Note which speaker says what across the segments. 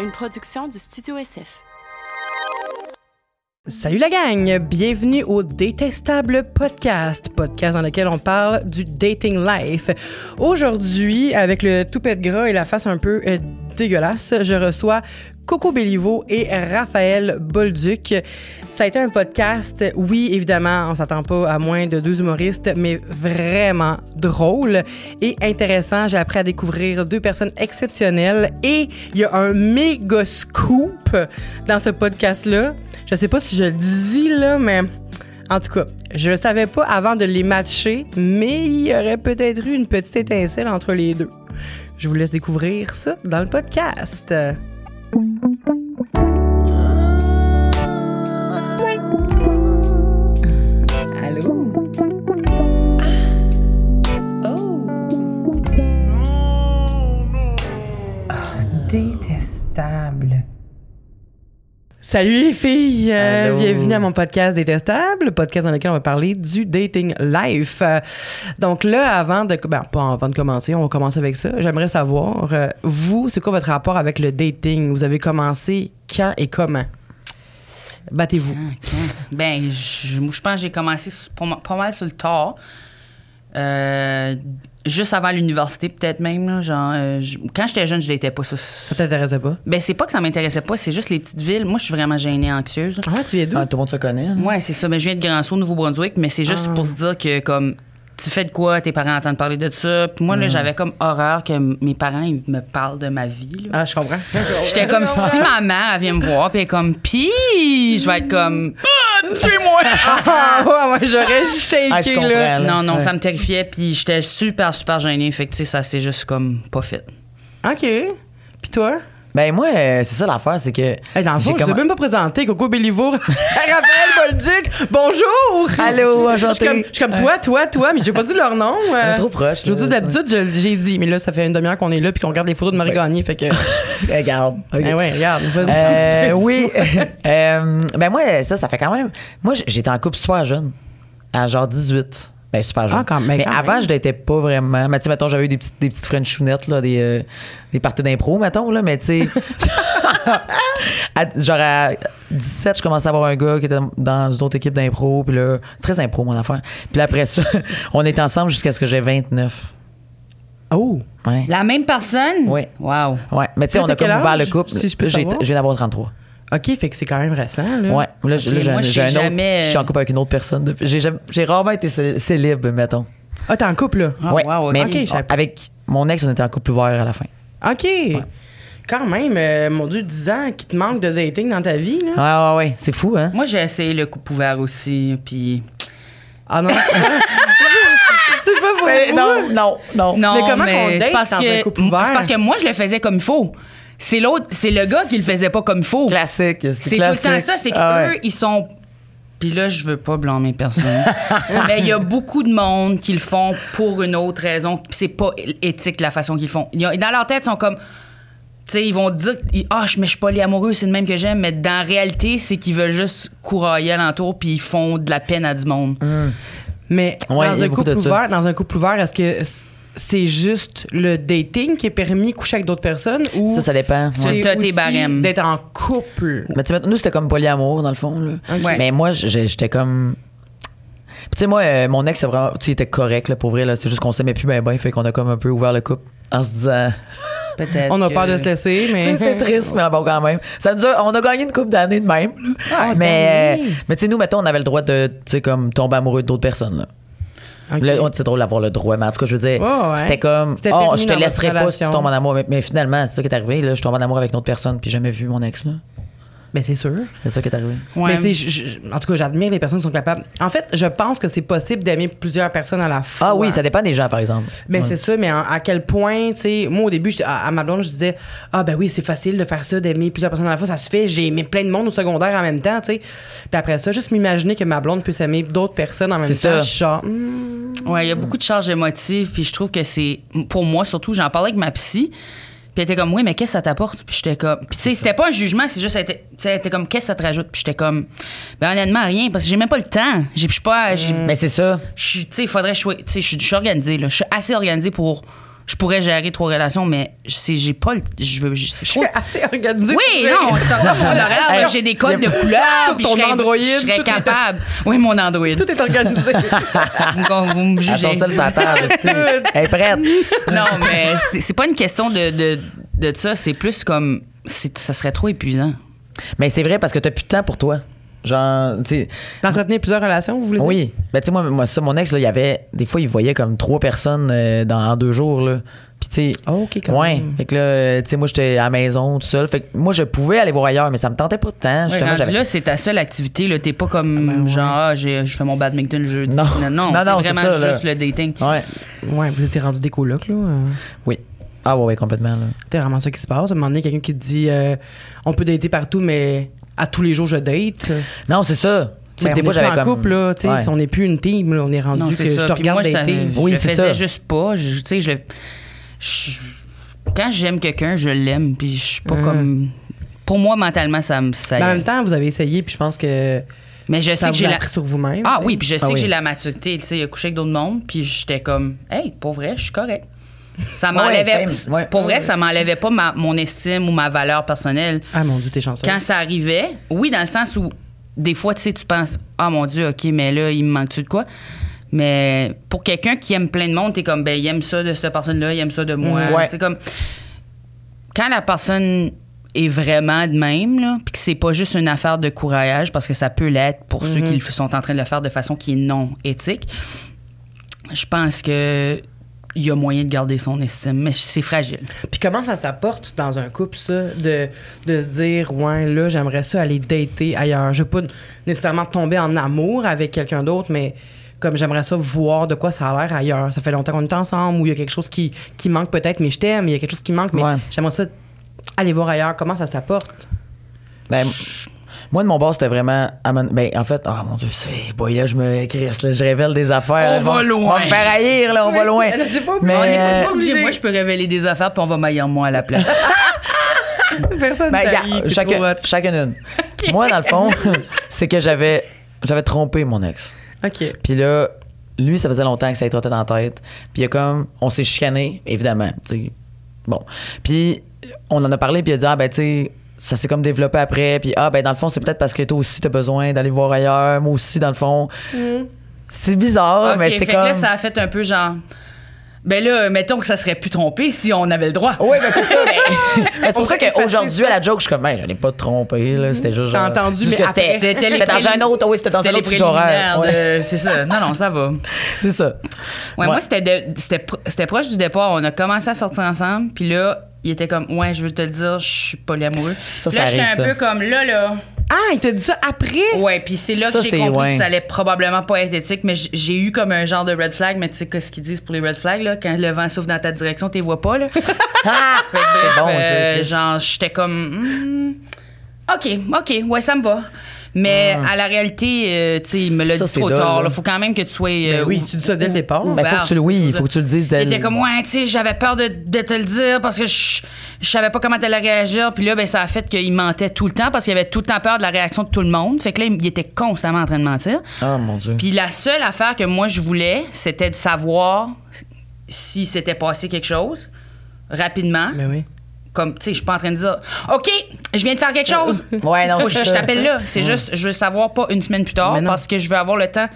Speaker 1: une production du Studio SF.
Speaker 2: Salut la gang, bienvenue au Détestable Podcast, podcast dans lequel on parle du dating life. Aujourd'hui, avec le toupet de gras et la face un peu euh, dégueulasse, je reçois Coco Béliveau et Raphaël Bolduc. Ça a été un podcast, oui, évidemment, on s'attend pas à moins de deux humoristes, mais vraiment drôle et intéressant. J'ai appris à découvrir deux personnes exceptionnelles et il y a un méga scoop dans ce podcast-là. Je sais pas si je le dis là, mais en tout cas, je le savais pas avant de les matcher, mais il y aurait peut-être eu une petite étincelle entre les deux. Je vous laisse découvrir ça dans le podcast.
Speaker 3: Allô? Oh! Détestable.
Speaker 2: Salut les filles, Euh,
Speaker 3: Allô.
Speaker 2: bienvenue à mon podcast Détestable, le podcast dans lequel on va parler du dating life. Euh, donc là, avant de, ben, pas avant de commencer, on va commencer avec ça. J'aimerais savoir, euh, vous, c'est quoi votre rapport avec le dating Vous avez commencé quand et comment Battez-vous.
Speaker 3: Ah.
Speaker 4: Ben, je, moi, je pense que j'ai commencé sur- pas, ma- pas mal sur le tard. Euh, juste avant l'université, peut-être même. là, genre, euh, je- quand j'étais jeune, je l'étais pas. Ça,
Speaker 2: Ça t'intéressait pas
Speaker 4: ben, c'est pas que ça m'intéressait pas, c'est juste les petites villes. Moi, je suis vraiment gênée, anxieuse.
Speaker 2: Ah, tu es d'où
Speaker 3: Ah, tout le monde se connaît. hein?
Speaker 4: Ouais, c'est ça. Mais je viens de Grand-Sault, Nouveau-Brunswick, mais c'est juste pour se dire que, comme, tu fais de quoi, tes parents entendent parler de ça. Puis moi, là, j'avais comme horreur que m- mes parents, ils me parlent de ma vie. là.
Speaker 2: Ah, je comprends.
Speaker 4: J'étais comme si ma mère elle vient me voir, puis elle est comme pis, je vais être comme
Speaker 2: Ah, ouais, ouais, j'aurais shaké
Speaker 3: Ah, je comprends,
Speaker 2: là.
Speaker 3: là.
Speaker 4: non non,
Speaker 3: Ouais.
Speaker 4: ça me terrifiait, puis j'étais super super gênée, fait que tu sais ça c'est juste comme pas fait.
Speaker 2: Ok. Puis toi
Speaker 3: Ben, moi, euh, c'est ça l'affaire, c'est que.
Speaker 2: Hey, dans le fond,
Speaker 3: j'ai
Speaker 2: je ne
Speaker 3: comme-
Speaker 2: même pas présenté. Coco Béliveau, Raphaël Bolduc, bonjour!
Speaker 3: Allô,
Speaker 2: Je suis
Speaker 3: enchanté.
Speaker 2: comme, je suis comme toi, toi, toi, mais j'ai pas dit leur nom. euh.
Speaker 3: est trop proches,
Speaker 2: Je vous
Speaker 3: là,
Speaker 2: dis, d'habitude, je- j'ai dit, mais là, ça fait une demi-heure qu'on est là puis qu'on regarde les photos de Marie Gagné, fait que...
Speaker 3: Regarde. ok.
Speaker 2: Eh ouais, regarde, vas-y.
Speaker 3: Euh, oui. Euh, ben, moi, ça, ça fait quand même. Moi, j- j'étais en couple super jeune, à genre 18. Ben, super jeune.
Speaker 2: Ah, quand- ben,
Speaker 3: mais
Speaker 2: quand
Speaker 3: avant,
Speaker 2: même.
Speaker 3: je n'étais pas vraiment. Mais tu sais, mettons, j'avais eu des petites, des petites frenchounettes, là, des, euh, des parties d'impro, mettons, là, mais tu sais. à- genre à 17, je commençais à avoir un gars qui était dans une autre équipe d'impro, puis là, très impro, mon affaire. Puis là, après ça, on était ensemble jusqu'à ce que j'ai 29.
Speaker 2: Oh!
Speaker 3: Ouais.
Speaker 4: La même personne
Speaker 3: Oui.
Speaker 4: Wow.
Speaker 3: Ouais. Mais tu sais,
Speaker 2: Là,
Speaker 3: on
Speaker 2: t'as
Speaker 3: a comme
Speaker 2: quel
Speaker 3: ouvert
Speaker 2: âge,
Speaker 3: le couple.
Speaker 2: si je peux
Speaker 3: J'ai-
Speaker 2: savoir? Hum.
Speaker 3: J'ai d'avoir 33.
Speaker 2: OK, fait que c'est quand même récent, là.
Speaker 3: Ouais, là, j'ai-
Speaker 4: Ok,
Speaker 3: là, j'ai
Speaker 4: moi,
Speaker 3: un-
Speaker 4: je
Speaker 3: j'ai
Speaker 4: sais
Speaker 3: un autre.
Speaker 4: jamais, euh,
Speaker 3: Je suis en couple avec une autre personne. depuis- J'ai jamais- j'ai rarement été cé- célib, mettons.
Speaker 2: Ah, t'es en couple, là?
Speaker 4: Ah,
Speaker 3: ouais,
Speaker 4: wow, ok.
Speaker 3: mais
Speaker 2: Ok, je savais pas.
Speaker 3: avec mon ex, on était en couple ouvert à la fin.
Speaker 2: OK! Quand même, euh, mon Dieu, 10 ans qui te manque de dating dans ta vie, là.
Speaker 3: Ouais, ouais, ouais, Ah, c'est fou, hein?
Speaker 4: Moi j'ai essayé le coupe ouvert aussi puis
Speaker 2: Ah non, c'est pas- c'est pas pour
Speaker 3: Ouais,
Speaker 2: moi.
Speaker 3: Ben, non, non, non.
Speaker 4: non
Speaker 2: Mais comment qu'on
Speaker 4: mais
Speaker 2: date
Speaker 4: c'est parce
Speaker 2: dans
Speaker 4: que
Speaker 2: un
Speaker 4: c'est
Speaker 2: couple ouvert?
Speaker 4: parce que moi je le faisais comme il faut. C'est l'autre, c'est le gars qui le faisait pas comme il faut.
Speaker 3: Classique, c'est
Speaker 4: C'est tout le
Speaker 3: classique.
Speaker 4: temps ça, c'est qu'eux,
Speaker 3: Ah ouais.
Speaker 4: ils sont. Puis là, je veux pas blâmer personne. mais il y a beaucoup de monde qui le font pour une autre raison. Puis c'est pas éthique la façon qu'ils le font. Il y a- Dans leur tête, ils sont comme. Tu sais, ils vont dire. ils- Ah, je mais je suis pas les amoureux, c'est le même que j'aime. Mais dans la réalité, c'est qu'ils veulent juste courailler alentour, puis ils font de la peine à du monde.
Speaker 2: Mm. Mais
Speaker 3: Ouais, il y
Speaker 2: dans,
Speaker 3: a
Speaker 2: un
Speaker 3: beaucoup
Speaker 2: couple
Speaker 3: de ça.
Speaker 2: ouvert, dans un couple ouvert, est-ce que c- c'est juste le dating qui est permis coucher avec d'autres personnes ou
Speaker 3: Ça, ça dépend,
Speaker 2: c'est
Speaker 4: ouais. T'as tes
Speaker 2: aussi
Speaker 4: barèmes.
Speaker 2: d'être en couple?
Speaker 3: Mais tu sais, nous, c'était comme polyamour, dans le fond. Là.
Speaker 4: Ok. Ouais.
Speaker 3: Mais moi, j'ai- j'étais comme. Puis tu sais, moi, euh, mon ex, c'est vraiment. Tu sais, il était correct, là, pour vrai. là. C'est juste qu'on s'aimait plus, ben, ben, fait qu'on a comme un peu ouvert le couple en se disant.
Speaker 4: Peut-être.
Speaker 2: On a peur
Speaker 4: que-
Speaker 2: de se laisser,
Speaker 3: Tu sais,
Speaker 2: mais
Speaker 3: c'est triste, mais bon, quand même. Ça nous a- on a gagné une couple d'années de même. là.
Speaker 2: Ah,
Speaker 3: mais
Speaker 2: ben oui.
Speaker 3: euh, mais tu sais, nous, mettons, on avait le droit de tu sais, comme, tomber amoureux d'autres personnes. Là.
Speaker 2: Ok.
Speaker 3: Là, on- c'est drôle d'avoir le droit, mais en tout cas, je veux dire,
Speaker 2: Ouais, ouais.
Speaker 3: c'était comme,
Speaker 2: C'était
Speaker 3: oh,
Speaker 2: permis
Speaker 3: je
Speaker 2: dans
Speaker 3: te
Speaker 2: votre
Speaker 3: laisserai pas si tu
Speaker 2: relation.
Speaker 3: tombes en amour. Mais, mais finalement, c'est ça qui est arrivé. Là, je tombe en amour avec une autre personne, puis j'ai jamais vu mon ex. Là.
Speaker 2: Ben, c'est sûr.
Speaker 3: C'est ça qui est arrivé.
Speaker 4: Ouais.
Speaker 2: Mais tu sais, je- je- en tout cas, j'admire les personnes qui sont capables. En fait, je pense que c'est possible d'aimer plusieurs personnes à la fois.
Speaker 3: Ah oui, ça dépend des gens, par exemple.
Speaker 2: Mais
Speaker 3: Ouais.
Speaker 2: c'est ça, mais en- à quel point, tu sais, moi au début, j'étais- à, à ma blonde, je disais, ah ben oui, c'est facile de faire ça, d'aimer plusieurs personnes à la fois, ça se fait, j'ai aimé plein de monde au secondaire en même temps, tu sais. Puis après ça, juste m'imaginer que ma blonde puisse aimer d'autres personnes en même temps,
Speaker 3: C'est ça.
Speaker 2: je suis genre, hmm,
Speaker 4: Ouais, il y a beaucoup de charges émotives, puis je trouve que c'est. Pour moi, surtout, j'en parlais avec ma psy, puis elle était comme, oui, mais qu'est-ce que ça t'apporte? Puis j'étais comme. Puis tu sais, c'était pas un jugement, c'est juste, elle était, tu sais, elle était comme, qu'est-ce que ça te rajoute? Puis j'étais comme, ben honnêtement, rien, parce que j'ai même pas le temps. J'ai- Je suis pas. j'ai-
Speaker 2: Mm. Ben,
Speaker 3: Mais c'est ça.
Speaker 4: je suis- Tu sais, il faudrait. que je sois- Tu sais, je suis je suis organisée, là. Je suis assez organisée pour je pourrais gérer trois relations, mais c'est- j'ai pas le. Je veux. Je, c'est
Speaker 2: Je suis
Speaker 4: trop-
Speaker 2: assez organisée.
Speaker 4: Oui,
Speaker 2: tu sais.
Speaker 4: non, ça va, mon
Speaker 3: Hey,
Speaker 4: horaire, j'ai des codes de couleurs, puis je
Speaker 2: Ton
Speaker 4: serais,
Speaker 2: Android,
Speaker 4: je serais
Speaker 2: tout est-
Speaker 4: capable. Oui, mon Android.
Speaker 2: Tout est organisé.
Speaker 4: Vous, me- vous me
Speaker 3: Elle
Speaker 4: jugez.
Speaker 3: sont seule sur la table, esti. Elle est prête.
Speaker 4: Non, mais c'est c'est pas une question de, de, de ça. C'est plus comme. c'est- Ça serait trop épuisant.
Speaker 3: Mais c'est vrai parce que t'as plus de temps pour toi. Genre, tu sais,
Speaker 2: D'entretenir plusieurs relations, vous voulez dire?
Speaker 3: Oui. Ben, tu sais, moi, moi, ça, mon ex, là, il y avait. Des fois, il voyait comme trois personnes euh, dans, en deux jours, là. Puis, tu sais.
Speaker 2: Ah, OK, quand
Speaker 3: ouais.
Speaker 2: même.
Speaker 3: Fait que là, euh, tu sais, moi, j'étais à la maison, tout seul. Fait que moi, je pouvais aller voir ailleurs, mais ça me tentait pas de temps.
Speaker 4: Ouais,
Speaker 3: Justement,
Speaker 4: rendu
Speaker 3: j'avais.
Speaker 4: là, c'est ta seule activité. là. T'es pas comme genre, ah, j'ai- je fais mon badminton le jeudi.
Speaker 3: Non.
Speaker 4: non,
Speaker 3: Non, non,
Speaker 4: c'est
Speaker 3: c'est
Speaker 4: vraiment
Speaker 3: ça, là. Oh,
Speaker 4: juste le dating.
Speaker 3: Ouais.
Speaker 2: Ouais, vous étiez rendu des colocs, là. euh,
Speaker 3: Oui. Ah, ouais, ouais, complètement, là.
Speaker 2: C'était vraiment ça qui se passe. À un moment donné, quelqu'un qui te dit euh, on peut dater partout, mais à tous les jours, je date.
Speaker 3: Non, c'est ça. Tu sais,
Speaker 2: Ben,
Speaker 3: des
Speaker 2: on
Speaker 3: fois,
Speaker 2: est plus
Speaker 3: j'avais
Speaker 2: en
Speaker 3: comme.
Speaker 2: couple, là. tu sais,
Speaker 3: Ouais.
Speaker 2: On n'est plus une team, là. On est rendu
Speaker 4: Non,
Speaker 2: que
Speaker 4: c'est ça.
Speaker 2: je te
Speaker 4: Puis moi,
Speaker 2: regarde
Speaker 4: ça-
Speaker 2: dater.
Speaker 4: je
Speaker 3: Oui,
Speaker 4: le
Speaker 3: c'est
Speaker 4: faisais
Speaker 3: ça.
Speaker 4: juste pas. Je, tu sais, je, le- je- quand j'aime quelqu'un, je l'aime. Puis je suis pas
Speaker 2: Hum.
Speaker 4: comme. Pour moi, mentalement, ça me. ça-
Speaker 2: Mais en même temps, vous avez essayé, puis je pense que
Speaker 4: mais je sais
Speaker 2: Ben, ça
Speaker 4: que
Speaker 2: vous
Speaker 4: j'ai
Speaker 2: a
Speaker 4: la.
Speaker 2: appris sur vous-même.
Speaker 4: Ah
Speaker 2: tu sais.
Speaker 4: oui, puis je sais
Speaker 3: Ah
Speaker 4: que
Speaker 3: oui.
Speaker 4: j'ai la maturité. Tu sais, il a couché avec d'autres mondes, puis j'étais comme, hey, pour vrai, je suis correct. Ça m'enlevait.
Speaker 3: Ouais, same. Ouais.
Speaker 4: Pour vrai, ça m'enlevait pas ma- mon estime ou ma valeur personnelle.
Speaker 2: Ah mon Dieu, t'es chanceux.
Speaker 4: Quand ça arrivait, oui, dans le sens où des fois, tu sais, tu penses, ah mon Dieu, OK, mais là, il me manque-tu de quoi? Mais pour quelqu'un qui aime plein de monde, t'es comme, ben, il aime ça de cette personne-là, il aime ça de moi.
Speaker 3: Mm, Ouais.
Speaker 4: Tu sais, comme, quand la personne est vraiment de même, là, puis que c'est pas juste une affaire de courage, parce que ça peut l'être pour ceux qui le
Speaker 3: Mm-hmm.
Speaker 4: f- sont en train de le faire de façon qui est non éthique, je pense que il y a moyen de garder son estime, mais c'est fragile.
Speaker 2: Puis comment ça s'apporte dans un couple, ça, de, de se dire, ouais, là, j'aimerais ça aller dater ailleurs. Je veux pas nécessairement tomber en amour avec quelqu'un d'autre, mais comme j'aimerais ça voir de quoi ça a l'air ailleurs. Ça fait longtemps qu'on est ensemble, ou il y a quelque chose qui, qui manque peut-être, mais je t'aime, il y a quelque chose qui manque, mais
Speaker 3: Ouais.
Speaker 2: j'aimerais ça aller voir ailleurs. Comment ça s'apporte?
Speaker 3: Ben, moi, de mon bord, c'était vraiment. à mon- Ben, en fait, ah mon Dieu, c'est. Boy, là, je me crisse, là, je révèle des
Speaker 4: On
Speaker 3: affaires.
Speaker 4: va loin.
Speaker 3: On va me faire haïr, là, on va loin.
Speaker 2: Elle était pas obligée.
Speaker 3: Mais,
Speaker 4: On n'est pas- pas
Speaker 3: euh,
Speaker 4: obligé. Moi, je peux révéler des affaires, puis on va maillir moi à la place.
Speaker 2: Personne
Speaker 3: Ben,
Speaker 2: t'a euh,
Speaker 3: regarde,
Speaker 2: haï, t'es trop
Speaker 3: chacun,
Speaker 2: hot.
Speaker 3: chacune une. Moi, dans le fond, c'est que j'avais j'avais trompé mon ex.
Speaker 2: OK.
Speaker 3: Puis là, lui, ça faisait longtemps que ça lui trottait dans la tête. Puis il a comme, on s'est chicané, évidemment. tu sais. Bon. Puis on en a parlé, puis il a dit, ah ben, tu sais, ça s'est comme développé après. Puis ah ben, dans le fond, c'est peut-être parce que toi aussi, t'as besoin d'aller voir ailleurs. Moi aussi, dans le fond. C'est bizarre,
Speaker 4: Ok,
Speaker 3: Ah, mais c'est
Speaker 4: fait
Speaker 3: comme.
Speaker 4: que là, ça a fait un peu genre. Ben là, mettons que ça serait plus trompé si on avait le droit.
Speaker 3: Oui, ben c'est ça. mais- mais c'est
Speaker 2: On
Speaker 3: pour ça
Speaker 2: pourrait effacer
Speaker 3: qu'aujourd'hui, à la joke, je suis comme, ben, je n'allais pas te tromper, là. C'était juste.
Speaker 2: T'as
Speaker 3: genre-
Speaker 2: entendu,
Speaker 3: juste
Speaker 2: mais
Speaker 3: que
Speaker 2: après-
Speaker 3: c'était-
Speaker 4: les
Speaker 3: C'était dans
Speaker 4: prélim-
Speaker 3: un autre. Oui, c'était dans
Speaker 4: c'était
Speaker 3: un
Speaker 4: les
Speaker 3: autre fuseau horaire.
Speaker 4: préliminaires
Speaker 3: Ouais.
Speaker 4: de- C'est ça. Non, non, ça va. Ouais,
Speaker 3: C'est ça.
Speaker 4: Moi, c'était de- c'était pro- c'était proche du départ. On a commencé à sortir ensemble, puis là, il était comme, ouais, je veux te le dire, je suis polyamoureux.
Speaker 3: Ça,
Speaker 4: Puis là,
Speaker 3: ça
Speaker 4: j'étais un
Speaker 3: arrive, ça.
Speaker 4: peu comme, là, là.
Speaker 2: Ah, il t'a dit ça après?
Speaker 4: Ouais, puis c'est là
Speaker 3: Ça,
Speaker 4: que j'ai
Speaker 3: c'est-
Speaker 4: compris
Speaker 3: ouais.
Speaker 4: que ça allait probablement pas être éthique, mais j- j'ai eu comme un genre de red flag, mais tu sais qu'est-ce qu'ils disent pour les red flags, là? Quand le vent souffle dans ta direction, t'es vois pas, là.
Speaker 3: Ah! c'est bon,
Speaker 4: Euh,
Speaker 3: c'est-
Speaker 4: genre, j'étais comme. hmm, OK, OK, ouais, ça me va. Mais à la réalité, euh, tu sais, il me l'a
Speaker 3: Ah. Ça,
Speaker 4: dit
Speaker 3: c'est
Speaker 4: trop
Speaker 3: dole,
Speaker 4: tard.
Speaker 3: là.
Speaker 4: Il faut quand même que tu sois.
Speaker 2: Ben
Speaker 4: euh,
Speaker 2: oui,
Speaker 4: ou-
Speaker 2: tu dis ça dès le
Speaker 4: ou-
Speaker 2: départ.
Speaker 4: ouvert
Speaker 3: Ben, faut que tu le
Speaker 4: sur
Speaker 3: oui,
Speaker 4: ces
Speaker 3: faut que tu le dises
Speaker 4: choses-là.
Speaker 3: dès
Speaker 4: Il
Speaker 3: le-
Speaker 4: était comme, ouais, tu sais, j'avais peur de, de te le dire parce que je, je savais pas comment t'allais réagir. Puis là, ben, ça a fait qu'il mentait tout le temps parce qu'il avait tout le temps peur de la réaction de tout le monde. Fait que là, il il était constamment en train de mentir.
Speaker 3: Ah, mon Dieu.
Speaker 4: Puis la seule affaire que moi je voulais, c'était de savoir si s'était passé quelque chose rapidement
Speaker 2: Mais oui.
Speaker 4: comme tu sais je suis pas en train de dire OK je viens de faire quelque chose
Speaker 3: Euh, Ouais, non,
Speaker 4: Faut que
Speaker 3: c'est
Speaker 4: je, je
Speaker 3: ça.
Speaker 4: t'appelle là c'est juste je veux savoir pas une semaine plus tard
Speaker 2: Mais non.
Speaker 4: parce que je veux avoir le temps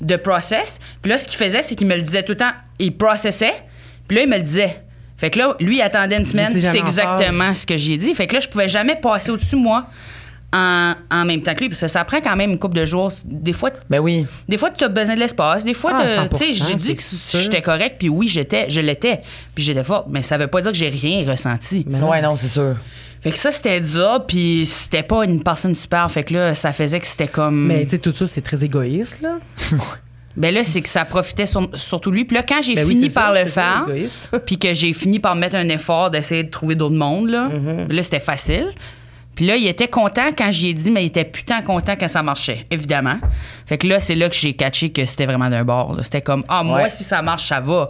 Speaker 4: de process puis là ce qu'il faisait c'est qu'il me le disait tout le temps il processait puis là il me le disait fait que là lui il attendait une semaine
Speaker 2: étiez
Speaker 4: c'est
Speaker 2: jamais en
Speaker 4: exactement ce que j'ai dit fait que là je pouvais jamais passer au-dessus de moi en, en même temps que lui parce que ça prend quand même une couple de jours des fois
Speaker 3: Ben oui.
Speaker 4: des fois, tu as besoin de l'espace. Des fois,
Speaker 2: Ah,
Speaker 4: t'as-
Speaker 2: 100%,
Speaker 4: tu sais, j'ai dit
Speaker 2: c'est
Speaker 4: que
Speaker 2: sûr.
Speaker 4: j'étais correct, puis oui, j'étais, je l'étais, puis j'étais forte, mais ça veut pas dire que j'ai rien ressenti.
Speaker 3: Ouais, non, c'est sûr.
Speaker 4: Fait que ça, c'était dur, puis c'était pas une personne super. Fait que là, ça faisait que c'était comme.
Speaker 2: Mais tu sais, tout ça, c'est très égoïste, là.
Speaker 4: Ben là, c'est que ça profitait sur- surtout lui. Puis là, quand j'ai
Speaker 2: Ben oui,
Speaker 4: fini
Speaker 2: c'est
Speaker 4: par
Speaker 2: ça,
Speaker 4: le
Speaker 2: c'est ça,
Speaker 4: faire,
Speaker 2: égoïste.
Speaker 4: puis que j'ai fini par mettre un effort d'essayer de trouver d'autres mondes, là,
Speaker 2: Mhm.
Speaker 4: là, c'était facile. Puis là, il était content quand j'y ai dit, mais il était putain content quand ça marchait, évidemment. Fait que là, c'est là que j'ai catché que c'était vraiment d'un bord. là. C'était comme, ah, moi,
Speaker 3: Ouais.
Speaker 4: si ça marche, ça va.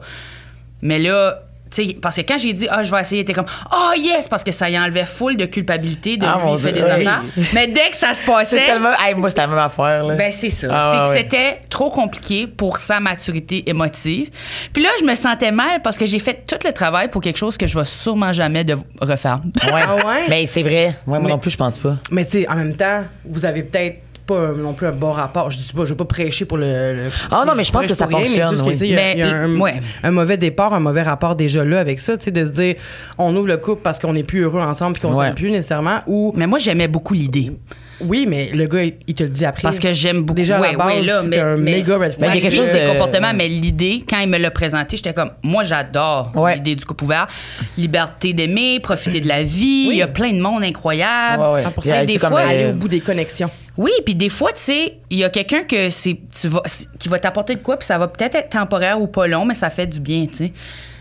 Speaker 4: Mais là, sais, parce que quand j'ai dit, ah, je vais essayer, t'es comme, ah, yes, parce que ça y enlevait full de culpabilité de
Speaker 3: Ah,
Speaker 4: lui,
Speaker 3: mon
Speaker 4: il fait
Speaker 3: Dieu,
Speaker 4: des
Speaker 3: oui.
Speaker 4: affaires. Mais dès que ça se
Speaker 3: C'est
Speaker 4: passait,
Speaker 3: tellement. Hey, moi, c'est la même affaire, là.
Speaker 4: ben, c'est ça.
Speaker 3: Ah,
Speaker 4: c'est que
Speaker 3: ouais,
Speaker 4: c'était trop compliqué pour sa maturité émotive. Puis là, je me sentais mal parce que j'ai fait tout le travail pour quelque chose que je vais sûrement jamais de refaire.
Speaker 3: Ouais.
Speaker 2: Ah ouais?
Speaker 3: Mais Ben, c'est vrai. Ouais, moi non plus, je pense pas.
Speaker 2: Mais tu sais, en même temps, vous avez peut-être pas un- non plus un bon rapport. Je dis pas, je veux pas prêcher pour le. le-
Speaker 3: Ah non, mais je pense
Speaker 2: prêche
Speaker 3: que ça
Speaker 2: pour rien, mais c'est juste
Speaker 3: fonctionne,
Speaker 2: que, tu sais, Il y a,
Speaker 4: oui.
Speaker 2: il y a
Speaker 4: Mais,
Speaker 2: un,
Speaker 4: ouais.
Speaker 2: un mauvais départ, un mauvais rapport déjà là avec ça, tu sais, de se dire, on ouvre le couple parce qu'on n'est plus heureux ensemble puis qu'on
Speaker 3: Ouais.
Speaker 2: s'aime plus nécessairement. Ou
Speaker 4: Mais moi, j'aimais beaucoup l'idée.
Speaker 2: oui, mais le gars, il, il te le dit après.
Speaker 4: Parce que j'aime beaucoup.
Speaker 2: Déjà, à
Speaker 4: ouais,
Speaker 2: la base,
Speaker 4: ouais, là,
Speaker 2: c'est
Speaker 4: mais,
Speaker 2: un
Speaker 4: mais-
Speaker 2: méga red flag.
Speaker 3: Mais il y a
Speaker 4: Malgré
Speaker 3: quelque chose
Speaker 4: ses
Speaker 3: de-
Speaker 4: comportements, mais l'idée, quand il me l'a présenté, j'étais comme, moi, j'adore
Speaker 3: Ouais.
Speaker 4: l'idée du couple ouvert. Liberté d'aimer, profiter de la vie. Il y a plein de monde incroyable.
Speaker 3: Ouais, ouais.
Speaker 4: Tu sais,
Speaker 3: Il y a-
Speaker 4: Des
Speaker 3: tu sais,
Speaker 4: fois,
Speaker 3: comme,
Speaker 4: aller
Speaker 2: aller
Speaker 3: euh,
Speaker 2: au bout des connexions.
Speaker 4: Oui, puis des fois, tu sais, il y a quelqu'un que c'est tu vas qui va t'apporter de quoi, puis ça va peut-être être temporaire ou pas long, mais ça fait du bien, tu sais.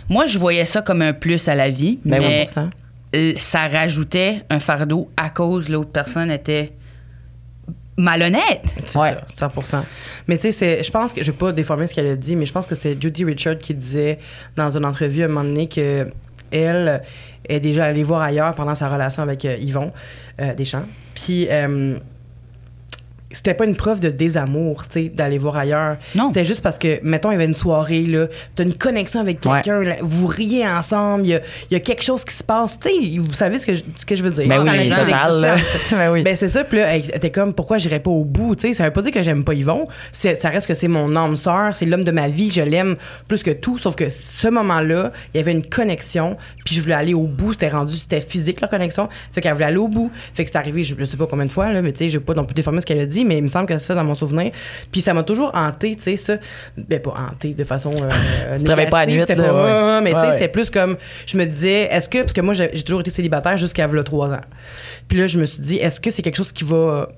Speaker 4: Moi, je voyais ça comme un plus à la vie,
Speaker 3: Ben oui,
Speaker 4: mais
Speaker 2: 100%.
Speaker 4: euh, ça rajoutait un fardeau à cause de l'autre personne était malhonnête.
Speaker 2: C'est
Speaker 3: Ouais.
Speaker 2: ça, 100%. Mais tu sais, c'est- je pense que, je vais pas déformer ce qu'elle a dit, mais je pense que c'est Judy Richard qui disait dans une entrevue à un moment donné que elle euh, est déjà allée voir ailleurs pendant sa relation avec euh, Yvon euh, Deschamps. Puis euh, c'était pas une preuve de désamour, tu sais, d'aller voir ailleurs.
Speaker 4: Non.
Speaker 2: C'était juste parce que, mettons, il y avait une soirée, là, t'as une connexion avec
Speaker 3: Ouais.
Speaker 2: quelqu'un, là, vous riez ensemble, il y a, il y a quelque chose qui se passe. Tu sais, vous savez ce que je, ce que je veux dire. Ah,
Speaker 3: Ben
Speaker 2: Ça
Speaker 4: oui,
Speaker 2: l'existe,
Speaker 3: total, là.
Speaker 2: l'existence.
Speaker 3: Ben oui.
Speaker 2: Ben, c'est ça, puis là, elle était comme, pourquoi j'irais pas au bout, tu sais, ça veut pas dire que j'aime pas Yvon, C'est- ça reste que c'est mon âme sœur, c'est l'homme de ma vie, je l'aime plus que tout, sauf que ce moment-là, il y avait une connexion, puis je voulais aller au bout, c'était rendu, c'était physique leur connexion, fait qu'elle voulait aller au bout, fait que c'est arrivé, je, je sais pas combien de fois, là, mais tu sais, je vais pas non plus déformer ce qu'elle a dit, mais il me semble que c'est ça dans mon souvenir, puis ça m'a toujours hanté, tu sais, ça, ben pas hanté de façon euh, euh,
Speaker 3: Tu travailles pas à
Speaker 2: négative,
Speaker 3: nuit,
Speaker 2: c'était
Speaker 3: là,
Speaker 2: pas-
Speaker 3: ouais.
Speaker 2: ouais, mais tu
Speaker 3: Ouais,
Speaker 2: sais,
Speaker 3: ouais.
Speaker 2: c'était plus comme je me disais est-ce que parce que moi j'ai j'ai toujours été célibataire jusqu'à v'là trois ans puis là je me suis dit est-ce que c'est quelque chose qui va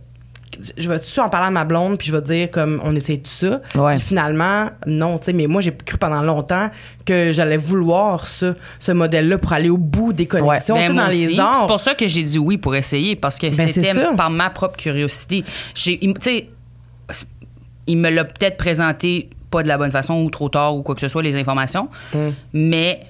Speaker 2: je vais tu en parler à ma blonde puis je vais dire comme on essaie de ça
Speaker 3: Ouais.
Speaker 2: Puis finalement non tu sais mais moi j'ai cru pendant longtemps que j'allais vouloir ça ce modèle là pour aller au bout des connexions
Speaker 4: Ben,
Speaker 2: tu sais,
Speaker 4: moi
Speaker 2: dans
Speaker 4: aussi.
Speaker 2: les
Speaker 4: C'est
Speaker 2: arts
Speaker 4: pour ça que j'ai dit oui pour essayer, parce que
Speaker 2: Ben, c'est
Speaker 4: c'était
Speaker 2: ça.
Speaker 4: par ma propre curiosité. J'ai, il- tu sais, il me l'a peut-être présenté pas de la bonne façon ou trop tard ou quoi que ce soit, les informations,
Speaker 3: Hmm.
Speaker 4: mais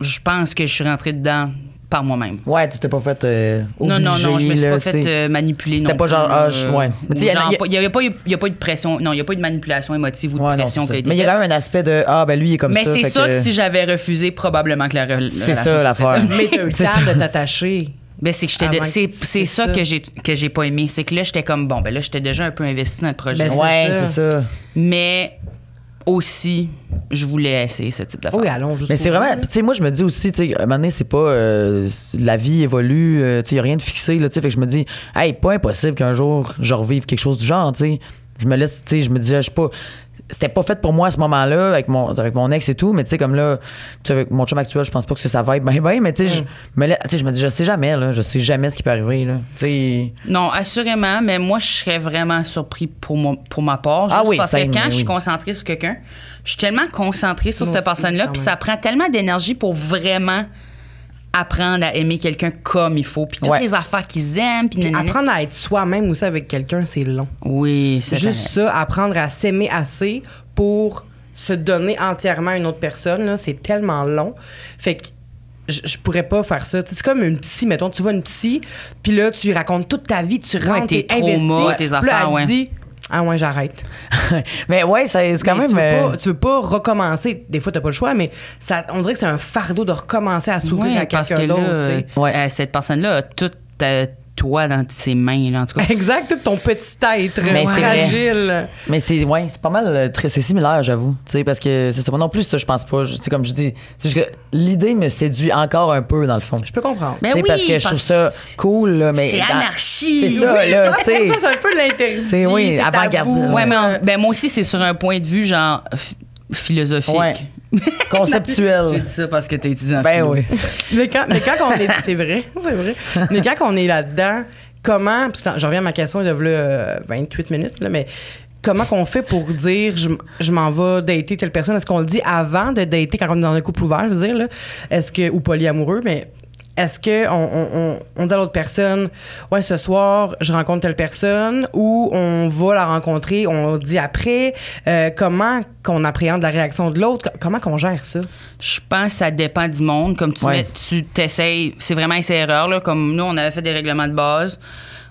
Speaker 4: je pense que je suis rentrée dedans par moi-même.
Speaker 3: Ouais, tu t'es pas fait. euh,
Speaker 4: Non, non, non, je me suis
Speaker 3: obligé,
Speaker 4: pas
Speaker 3: là, tu
Speaker 4: fait
Speaker 3: sais.
Speaker 4: euh, manipuler.
Speaker 3: C'était
Speaker 4: non
Speaker 3: pas
Speaker 4: plus,
Speaker 3: genre, ah,
Speaker 4: euh,
Speaker 3: je- ouais.
Speaker 4: ou
Speaker 3: Tu sais, y en a-
Speaker 4: genre
Speaker 3: y a-
Speaker 4: pas- Il n'y avait pas eu il y a pas eu de pression. Non, il n'y a pas eu de manipulation émotive ou de
Speaker 3: Ouais, non,
Speaker 4: euh, pression.
Speaker 3: c'est
Speaker 4: qui a
Speaker 3: ça.
Speaker 4: été
Speaker 3: Mais il y a
Speaker 4: faite.
Speaker 3: quand même un aspect de Ah, ben lui, il est comme
Speaker 4: Mais
Speaker 3: ça.
Speaker 4: c'est
Speaker 3: fait
Speaker 4: ça que si j'avais refusé, probablement que la re-
Speaker 3: C'est
Speaker 4: relation
Speaker 3: ça
Speaker 4: se serait
Speaker 3: l'affaire.
Speaker 2: mais t'as eu le
Speaker 3: C'est ça.
Speaker 2: temps de t'attacher
Speaker 4: Ben, c'est que j'étais
Speaker 2: Avant
Speaker 4: de-
Speaker 2: que
Speaker 4: c'est
Speaker 2: tu
Speaker 4: c'est
Speaker 2: fasses
Speaker 4: ça,
Speaker 2: Ah ça.
Speaker 4: que j'ai que j'ai pas aimé, c'est que là j'étais comme bon ben là j'étais déjà un peu investi dans le projet.
Speaker 2: Ben,
Speaker 3: Ouais,
Speaker 2: c'est
Speaker 3: c'est ça.
Speaker 4: mais aussi je voulais essayer ce type d'affaire.
Speaker 2: oui allons juste
Speaker 3: Mais c'est vraiment. puis Tu sais, moi, je me dis aussi, tu sais, à un moment donné, c'est pas. euh, la vie évolue, euh, tu sais, il n'y a rien de fixé, là, tu sais. Fait que je me dis, hey, pas impossible qu'un jour, je revive quelque chose du genre, tu sais. Je me laisse, tu sais, je me disais, je sais pas. C'était pas fait pour moi à ce moment-là, avec mon, avec mon ex et tout, mais tu sais, comme là, tu sais, avec mon chum actuel, je pense pas que ça va être bien, bien, mais tu sais,
Speaker 2: Mm.
Speaker 3: je me la- tu sais, je me dis, je sais jamais, là, je sais jamais ce qui peut arriver, là. Tu sais.
Speaker 4: Non, assurément, mais moi je serais vraiment surpris pour mon, pour ma part juste
Speaker 3: Ah oui,
Speaker 4: parce
Speaker 3: same,
Speaker 4: que quand
Speaker 3: mais
Speaker 4: je suis
Speaker 3: oui.
Speaker 4: concentrée sur quelqu'un, je suis tellement concentrée sur
Speaker 2: ben Moi
Speaker 4: cette
Speaker 2: aussi,
Speaker 4: personne-là
Speaker 2: quand
Speaker 4: puis
Speaker 2: même.
Speaker 4: ça prend tellement d'énergie pour vraiment apprendre à aimer quelqu'un comme il faut puis toutes
Speaker 3: Ouais.
Speaker 4: les affaires qu'ils aiment puis nanana.
Speaker 2: apprendre à être soi-même aussi avec quelqu'un c'est long
Speaker 4: Oui, c'est
Speaker 2: Juste ça, apprendre à s'aimer assez pour se donner entièrement à une autre personne, là, c'est tellement long. Fait que je je pourrais pas faire ça. Tu sais, C'est comme une psy, mettons, tu vois une psy, puis là, tu lui racontes toute ta vie, tu rentres,
Speaker 4: tes
Speaker 2: t'es investi,
Speaker 4: traumas, tes
Speaker 2: puis là,
Speaker 4: affaires,
Speaker 2: elle
Speaker 4: ouais.
Speaker 2: dit... Ah ouais, j'arrête.
Speaker 3: mais ouais, ça- c'est quand
Speaker 2: Mais
Speaker 3: même.
Speaker 2: tu,
Speaker 3: euh,
Speaker 2: veux pas, tu veux pas recommencer. Des fois, t'as pas le choix, mais ça, on dirait que c'est un fardeau de recommencer à s'ouvrir
Speaker 4: Ouais,
Speaker 2: à
Speaker 4: parce que
Speaker 2: quelqu'un d'autre. tu sais.
Speaker 4: là, euh, cette personne-là a tout euh, toi dans ses mains, là, en tout cas.
Speaker 2: Exact, tout ton petit être euh,
Speaker 3: Mais c'est vrai.
Speaker 2: fragile.
Speaker 3: Mais c'est ouais, c'est pas mal euh, très c'est similaire, j'avoue. Tu sais parce que c'est ça moi non plus ça je pense pas, Je- c'est comme je dis, c'est juste que l'idée me séduit encore un peu dans le fond.
Speaker 2: Je peux comprendre.
Speaker 4: Ben
Speaker 3: Tu sais,
Speaker 4: oui,
Speaker 3: parce que je trouve ça
Speaker 4: parce-
Speaker 3: cool là, mais
Speaker 4: C'est
Speaker 3: dans-
Speaker 4: anarchie.
Speaker 3: C'est ça
Speaker 2: Oui,
Speaker 3: là, tu
Speaker 2: ça,
Speaker 3: sais.
Speaker 2: ça, c'est un peu l'interdit.
Speaker 3: C'est- oui,
Speaker 2: tabou.
Speaker 3: avant-gardiste.
Speaker 4: Ouais, mais en- ben moi aussi, c'est sur un point de vue, genre, ph- philosophique.
Speaker 3: Ouais.
Speaker 4: J'ai
Speaker 3: Conceptuel.
Speaker 4: dit Mm. ça parce que t'es étudiant. en
Speaker 3: ben
Speaker 4: philo.
Speaker 3: oui.
Speaker 2: Mais quand, mais quand on est. C'est vrai, c'est vrai. Mais quand on est là-dedans, comment. puis c'est- je reviens à ma question, il y a v'là, euh, 28 minutes, là, mais comment qu'on fait pour dire je, m- je m'en vais dater telle personne? Est-ce qu'on le dit avant de dater quand on est dans un couple ouvert, je veux dire, là? Est-ce que. Ou polyamoureux, mais. est-ce que on, on- on- on dit à l'autre personne, ouais, ce soir, je rencontre telle personne, ou on va la rencontrer, on dit après, euh, comment qu'on appréhende la réaction de l'autre, co- comment qu'on gère ça?
Speaker 4: Je pense que ça dépend du monde. Comme tu
Speaker 3: Ouais.
Speaker 4: mets- tu t'essayes, c'est vraiment essai erreur. Là. Comme nous, on avait fait des règlements de base.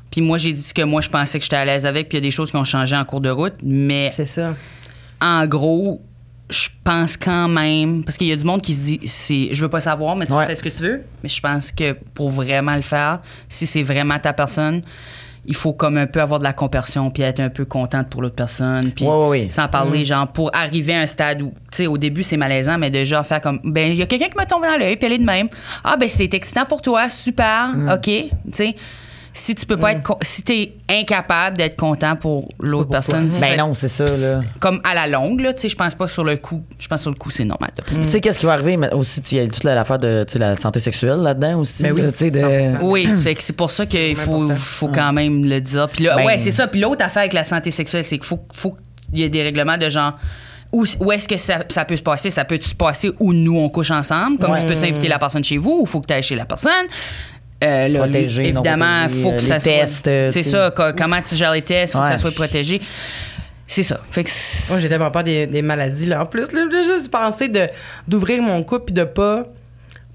Speaker 4: Puis moi, j'ai dit ce que moi, je pensais que j'étais à l'aise avec. Puis il y a des choses qui ont changé en cours de route. Mais
Speaker 2: C'est ça.
Speaker 4: en gros, je pense quand même. Parce qu'il y a du monde qui se dit c'est, je veux pas savoir, mais tu
Speaker 3: Ouais.
Speaker 4: fais ce que tu veux. Mais je pense que pour vraiment le faire, si c'est vraiment ta personne, il faut comme un peu avoir de la compassion puis être un peu contente pour l'autre personne. Puis
Speaker 3: Ouais, ouais, Mm. ouais.
Speaker 4: sans parler, genre, pour arriver à un stade où, tu sais, au début, c'est malaisant, mais de genre faire comme, ben, il y a quelqu'un qui m'a tombé dans l'œil, puis elle est de même. Ah, ben, c'est excitant pour toi, super,
Speaker 3: Mm.
Speaker 4: OK, tu sais. Si tu peux pas être, con- si t'es incapable d'être content pour l'autre personne,
Speaker 3: Ben
Speaker 4: c'est-
Speaker 3: non, c'est ça, là.
Speaker 4: comme à la longue, là, tu sais, je pense pas sur le coup. Je pense sur le coup, c'est normal. là.
Speaker 3: Puis Tu sais, qu'est-ce qui va arriver mais aussi? tu- Il y a toute la- l'affaire de tu sais, la santé sexuelle là-dedans aussi.
Speaker 2: Ben oui,
Speaker 3: là, tu sais, de-
Speaker 2: 100%.
Speaker 4: Oui, ça fait que c'est pour ça qu'il faut, faut quand même le dire. Puis là,
Speaker 3: Ben-
Speaker 4: ouais, c'est ça. Puis l'autre affaire avec la santé sexuelle, c'est qu'il faut, faut qu'il y ait des règlements de genre. Où, où est-ce que ça, ça peut se passer? Ça peut se passer où nous, on couche ensemble? Comme tu peux inviter la personne chez vous ou faut que tu ailles chez la personne? Euh, là,
Speaker 3: Protéger, non
Speaker 4: évidemment,
Speaker 3: protéger,
Speaker 4: faut
Speaker 3: euh,
Speaker 4: que
Speaker 3: les
Speaker 4: ça soit.
Speaker 3: tests, euh,
Speaker 4: c'est
Speaker 3: tu-
Speaker 4: ça. co- Comment tu gères les tests? Faut que
Speaker 3: Ouais.
Speaker 4: ça soit protégé. C'est ça. Fait que c'est-
Speaker 2: Moi, j'ai tellement peur des, des maladies, là. En plus, là, j'ai juste pensé de, d'ouvrir mon couple puis de pas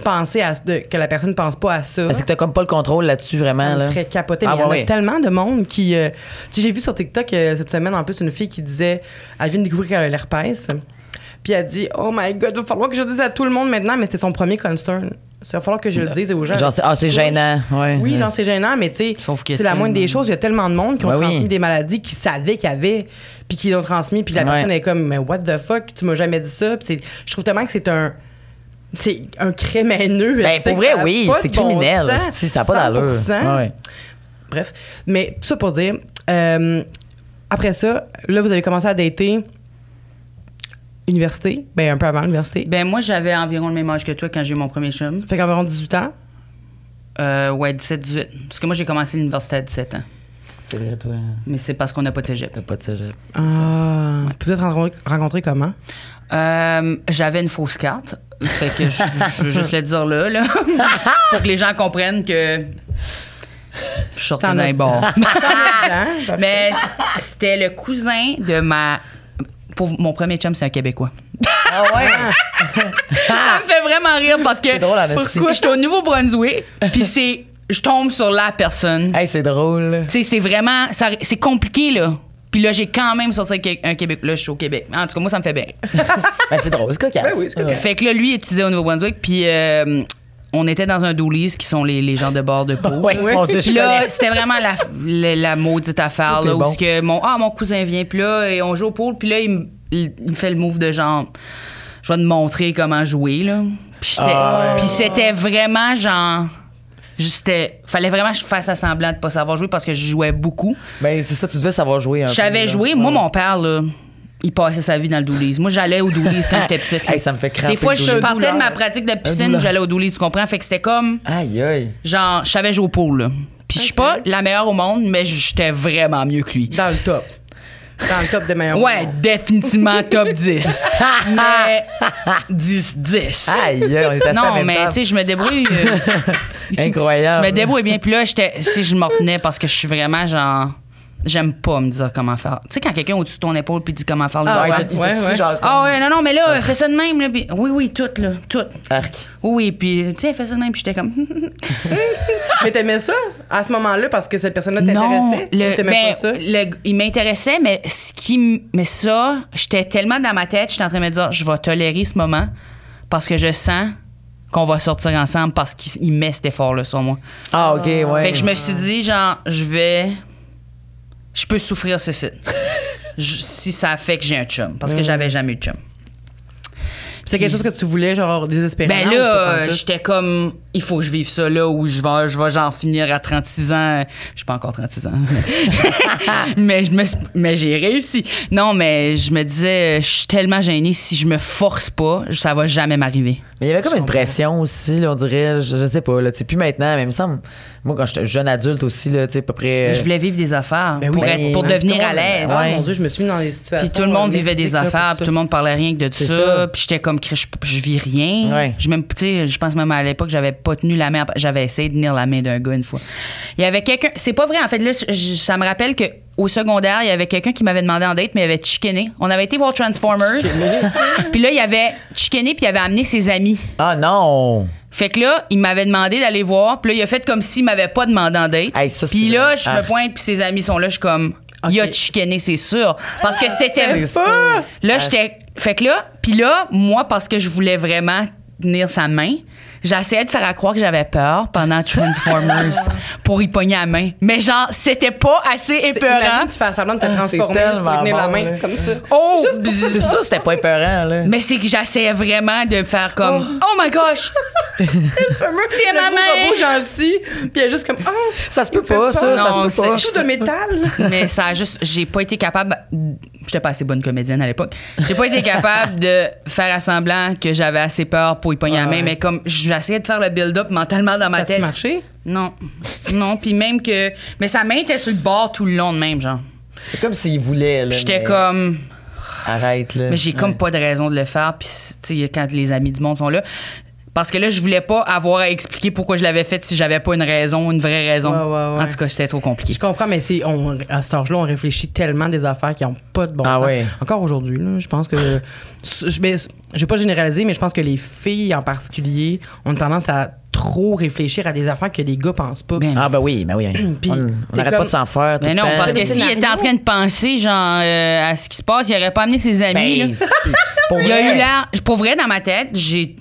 Speaker 2: penser à, de- que la personne pense pas à ça.
Speaker 3: Parce que t'as comme pas le contrôle là-dessus vraiment.
Speaker 2: Ça me
Speaker 3: là.
Speaker 2: ferait capoter. Mais
Speaker 3: Ah,
Speaker 2: il y en
Speaker 3: ouais,
Speaker 2: a
Speaker 3: ouais.
Speaker 2: tellement de monde qui. euh, tu sais, j'ai vu sur TikTok euh, cette semaine, en plus, une fille qui disait elle vient de découvrir qu'elle a l'herpès. Puis elle dit Oh my god, il va falloir que je le dise à tout le monde maintenant, mais c'était son premier concern. Ça va falloir que je le dise aux gens.
Speaker 3: Genre, c'est- ah, c'est gênant. Ouais.
Speaker 2: Oui, genre, c'est gênant, mais tu sais,
Speaker 4: Sauf qu'il y a
Speaker 2: c'est la moindre des
Speaker 4: tellement-
Speaker 2: choses. Il y a tellement de monde qui ont
Speaker 3: Ben oui.
Speaker 2: transmis des maladies qu'ils savaient qu'ils avaient, puis qu'ils l'ont transmis, puis la
Speaker 3: Ouais.
Speaker 2: personne est comme, mais what the fuck, tu m'as jamais dit ça. Puis c'est- je trouve tellement que c'est un. C'est un crème haineux.
Speaker 3: Ben, pour vrai, oui, c'est criminel. c'est- Ça n'a pas d'allure. Ouais.
Speaker 2: Bref. Mais tout ça pour dire, euh, après ça, là, vous avez commencé à dater université, ben un peu avant l'université.
Speaker 4: Ben, moi, j'avais environ le même âge que toi quand j'ai eu mon premier chum.
Speaker 2: Fait qu'environ 18 ans.
Speaker 4: Euh, ouais, 17, 18. Parce que moi, j'ai commencé l'université à 17 ans.
Speaker 3: C'est vrai, toi.
Speaker 4: Mais c'est parce qu'on n'a pas de cégep.
Speaker 3: T'as pas de cégep.
Speaker 2: Ah, Puis vous êtes rencontrés- rencontrés comment?
Speaker 4: Euh, j'avais une fausse carte. Fait que je, je veux juste le dire là, là. Pour que les gens comprennent que. Je sortais
Speaker 2: T'en
Speaker 4: d'un
Speaker 2: as-
Speaker 4: bar.
Speaker 2: Hein?
Speaker 4: Mais c'était le cousin de ma. Pour mon premier chum, c'est un Québécois.
Speaker 3: Ah ouais?
Speaker 2: Ah!
Speaker 4: Ça me fait vraiment rire parce que.
Speaker 3: C'est drôle, en esti.
Speaker 4: Pourquoi? J'étais au Nouveau-Brunswick, puis c'est. Je tombe sur la personne.
Speaker 3: hey, c'est drôle.
Speaker 4: Tu sais, c'est vraiment. ça- C'est compliqué, là. Puis là, j'ai quand même sorti avec un Québec. Là, je suis au Québec. En tout cas, moi, ça me fait bien.
Speaker 3: ben, c'est drôle, c'est cocasse.
Speaker 2: Ben oui, c'est cocasse.
Speaker 4: fait que là, lui, il étudiait au Nouveau-Brunswick. Puis euh, on était dans un doolies, qui sont les, les genres de bord de peau.
Speaker 3: Ouais,
Speaker 2: Oui.
Speaker 3: mon Dieu, je
Speaker 4: Puis là,
Speaker 3: connais.
Speaker 4: c'était vraiment la, la, la maudite affaire,
Speaker 3: Tout
Speaker 4: là,
Speaker 3: est
Speaker 4: où
Speaker 3: bon.
Speaker 4: ce que mon, ah, mon cousin vient, puis là, et on joue au pool, puis là, il, me- il- il fait le move de genre, je vais te montrer comment jouer, là. Puis j'étais-
Speaker 3: Ah ouais.
Speaker 4: puis c'était vraiment genre, j'étais, fallait vraiment que je fasse à semblant de pas savoir jouer parce que je jouais beaucoup.
Speaker 3: Ben, c'est ça, tu devais savoir jouer un peu,
Speaker 4: Je savais
Speaker 3: là.
Speaker 4: jouer. Moi, mon père, là, il passait sa vie dans le doolies. Moi, j'allais au doolies quand j'étais petite. là.
Speaker 3: Hey, ça me fait cramper
Speaker 4: Des fois,
Speaker 3: le
Speaker 4: je
Speaker 3: doolies.
Speaker 4: partais de ma pratique de piscine,
Speaker 3: douleur.
Speaker 4: j'allais au doolies, tu comprends? Fait que c'était comme
Speaker 3: Aïe, aïe.
Speaker 4: genre, je savais jouer au pool, là. Puis je suis pas la meilleure au monde, mais j'étais vraiment mieux que lui.
Speaker 2: Dans le top. Dans le top des
Speaker 3: Ben
Speaker 2: meilleurs.
Speaker 4: Ouais, définitivement top 10. mais 10, 10.
Speaker 3: Aïe, aïe, on est assis à la
Speaker 4: non,
Speaker 3: même
Speaker 4: mais tu
Speaker 3: table.
Speaker 4: sais, je me débrouille. euh, je
Speaker 3: Incroyable.
Speaker 4: me débrouille bien. Puis là, j'étais- tu sais, je m'en retenais parce que je suis vraiment genre. J'aime pas me dire comment faire. Tu sais, quand quelqu'un est au-dessus de ton épaule puis dit comment faire le ah,
Speaker 3: Ah, ouais,
Speaker 4: ouais.
Speaker 3: t'as- t'as-
Speaker 2: Ouais,
Speaker 3: t'as-
Speaker 2: ouais.
Speaker 3: genre,
Speaker 4: Ah ouais, non, non, mais là, fais ça de même. Là, puis- oui, oui, tout, là, tout.
Speaker 3: Arc.
Speaker 4: Oui, puis, tu sais, fais ça de même. Puis j'étais comme,
Speaker 2: Mais t'aimais ça à ce moment-là parce que cette personne-là t'intéressait?
Speaker 4: le-
Speaker 2: Ou T'aimais
Speaker 4: ben,
Speaker 2: pas ça?
Speaker 4: le- il m'intéressait, mais ce qui, m- mais ça, j'étais tellement dans ma tête, j'étais en train de me dire, je vais tolérer ce moment parce que je sens qu'on va sortir ensemble parce qu'il il met cet effort-là sur moi.
Speaker 3: Ah, ok, ouais.
Speaker 4: Fait que je me suis dit, genre, je vais, je peux souffrir ceci Je- si ça fait que j'ai un chum
Speaker 2: Mm.
Speaker 4: parce que j'avais jamais eu de chum.
Speaker 2: C'est quelque chose que tu voulais, genre, désespérément?
Speaker 4: Ben
Speaker 2: ou pas
Speaker 4: là,
Speaker 2: tant
Speaker 4: euh,
Speaker 2: que ça?
Speaker 4: j'étais comme, il faut que je vive ça là où je vais, je vais genre finir à 36 ans. Je suis pas encore 36 ans. mais- mais je me, suis- mais j'ai réussi. Non, mais je me disais, je suis tellement gênée si je me force pas, ça va jamais m'arriver.
Speaker 3: Mais il y avait comme une pression aussi, là, on dirait, je, je sais pas, là, tu sais, plus maintenant, mais il me semble, moi, quand j'étais jeune adulte aussi, là, tu sais, à peu près.
Speaker 4: Je voulais vivre des affaires
Speaker 2: Euh, Ben oui,
Speaker 4: pour,
Speaker 2: ben,
Speaker 4: être- pour
Speaker 2: ben,
Speaker 4: devenir
Speaker 2: tout le
Speaker 4: à
Speaker 2: monde-
Speaker 4: l'aise.
Speaker 2: Ah,
Speaker 3: Ouais.
Speaker 2: mon Dieu, je me suis mis dans des situations.
Speaker 4: Puis tout le monde
Speaker 2: euh,
Speaker 4: vivait des
Speaker 2: mythiques, là, pour
Speaker 4: affaires,
Speaker 2: ça.
Speaker 4: puis tout le monde parlait rien que de
Speaker 3: C'est
Speaker 4: ça.
Speaker 3: ça.
Speaker 4: Puis j'étais comme, Chris, je, je vis rien.
Speaker 3: Ouais.
Speaker 4: Je, même, tu sais, je pense même à l'époque, j'avais pas tenu la main. à- J'avais essayé de tenir la main d'un gars une fois. Il y avait quelqu'un. C'est pas vrai. En fait, là, je- je- ça me rappelle que au secondaire, il y avait quelqu'un qui m'avait demandé en date, mais il avait chicané. On avait été voir Transformers. puis là, il avait chicané, puis il avait amené ses amis.
Speaker 3: Ah non!
Speaker 4: Fait que là, il m'avait demandé d'aller voir. Puis là, il a fait comme s'il m'avait pas demandé en date.
Speaker 3: Hey, ça,
Speaker 4: puis
Speaker 3: c'est
Speaker 4: là,
Speaker 3: vrai.
Speaker 4: je
Speaker 3: Ah.
Speaker 4: me pointe, puis ses amis sont là. Je suis comme, il a chicané, c'est sûr. Parce que c'était.
Speaker 3: Ah, C'est ça.
Speaker 2: Euh.
Speaker 4: Là, j'étais. Fait que là, puis là, moi, parce que je voulais vraiment tenir sa main, j'essayais de faire à croire que j'avais peur pendant Transformers pour y pogner la main. Mais genre, c'était pas assez épeurant.
Speaker 2: Imagine, tu fais semblant de te transformer
Speaker 3: c'est
Speaker 2: juste pour tenir la
Speaker 3: tellement
Speaker 2: main
Speaker 3: bon, là.
Speaker 2: comme ça.
Speaker 4: Oh!
Speaker 3: C'est ça, c'était pas épeurant, là.
Speaker 4: Mais c'est que j'essayais vraiment de faire comme, oh my gosh!
Speaker 2: Tiens,
Speaker 4: ma main!
Speaker 2: beau gentil, puis elle est juste comme oh,
Speaker 3: Ça se peut
Speaker 2: il me fait
Speaker 3: pas, ça,
Speaker 2: peur.
Speaker 4: ça se
Speaker 2: Non,
Speaker 4: peut pas.
Speaker 2: C'est juste de métal.
Speaker 4: mais ça a juste j'ai pas été capable j'étais pas assez bonne comédienne à l'époque j'ai pas été capable de faire à semblant que j'avais assez peur pour y pogner la main mais comme j'essayais de faire le build-up mentalement dans ma
Speaker 2: Ça a
Speaker 4: tête
Speaker 2: marché.
Speaker 4: non non puis même que mais sa main était sur le bord tout le long de même genre
Speaker 3: C'est comme s'il voulait, là.
Speaker 4: j'étais
Speaker 3: Ben, mais
Speaker 4: comme
Speaker 3: Arrête, là.
Speaker 4: mais j'ai comme pas de raison de le faire puis tu sais quand les amis du monde sont là parce que là, je voulais pas avoir à expliquer pourquoi je l'avais fait si j'avais pas une raison, une vraie raison.
Speaker 2: Ouais, ouais, ouais.
Speaker 4: En tout cas, c'était trop compliqué.
Speaker 2: Je comprends, mais c'est, on, à cet âge-là, on réfléchit tellement des affaires qui n'ont pas de bon
Speaker 3: Ah
Speaker 2: sens.
Speaker 3: ouais.
Speaker 2: Encore aujourd'hui, là, je pense que. Je ne vais pas généraliser, mais je pense que les filles en particulier ont tendance à trop réfléchir à des affaires que les gars pensent pas.
Speaker 4: Ben,
Speaker 3: Ah, ben oui, ben oui.
Speaker 2: Puis,
Speaker 3: on
Speaker 2: t'es
Speaker 3: on arrête
Speaker 2: comme-
Speaker 3: pas de s'en faire. tout
Speaker 4: Mais
Speaker 3: le
Speaker 4: non,
Speaker 3: temps.
Speaker 4: parce
Speaker 2: C'est des
Speaker 4: que s'il était en
Speaker 2: scénarios.
Speaker 4: train de penser genre euh, à ce qui se passe, il aurait pas amené ses
Speaker 3: Ben,
Speaker 4: amis. là.
Speaker 3: c'est- pour
Speaker 4: il y a
Speaker 3: vrai.
Speaker 4: eu l'air. Pour vrai, dans ma tête, j'ai.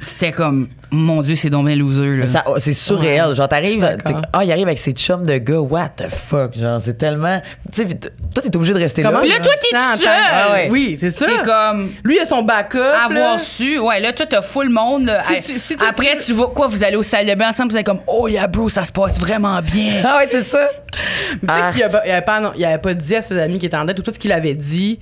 Speaker 4: C'était comme mon Dieu, c'est donc bien loser. Là.
Speaker 3: Ça- oh, c'est surréel. Genre, t'arrives.
Speaker 2: Je suis d'accord.
Speaker 3: t'es- Ah, il arrive avec ses chums de gars. What the fuck? Genre, c'est tellement. Tu sais, t- toi, t'es obligé de rester
Speaker 2: Comment
Speaker 3: là.
Speaker 4: Puis là, toi,
Speaker 2: on sent
Speaker 4: t'es tout
Speaker 2: en tant que-
Speaker 4: seul.
Speaker 3: Ah ouais.
Speaker 2: Oui, c'est ça.
Speaker 4: T'es comme
Speaker 2: Lui, il a son backup. là.
Speaker 4: avoir su. Ouais, là, toi, t'as full monde. là.
Speaker 2: Si
Speaker 4: Hey,
Speaker 2: tu- si toi,
Speaker 4: Après, tu... vas quoi? Vous allez au salle de bain ensemble, vous êtes comme Oh yeah, bro, ça se passe vraiment bien.
Speaker 3: Ah, ouais, c'est ça. Ah,
Speaker 2: Peut-être qu'il avait- il avait pas, non, il avait pas dit à ses amis qu'il était en dette ou peut-être qu'il avait dit.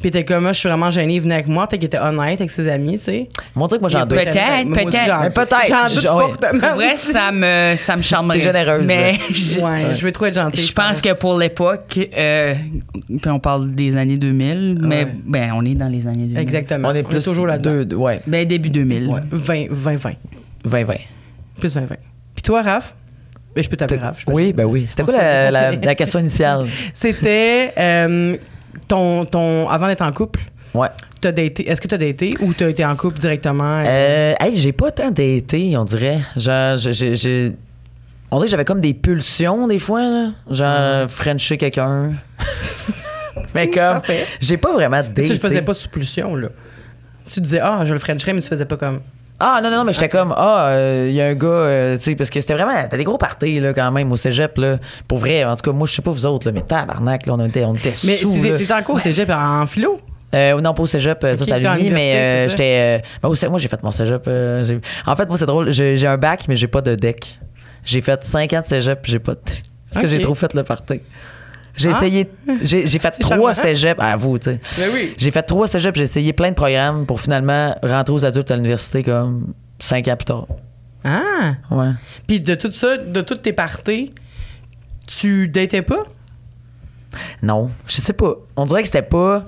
Speaker 2: Puis il était comme, Ah, je suis vraiment gênée, venez avec moi. Peut-être qu'il était honnête avec ses amis, tu sais. ben,
Speaker 3: mon truc, moi, j'en doute.
Speaker 4: Peut-être,
Speaker 2: Moi aussi,
Speaker 4: peut-être.
Speaker 2: j'en-
Speaker 3: Mais peut-être.
Speaker 2: J'en doute
Speaker 3: Ouais.
Speaker 2: fortement.
Speaker 4: Pour vrai,
Speaker 2: aussi.
Speaker 4: ça me, ça me charmerait.
Speaker 3: T'es généreuse,
Speaker 4: Mais
Speaker 3: là.
Speaker 4: je-
Speaker 2: Ouais, je veux trop être gentille.
Speaker 4: Je pense que pour l'époque, euh, puis on parle des années 2000, mais ben, on est dans les années 2000.
Speaker 2: Exactement.
Speaker 3: On est plus.
Speaker 2: toujours là
Speaker 3: deux, deux- Ouais,
Speaker 4: Ben, début 2000.
Speaker 2: 20, 20, 20.
Speaker 3: 20-20.
Speaker 2: Plus 20, 20. Puis toi, Raph? Ben, je peux t'appeler Raph. je pense.
Speaker 3: Oui, ben oui. C'était
Speaker 2: On
Speaker 3: quoi
Speaker 2: se connaît,
Speaker 3: la,
Speaker 2: on se
Speaker 3: la-
Speaker 2: connaît.
Speaker 3: la question initiale?
Speaker 2: C'était euh, ton, ton. Avant d'être en couple,
Speaker 3: Ouais.
Speaker 2: t'as daté. Est-ce que t'as daté ou t'as été en couple directement?
Speaker 3: Euh, hey, j'ai pas tant d'été, on dirait. Genre, j'ai- j'ai. j'ai- On dirait que j'avais comme des pulsions des fois, là. Genre, Frencher quelqu'un. mais comme.
Speaker 2: Parfait.
Speaker 3: J'ai pas vraiment d'été.
Speaker 2: tu le faisais pas sous pulsion, là. Tu te disais, ah, je le Frencherais, mais tu faisais pas comme.
Speaker 3: Ah non, non, non, mais j'étais comme, ah, euh, il y a un gars, euh, tu sais, parce que c'était vraiment, t'as des gros parties, là, quand même, au cégep, là. Pour vrai, en tout cas, moi, je sais pas vous autres, là, mais tabarnak, là, on était, on était
Speaker 2: Mais
Speaker 3: sous, là.
Speaker 2: t'étais t'étais en cours au cégep en philo?
Speaker 3: Euh, non, pas au cégep, euh, ça,
Speaker 2: Ok,
Speaker 3: c'est à
Speaker 2: puis à
Speaker 3: l'Uni, mais
Speaker 2: l'université,
Speaker 3: euh,
Speaker 2: c'est ça?
Speaker 3: j'étais. euh, ben, au cé- moi, j'ai fait mon cégep. euh, j'ai- en fait, moi, c'est drôle, j'ai j'ai un bac, mais j'ai pas de deck. J'ai fait 5 ans de cégep, puis j'ai pas de deck. Parce que
Speaker 2: Ok.
Speaker 3: j'ai trop fait le party. J'ai
Speaker 2: Ah.
Speaker 3: essayé. J'ai j'ai fait
Speaker 2: charmant.
Speaker 3: trois cégeps, à vous, tu sais.
Speaker 2: Ben oui.
Speaker 3: J'ai fait trois cégeps, j'ai essayé plein de programmes pour finalement rentrer aux adultes à l'université comme 5 ans plus tard.
Speaker 2: Ah!
Speaker 3: Ouais.
Speaker 2: Puis de tout ça, de toutes tes parties, tu datais pas?
Speaker 3: Non, je sais pas. On dirait que c'était pas.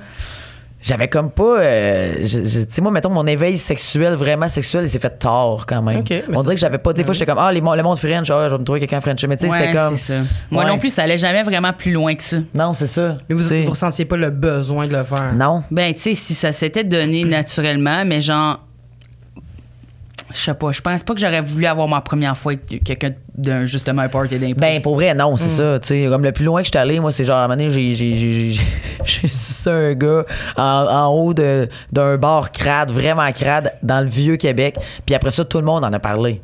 Speaker 3: J'avais comme pas. euh, je- je- tu sais, moi, mettons, mon éveil sexuel, vraiment sexuel, il s'est fait tard quand même.
Speaker 2: Ok, mais
Speaker 3: On
Speaker 2: ça-
Speaker 3: dirait que j'avais pas. Des fois, j'étais comme, ah, les, mon- le monde French, ah, je vais me trouver quelqu'un French. Mais tu sais,
Speaker 4: Ouais,
Speaker 3: c'était comme.
Speaker 4: c'est ça. Moi
Speaker 3: Ouais.
Speaker 4: non plus, ça allait jamais vraiment plus loin que ça.
Speaker 3: Non, c'est ça.
Speaker 2: Mais vous,
Speaker 3: Tu sais,
Speaker 2: vous ressentiez pas le besoin de le faire.
Speaker 3: Non.
Speaker 4: Ben, tu sais, si ça s'était donné naturellement, mais genre. Je sais pas, je pense pas que j'aurais voulu avoir ma première fois avec quelqu'un d'un, justement, un party d'impro.
Speaker 3: Ben, pour vrai, non,
Speaker 4: Mm.
Speaker 3: c'est ça. Tu sais, comme le plus loin que je suis allé, moi, c'est genre, à un moment donné, j'ai- j'ai- j'ai- j'ai- j'ai sucé un gars en, en haut de- d'un bar crade, vraiment crade, dans le vieux Québec. Puis après ça, tout le monde en a parlé.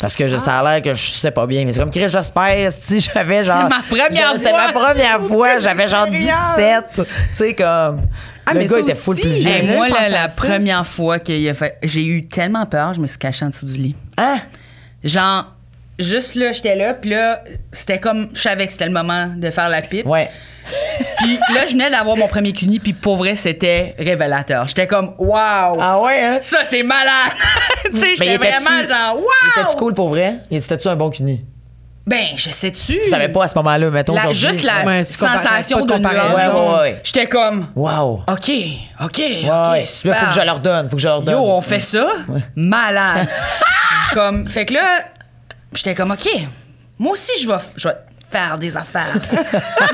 Speaker 3: Parce que je, ça a l'air que je sais pas bien. Mais c'est comme, Chris, j'espère, si j'avais genre.
Speaker 4: ma première
Speaker 3: j'avais- C'était
Speaker 4: fois.
Speaker 3: ma première fois, j'avais genre
Speaker 2: Expérience.
Speaker 3: 17. Tu sais, comme.
Speaker 2: Ah,
Speaker 3: le
Speaker 2: mais
Speaker 3: gars
Speaker 2: ça
Speaker 3: était full
Speaker 2: aussi,
Speaker 3: plus
Speaker 4: Hey,
Speaker 3: jeune.
Speaker 2: jamais
Speaker 4: moi,
Speaker 2: pensé
Speaker 4: la,
Speaker 2: à
Speaker 4: la
Speaker 2: ça.
Speaker 4: première fois qu'il a fait. J'ai eu tellement peur, je me suis cachée en dessous du lit.
Speaker 3: Hein?
Speaker 4: Genre, juste là, j'étais là, puis là, c'était comme, je savais que c'était le moment de faire la pipe.
Speaker 3: Ouais.
Speaker 4: Puis là, je venais d'avoir mon premier cuni, puis pour vrai, c'était révélateur. J'étais comme, waouh!
Speaker 3: Ah ouais, hein?
Speaker 4: Ça, c'est malade! tu sais,
Speaker 3: Mais il
Speaker 4: j'étais
Speaker 3: était-tu-
Speaker 4: vraiment genre,
Speaker 3: il Était-tu
Speaker 4: waouh!
Speaker 3: cool pour vrai? Il Était-tu un bon cuni?
Speaker 4: Ben, je sais-tu?
Speaker 3: Tu savais pas à ce moment-là, mettons.
Speaker 4: La-
Speaker 3: aujourd'hui.
Speaker 4: juste la
Speaker 2: Ouais, tu compares-
Speaker 4: sensation
Speaker 2: pas de
Speaker 4: de
Speaker 2: comparaison.
Speaker 4: nuance.
Speaker 3: Ouais, ouais, ouais.
Speaker 4: J'étais comme,
Speaker 3: Wow.
Speaker 4: OK, OK,
Speaker 3: Ouais,
Speaker 4: OK,
Speaker 3: ouais. Là,
Speaker 4: super.
Speaker 3: faut que je leur donne. Faut que je leur donne.
Speaker 4: Yo, on fait ça? Malade! Comme, fait que là, j'étais comme, OK, moi aussi, je vais, je vais faire des affaires.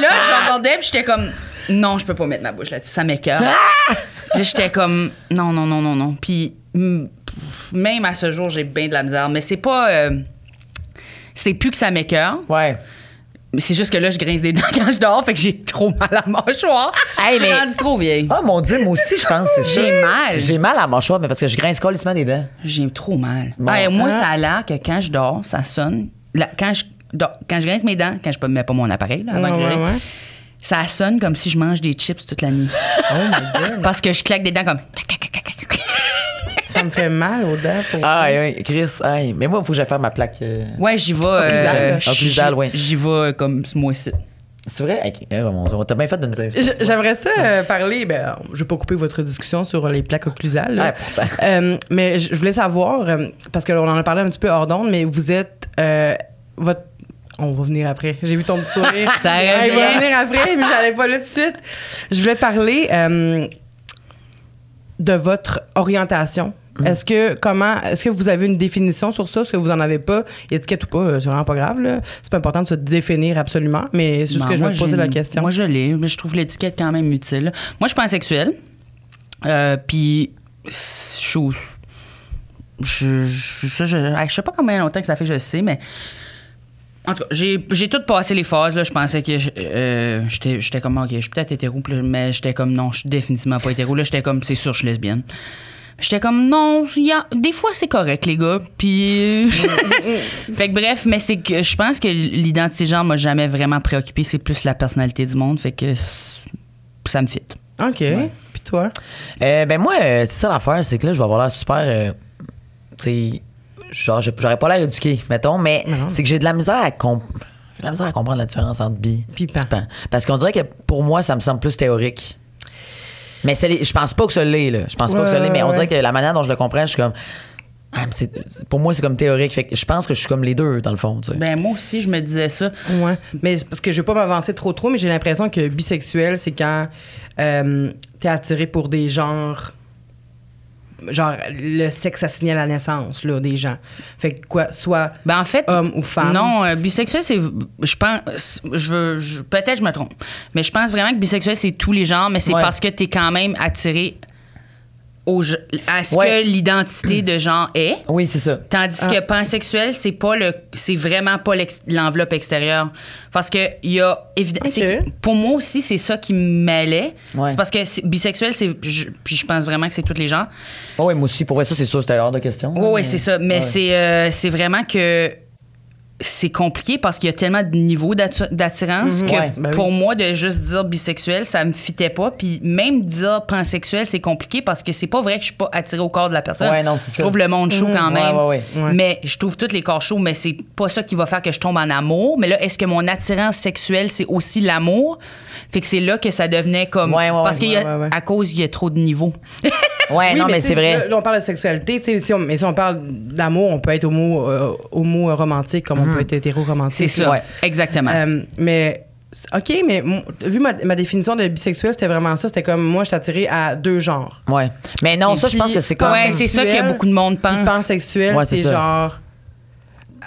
Speaker 4: là, je regardais, puis j'étais comme, non, je peux pas mettre ma bouche là-dessus, ça m'écœure.
Speaker 3: Ah!
Speaker 4: là, j'étais comme, non, non, non, non, non. Puis, mm, pff, même à ce jour, j'ai bien de la misère, mais c'est pas. euh, c'est plus que ça m'écœure.
Speaker 3: Ouais.
Speaker 4: Mais C'est juste que là, je grince des dents quand je dors, fait que j'ai trop mal à la mâchoire.
Speaker 3: Hey,
Speaker 4: je suis
Speaker 3: mais-
Speaker 4: rendue trop vieille.
Speaker 3: Ah, mon Dieu, moi aussi, je pense que c'est ça.
Speaker 4: J'ai mal.
Speaker 3: J'ai mal à la mâchoire, mais parce que je grince colissement des dents.
Speaker 4: J'ai trop mal.
Speaker 3: Bon.
Speaker 4: Ouais, moi,
Speaker 3: Ah.
Speaker 4: ça a l'air que quand je dors, ça sonne. Là, quand, je dors- quand je grince mes dents, quand je ne mets pas mon appareil, là, avant
Speaker 2: Ouais,
Speaker 4: que je
Speaker 2: ouais,
Speaker 4: l'aie,
Speaker 2: ouais.
Speaker 4: ça sonne comme si je mange des chips toute la nuit.
Speaker 3: Oh my God.
Speaker 4: Parce que je claque des dents comme.
Speaker 2: Ça me fait mal aux dents. Pour...
Speaker 3: Ah, oui, Chris, aïe. mais moi, il faut que j'aille faire ma plaque. euh,
Speaker 4: Ouais, j'y vais.
Speaker 2: Occlusale,
Speaker 4: euh,
Speaker 2: là.
Speaker 3: Occlusale, ouais.
Speaker 4: J'y vais comme ce mois-ci.
Speaker 3: C'est vrai? Ok. Eh, mon Dieu, on t'a bien fait de nous inviter.
Speaker 2: J- J'aimerais ça euh, parler. Ben, je vais pas couper votre discussion sur les plaques occlusales. là.
Speaker 3: Ouais, pourtant.
Speaker 2: Euh, mais je je voulais savoir euh, parce que là, on en a parlé un petit peu hors d'onde, mais vous êtes euh, votre. On va venir après. J'ai vu ton petit sourire.
Speaker 4: Ça
Speaker 2: Ouais, Il va
Speaker 4: revient.
Speaker 2: venir après, mais j'allais pas là tout de suite. Je voulais parler euh, de votre orientation. Est-ce que comment est-ce que vous avez une définition sur ça, est-ce que vous en avez pas, étiquette ou pas, euh, c'est vraiment pas grave là. C'est pas important de se définir absolument, mais c'est juste
Speaker 4: Non,
Speaker 2: que je
Speaker 4: Ben, moi,
Speaker 2: me posais
Speaker 4: j'ai-
Speaker 2: la question.
Speaker 4: Moi, je l'ai. mais Je trouve l'étiquette quand même utile. Moi, je suis pansexuelle. Euh, Puis, chose. Je, je, ça, je, hey, je sais pas combien longtemps que ça fait, je le sais, mais. En tout cas, j'ai j'ai tout passé les phases. Là. Je pensais que je- euh, j'étais j'étais comme, OK, je suis peut-être hétéro, puis là, mais j'étais comme, non, je suis définitivement pas hétéro. Là, j'étais comme, c'est sûr, je suis lesbienne. J'étais comme, non, il y a- des fois, c'est correct, les gars. Puis. euh, fait que bref, mais c'est que je pense que l'identité genre m'a jamais vraiment préoccupé. C'est plus la personnalité du monde. Fait que c'est- ça me fit.
Speaker 2: OK. Puis toi?
Speaker 3: Euh, ben moi, euh, c'est ça l'affaire, c'est que là, je vais avoir l'air super. euh, tu sais, genre, j'ai- j'aurais pas l'air éduqué, mettons, mais c'est que j'ai de la misère à comp- j'ai de la misère à comprendre la différence entre bi
Speaker 2: Puis pan.
Speaker 3: pan. Parce qu'on dirait que pour moi, ça me semble plus théorique. Mais c'est les- je pense pas que ça l'est, là. Je pense pas que ça
Speaker 2: Ouais,
Speaker 3: l'est, mais on
Speaker 2: ouais.
Speaker 3: dirait que la manière dont je le comprends, je suis comme. Ah, mais c'est- pour moi, c'est comme théorique. Fait que je pense que je suis comme les deux, dans le fond, tu sais.
Speaker 4: Ben, moi aussi, je me disais ça.
Speaker 2: Ouais. Mais c'est parce que je vais pas m'avancer trop trop, mais j'ai l'impression que bisexuel, c'est quand euh, t'es attiré pour des genres genre le sexe assigné à la naissance là des gens. Fait que quoi, soit
Speaker 4: Ben, en fait.
Speaker 2: homme ou femme.
Speaker 4: Non, euh, bisexuel, c'est. Je pense. Je veux. je- Peut-être je me trompe. Mais je pense vraiment que bisexuel, c'est tous les genres, mais c'est
Speaker 3: Ouais.
Speaker 4: parce que t'es quand même attiré au, ge- à ce
Speaker 3: Ouais.
Speaker 4: que l'identité de genre est.
Speaker 3: Oui, c'est ça.
Speaker 4: Tandis
Speaker 2: Ah.
Speaker 4: que pansexuel, c'est pas le, c'est vraiment pas l'ex- l'enveloppe extérieure, parce que il y a évidemment.
Speaker 2: Ok.
Speaker 4: Pour moi aussi, c'est ça qui me mêlait.
Speaker 3: Ouais.
Speaker 4: C'est parce que c'est- bisexuel, c'est je- puis je pense vraiment que c'est tous les gens.
Speaker 3: Oh, oui, moi aussi, pour vrai, ça, c'est sûr, c'était hors de question.
Speaker 4: Oui, oui, c'est ça. Mais
Speaker 3: Ouais.
Speaker 4: c'est euh, c'est vraiment que c'est compliqué parce qu'il y a tellement de niveaux d'attu- d'attirance que
Speaker 3: Mhm. Ouais,
Speaker 2: ben
Speaker 4: pour moi, de juste dire bisexuel, ça me fitait pas. Puis même dire pansexuel, c'est compliqué parce que c'est pas vrai que je suis pas attirée au corps de la personne.
Speaker 3: Ouais, non, c'est
Speaker 4: je
Speaker 3: ça.
Speaker 4: trouve le monde chaud quand
Speaker 3: Mhm.
Speaker 4: même.
Speaker 3: Ouais, ouais,
Speaker 2: ouais. Ouais.
Speaker 4: Mais je trouve tous les corps chauds, mais c'est pas ça qui va faire que je tombe en amour. Mais là, est-ce que mon attirance sexuelle, c'est aussi l'amour? Fait que c'est là que ça devenait comme.
Speaker 3: Ouais, ouais, ouais.
Speaker 4: parce qu'il y a-
Speaker 2: Ouais, ouais, ouais.
Speaker 4: à cause, il y a trop de niveaux.
Speaker 3: Ouais,
Speaker 2: Oui,
Speaker 3: Eh non, mais,
Speaker 2: tu sais,
Speaker 3: c'est vrai.
Speaker 2: Là, on parle de sexualité, tu sais, si on- mais si on parle d'amour, on peut être homo, euh, homo romantique comme
Speaker 3: Mm-hmm.
Speaker 2: on peut être hétéro
Speaker 4: C'est
Speaker 2: romantique.
Speaker 4: ça. Exactement.
Speaker 2: Euh, mais c- OK, mais mon- vu ma, ma définition de bisexuel, c'était vraiment ça. C'était comme moi, je suis attirée à deux genres.
Speaker 3: Ouais. Mais non, ça, je pense que c'est
Speaker 4: comme-
Speaker 3: quand
Speaker 4: Ouais, c'est ça que beaucoup de monde pense.
Speaker 2: Pansexuel,
Speaker 3: Ouais, c'est
Speaker 2: c'est
Speaker 3: ça.
Speaker 2: genre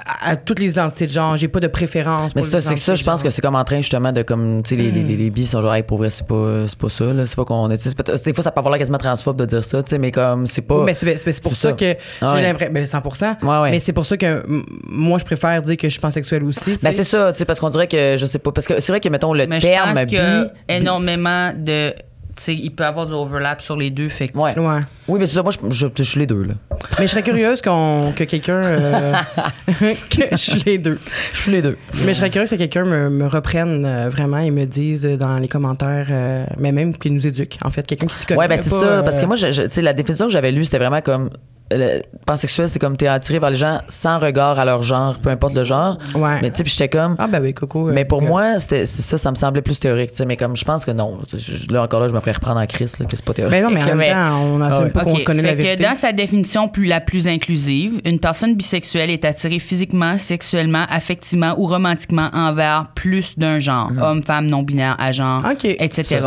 Speaker 2: à, à toutes les identités de genre. J'ai pas de préférence.
Speaker 3: Mais
Speaker 2: pour
Speaker 3: ça,
Speaker 2: les
Speaker 3: c'est que ça, je pense que
Speaker 2: identités
Speaker 3: c'est comme en train justement de comme, tu sais, les, les, les,
Speaker 2: Hmm.
Speaker 3: les bis sont genre, hey, pour vrai, c'est pas, c'est pas ça, là, c'est pas qu'on est. c'est peut- Des fois, ça peut avoir l'air quasiment transphobe de dire ça, tu sais, mais comme, c'est
Speaker 2: de
Speaker 3: pas.
Speaker 2: genre. Mais c'est c'est pour
Speaker 3: C'est
Speaker 2: ça,
Speaker 3: ça.
Speaker 2: que j'ai
Speaker 3: Ah ouais.
Speaker 2: l'impression. Ben 100
Speaker 3: Ouais, ouais.
Speaker 2: Mais c'est pour ça que m- moi, je préfère dire que je suis pansexuel aussi.
Speaker 3: Ben,
Speaker 2: tu sais.
Speaker 3: c'est ça, tu sais, parce qu'on dirait que, je sais pas, parce que c'est vrai que, mettons, le
Speaker 4: Mais je
Speaker 3: terme
Speaker 4: pense
Speaker 3: bi.
Speaker 4: qu'il y a
Speaker 2: Eh
Speaker 3: bi-
Speaker 4: énormément de. Tu sais, il peut y avoir du overlap sur les deux. Fait que
Speaker 3: Ouais.
Speaker 2: Ouais.
Speaker 3: Oui, mais c'est ça, moi, je, je, je suis les deux, là.
Speaker 2: Mais je serais curieuse qu'on que quelqu'un. euh, que je suis les deux.
Speaker 3: Je suis les deux.
Speaker 2: Mais je serais curieuse que quelqu'un me, me reprenne euh, vraiment et me dise euh, dans les commentaires, euh, mais même qu'il nous éduque, en fait, quelqu'un qui s'y connaît.
Speaker 3: Ouais, ben, c'est
Speaker 2: pas,
Speaker 3: ça,
Speaker 2: euh,
Speaker 3: parce que moi, je, je- tu sais, la définition que j'avais lue, c'était vraiment comme. Le pansexuel, c'est comme t'es attiré par les gens sans regard à leur genre, peu importe le genre.
Speaker 2: Ouais.
Speaker 3: Mais tu sais, puis j'étais comme.
Speaker 2: Ah, ben oui, Coco. euh,
Speaker 3: Mais pour
Speaker 2: que-
Speaker 3: moi, c'était c'est ça, ça me semblait plus théorique, tu sais, mais comme je pense que non. Je- Là encore là, je me ferais reprendre en crise là, que c'est pas théorique.
Speaker 2: Ben non, mais en même temps, on n'assume
Speaker 3: Ah ouais.
Speaker 2: pas qu'on
Speaker 4: OK.
Speaker 2: connaît
Speaker 4: Fait
Speaker 2: la vérité.
Speaker 4: que dans sa définition plus la plus inclusive, une personne bisexuelle est attirée physiquement, sexuellement, affectivement ou romantiquement envers plus d'un genre,
Speaker 3: Mm-hmm.
Speaker 4: homme, femme, non binaire, à genre,
Speaker 2: OK.
Speaker 4: etc.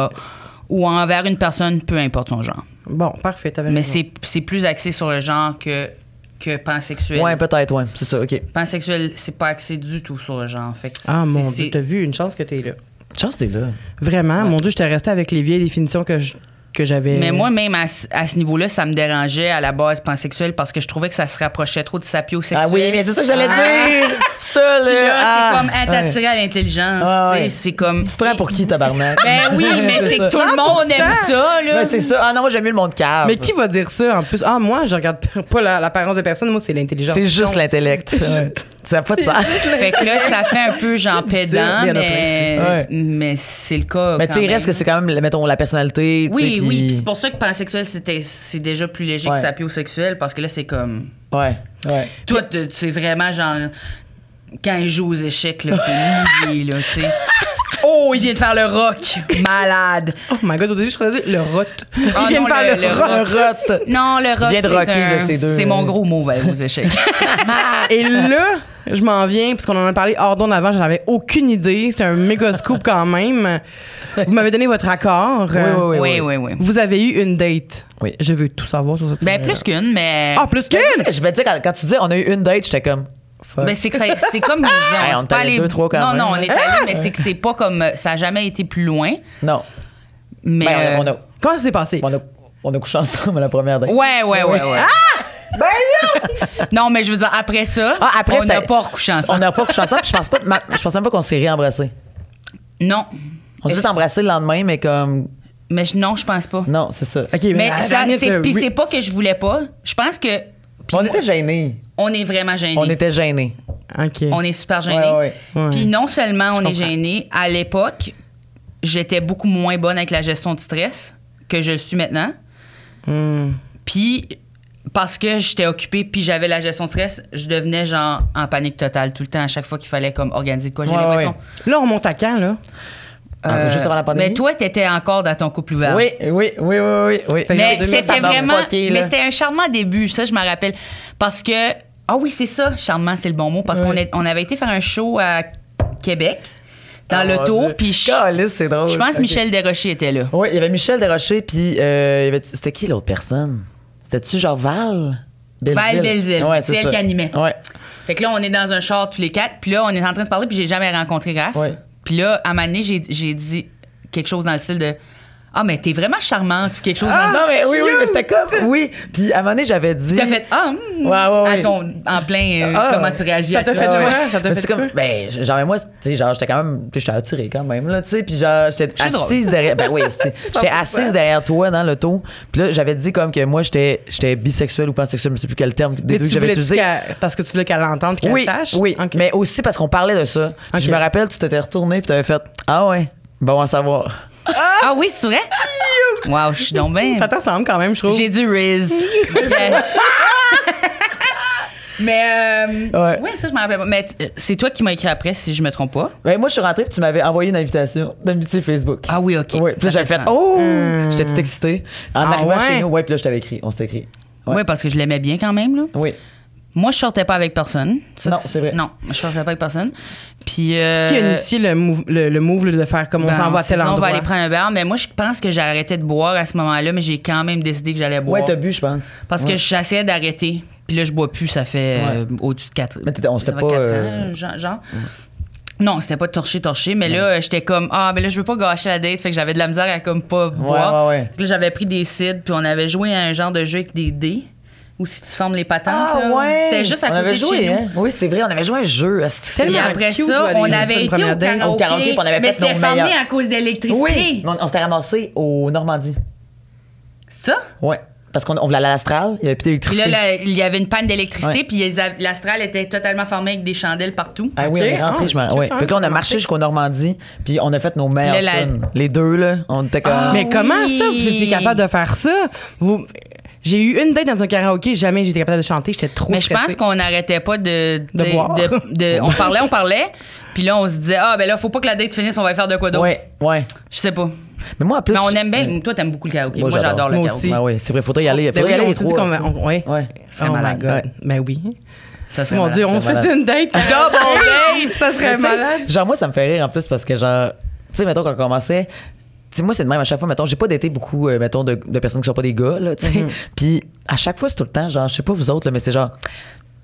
Speaker 4: Ou envers une personne, peu importe son genre.
Speaker 2: Bon, parfait, t'avais
Speaker 4: Mais
Speaker 2: raison.
Speaker 4: c'est- c'est plus axé sur le genre que que pansexuel.
Speaker 3: Ouais, peut-être, ouais. C'est ça, OK.
Speaker 4: pansexuel, c'est pas axé du tout sur le genre. Fait que
Speaker 2: Ah
Speaker 4: c'est-
Speaker 2: mon
Speaker 4: c'est-
Speaker 2: Dieu, t'as vu une chance que t'es là.
Speaker 3: Chance, t'es là.
Speaker 2: Vraiment, mon Dieu, j'étais restée avec les vieilles définitions que je- que j'avais.
Speaker 4: Mais moi, même à, ce- à ce niveau-là, ça me dérangeait à la base pansexuel parce que je trouvais que ça se rapprochait trop du sapiosexuel.
Speaker 3: Ah oui, mais c'est ça que j'allais dire! Ça, là!
Speaker 4: Puis là,
Speaker 3: ah,
Speaker 4: c'est comme être
Speaker 3: ouais.
Speaker 4: attiré à l'intelligence.
Speaker 3: Ah,
Speaker 4: tu sais,
Speaker 3: ouais.
Speaker 4: C'est comme.
Speaker 3: Tu te prends pour qui, tabarnak?
Speaker 4: Ben oui, mais c'est que tout le monde aime ça, là.
Speaker 3: Ouais, c'est ça. Ah non, moi, j'aime mieux le monde cave.
Speaker 2: Mais qui va dire ça en plus? Ah, moi, je regarde pas la- l'apparence de personne, moi, c'est l'intelligence.
Speaker 3: C'est juste l'intellect. Ouais. Ça n'a pas de sens.
Speaker 4: Fait que là, ça fait un peu genre
Speaker 2: Qui dit ça?
Speaker 4: pédant,
Speaker 2: Il y en a
Speaker 4: mais,
Speaker 3: plein qui disent ça.
Speaker 4: mais c'est le cas.
Speaker 3: Mais tu sais, il
Speaker 4: quand
Speaker 3: reste que
Speaker 4: même.
Speaker 3: c'est quand même, mettons, la personnalité. tu sais,
Speaker 4: Oui,
Speaker 3: puis-
Speaker 4: oui. Puis c'est pour ça que pansexuel, c'était- c'est déjà plus léger
Speaker 3: Ouais.
Speaker 4: que sapiosexuel parce que là, c'est comme.
Speaker 3: Ouais, ouais.
Speaker 4: Toi, t- c'est vraiment genre. Quand il joue aux échecs, là, t'es lié, là, tu sais. Oh, il vient de faire le rock! Malade!
Speaker 2: Oh my god, au début, je croyais le rot.
Speaker 4: Ah
Speaker 2: Il vient
Speaker 4: non,
Speaker 2: de faire
Speaker 4: le-
Speaker 2: le,
Speaker 4: le
Speaker 2: rot.
Speaker 3: Un rote.
Speaker 4: Non, le rock,
Speaker 3: Viens de
Speaker 4: c'est
Speaker 3: rocker,
Speaker 4: un-
Speaker 3: là, ces deux,
Speaker 4: c'est mon
Speaker 3: euh.
Speaker 4: gros mot vers aux échecs.
Speaker 2: Et là, je m'en viens, parce qu'on en a parlé hors d'onde avant, j'en avais aucune idée. C'était un méga scoop quand même. Vous m'avez donné votre accord.
Speaker 3: Oui, oui, oui.
Speaker 4: oui, oui, oui.
Speaker 2: Vous avez eu une date.
Speaker 3: Oui.
Speaker 2: Je veux tout savoir sur cette
Speaker 4: Ben,
Speaker 2: soirée-là.
Speaker 4: plus qu'une, mais.
Speaker 2: Ah, plus qu'une!
Speaker 3: Je vais te dire, quand, quand tu dis on a eu une date, j'étais comme. Fuck.
Speaker 4: Ben, c'est que ça- c'est comme nous disons,
Speaker 3: Hey, on
Speaker 4: c'est
Speaker 3: est allé deux, trois quand
Speaker 4: non,
Speaker 3: même. Ah!
Speaker 4: non, on est allé, mais c'est que c'est pas comme. Ça a jamais été plus loin.
Speaker 3: non.
Speaker 4: Mais.
Speaker 3: Ben, on,
Speaker 4: euh,
Speaker 3: a,
Speaker 2: Comment ça s'est passé?
Speaker 3: on, a, on a couché ensemble à la première date.
Speaker 4: Ouais, ouais, ouais, ouais. non! mais je veux dire, après ça,
Speaker 3: Ah, après,
Speaker 4: Ben, on
Speaker 3: ça-
Speaker 4: n'a pas recouché
Speaker 3: On
Speaker 4: ensemble.
Speaker 3: n'a pas couché ensemble, puis je pense, pas, de ma- je pense même pas qu'on s'est réembrassé.
Speaker 4: Non.
Speaker 3: On s'est juste embrassé le lendemain, mais comme.
Speaker 4: Mais je- non, je pense pas.
Speaker 3: Non, c'est ça.
Speaker 2: OK,
Speaker 4: Mais
Speaker 2: la-
Speaker 4: ça,
Speaker 2: la-
Speaker 4: c'est-
Speaker 2: le-
Speaker 4: puis c'est pas que je voulais pas. Je pense que
Speaker 3: on était gênés.
Speaker 4: on est vraiment gênés.
Speaker 3: On était gênés.
Speaker 2: OK.
Speaker 4: On est super gênés.
Speaker 3: Ouais, ouais,
Speaker 2: ouais.
Speaker 4: Puis non seulement on est gênés, à l'époque, j'étais beaucoup moins bonne avec la gestion du stress que je le suis maintenant.
Speaker 3: Hmm.
Speaker 4: Puis parce que j'étais occupée puis j'avais la gestion de stress, je devenais genre en panique totale tout le temps à chaque fois qu'il fallait comme organiser de quoi, j'ai
Speaker 3: Ouais,
Speaker 4: l'impression.
Speaker 3: ouais.
Speaker 2: Là, on monte à quand, là?
Speaker 3: Ah, juste avant la pandémie.
Speaker 4: Euh, Mais toi, t'étais encore dans ton couple ouvert.
Speaker 3: Oui, oui, oui, oui, oui. oui.
Speaker 4: Ben. Mais
Speaker 3: Fait que ça
Speaker 4: c'était
Speaker 3: m'a
Speaker 4: vraiment.
Speaker 3: fucké,
Speaker 4: mais
Speaker 3: là.
Speaker 4: c'était un charmant début, ça, je me rappelle. Parce que. Ah oui, c'est ça, charmant, c'est le bon mot. Parce qu'on est- on avait été faire un show à Québec, dans
Speaker 3: Oh, mon
Speaker 4: l'auto,
Speaker 3: Dieu.
Speaker 4: puis je,
Speaker 3: Caliste, c'est drôle.
Speaker 4: je pense que
Speaker 3: Ok.
Speaker 4: Michel Desrochers était là.
Speaker 3: Oui, il y avait Michel Desrochers, puis euh, il y avait- c'était qui l'autre personne? C'était-tu genre Val?
Speaker 4: Val Belzile.
Speaker 3: Ouais,
Speaker 4: C'est elle
Speaker 3: ça.
Speaker 4: qui animait.
Speaker 3: Ouais.
Speaker 4: Fait que là, on est dans un char tous les quatre, puis là, on est en train de se parler, puis j'ai jamais rencontré Raph.
Speaker 3: Ouais.
Speaker 4: Puis là, à un moment donné, j'ai j'ai dit quelque chose dans le style de Ah, mais t'es vraiment charmante, ou quelque chose
Speaker 3: Ah,
Speaker 4: dans
Speaker 3: non, mais oui, oui, mais c'était comme. Oui. Puis à un moment donné, j'avais dit.
Speaker 4: le. T'as fait Ah, hmm,
Speaker 3: Ouais, ouais, ouais.
Speaker 4: à ton- en plein. euh,
Speaker 3: Ah,
Speaker 4: comment tu réagis
Speaker 2: ça
Speaker 4: à
Speaker 2: t'a
Speaker 4: toi.
Speaker 2: fait
Speaker 3: Ah,
Speaker 2: le
Speaker 3: ouais.
Speaker 2: quoi? Ça t'a
Speaker 3: Mais
Speaker 2: fait
Speaker 3: c'est comme.
Speaker 2: quoi?
Speaker 3: Ben, je- genre, moi, c'est- tu sais, genre, j'étais quand même. Tu sais, j'étais attirée quand même, là, tu sais. Puis genre, j'étais
Speaker 4: C'est drôle.
Speaker 3: assise derrière. Ben oui, c'est- j'étais assise derrière toi dans l'auto. Puis là, j'avais dit comme que moi, j'étais j'étais bisexuel ou pansexuel, je sais plus quel terme des
Speaker 2: Mais
Speaker 3: deux que
Speaker 2: tu
Speaker 3: j'avais
Speaker 2: voulais
Speaker 3: utilisé.
Speaker 2: parce que tu voulais qu'elle l'entende, qu'elle
Speaker 3: oui,
Speaker 2: sache?
Speaker 3: Oui,
Speaker 2: OK.
Speaker 3: mais aussi parce qu'on parlait de ça. Puis Je
Speaker 2: Ok.
Speaker 3: me rappelle, tu t'étais retourné puis t'avais fait Ah ouais, bon à savoir.
Speaker 4: Ah oui, c'est vrai? Wow, je suis donc bien.
Speaker 2: Ça te ressemble quand même, je trouve.
Speaker 4: J'ai du Riz. Mais, euh, ouais.
Speaker 3: Ouais.
Speaker 4: ça, je m'en rappelle pas. Mais euh, c'est toi qui m'as écrit après, si je me trompe pas.
Speaker 3: Ben, moi, je suis rentrée puis tu m'avais envoyé une invitation d'amitié Facebook.
Speaker 4: Ah oui, OK.
Speaker 3: Ouais, puis là,
Speaker 4: Ça
Speaker 3: j'avais fait
Speaker 4: fait sens.
Speaker 3: Oh J'étais tout excitée. En
Speaker 2: Hmm. Ah
Speaker 3: arrivant
Speaker 2: ouais?
Speaker 3: chez nous, ouais, puis là, je t'avais écrit. On s'était écrit.
Speaker 4: Oui, parce que je l'aimais bien quand même, là.
Speaker 3: Oui.
Speaker 4: Moi, je sortais pas avec personne. Ça,
Speaker 3: Non, c'est vrai.
Speaker 4: Non, je sortais pas avec personne. Puis. euh,
Speaker 2: Qui a initié le move, le, le move là, de faire comme on
Speaker 4: ben,
Speaker 2: s'en va à
Speaker 4: s'est
Speaker 2: tel
Speaker 4: dit,
Speaker 2: endroit?
Speaker 4: On va aller prendre un verre, mais moi, je pense que j'ai arrêté de boire à ce moment-là, mais j'ai quand même décidé que j'allais boire.
Speaker 3: Ouais, t'as bu, je pense.
Speaker 4: Parce que j'essayais d'arrêter. Puis là, je bois plus, ça fait euh, au-dessus de 4
Speaker 3: Mais t'étais- on s'était pas, euh,
Speaker 4: genre. genre. Non, c'était pas torché, torché, mais là, euh, j'étais comme, ah, mais là, je veux pas gâcher la date, fait que j'avais de la misère à comme pas boire.
Speaker 3: ouais, ouais.
Speaker 4: Puis là, j'avais pris des cides, puis on avait joué à un genre de jeu avec des dés, ou si tu formes les patentes,
Speaker 2: Ah,
Speaker 4: là. C'était juste à
Speaker 3: Ah, on
Speaker 4: côté
Speaker 3: avait
Speaker 4: de
Speaker 3: joué,
Speaker 4: chez nous.
Speaker 3: hein? Oui, c'est vrai, on avait joué à un jeu. hein, asti.
Speaker 4: Puis
Speaker 2: Tellement
Speaker 4: après
Speaker 2: cute,
Speaker 4: ça,
Speaker 2: jouer à des
Speaker 4: on
Speaker 2: jeux
Speaker 4: avait
Speaker 2: pour une
Speaker 4: été au
Speaker 2: première date.
Speaker 4: karaoké,
Speaker 3: Au karaoké, puis on avait
Speaker 4: mais
Speaker 3: fait nos
Speaker 4: c'était fermé
Speaker 3: meilleurs.
Speaker 4: à cause d'électricité.
Speaker 3: Oui. Mais On, on s'était ramassé au Normandie.
Speaker 4: C'est Ça?
Speaker 3: Ouais. Parce qu'on on voulait aller à l'Astral, il y avait plus
Speaker 4: Puis
Speaker 3: d'électricité.
Speaker 4: là, là, il y avait une panne d'électricité,
Speaker 3: Ouais.
Speaker 4: puis ils avaient- l'astral était totalement formé avec des chandelles partout.
Speaker 3: Ah oui,
Speaker 2: Ok.
Speaker 3: on est rentré,
Speaker 2: Ah,
Speaker 3: je m'en.
Speaker 2: c'est
Speaker 3: Ouais.
Speaker 2: cute,
Speaker 3: Fait que là, on
Speaker 2: hein,
Speaker 3: a marché jusqu'au Normandie, puis on a fait nos meilleurs
Speaker 4: Puis là, la-
Speaker 3: tunes. Les deux, là, on était comme.
Speaker 2: Mais
Speaker 4: Ah
Speaker 2: comment
Speaker 4: oui!
Speaker 2: ça, vous étiez capable de faire ça? Vous... J'ai eu une date dans un karaoké, jamais j'étais capable de chanter, j'étais trop
Speaker 4: Mais je
Speaker 2: stressée.
Speaker 4: pense qu'on n'arrêtait pas de,
Speaker 2: De
Speaker 4: de-
Speaker 2: boire.
Speaker 4: de- de- on parlait, on parlait, puis là on se disait ah ben là faut pas que la date finisse, on va y faire de quoi d'autre.
Speaker 3: Ouais, ouais.
Speaker 4: Je sais pas.
Speaker 3: Mais moi, en plus.
Speaker 4: Mais on aime bien. Toi t'aimes beaucoup le karaoké. Moi,
Speaker 3: Moi,
Speaker 4: j'adore
Speaker 3: j'adore.
Speaker 4: le
Speaker 2: Moi
Speaker 4: karaoké.
Speaker 2: aussi.
Speaker 3: Ah oui, c'est vrai, faudrait y aller.
Speaker 2: Ben
Speaker 3: Faudrait
Speaker 2: oui,
Speaker 3: y aller
Speaker 2: on
Speaker 3: les
Speaker 2: s'est dit
Speaker 3: trois.
Speaker 2: qu'on va- on- ouais.
Speaker 3: Ouais.
Speaker 4: serait
Speaker 2: oh
Speaker 4: malade.
Speaker 2: my God.
Speaker 3: Ouais.
Speaker 2: Ben oui.
Speaker 4: Ça serait
Speaker 2: Mon
Speaker 4: malade.
Speaker 2: Dieu, on
Speaker 3: serait
Speaker 2: fait une date.
Speaker 4: Double date.
Speaker 2: ça serait malade.
Speaker 3: Genre, moi, ça me fait rire en plus parce que, genre, tu sais, mettons, quand on commençait,
Speaker 4: Mm-hmm.
Speaker 3: tu sais, moi, c'est de même à chaque fois, mettons, j'ai pas daté beaucoup, euh, mettons, de, de personnes qui sont pas des gars, là, tu sais. Puis, à chaque fois, c'est tout le temps, genre, je sais pas vous autres, là, mais c'est genre.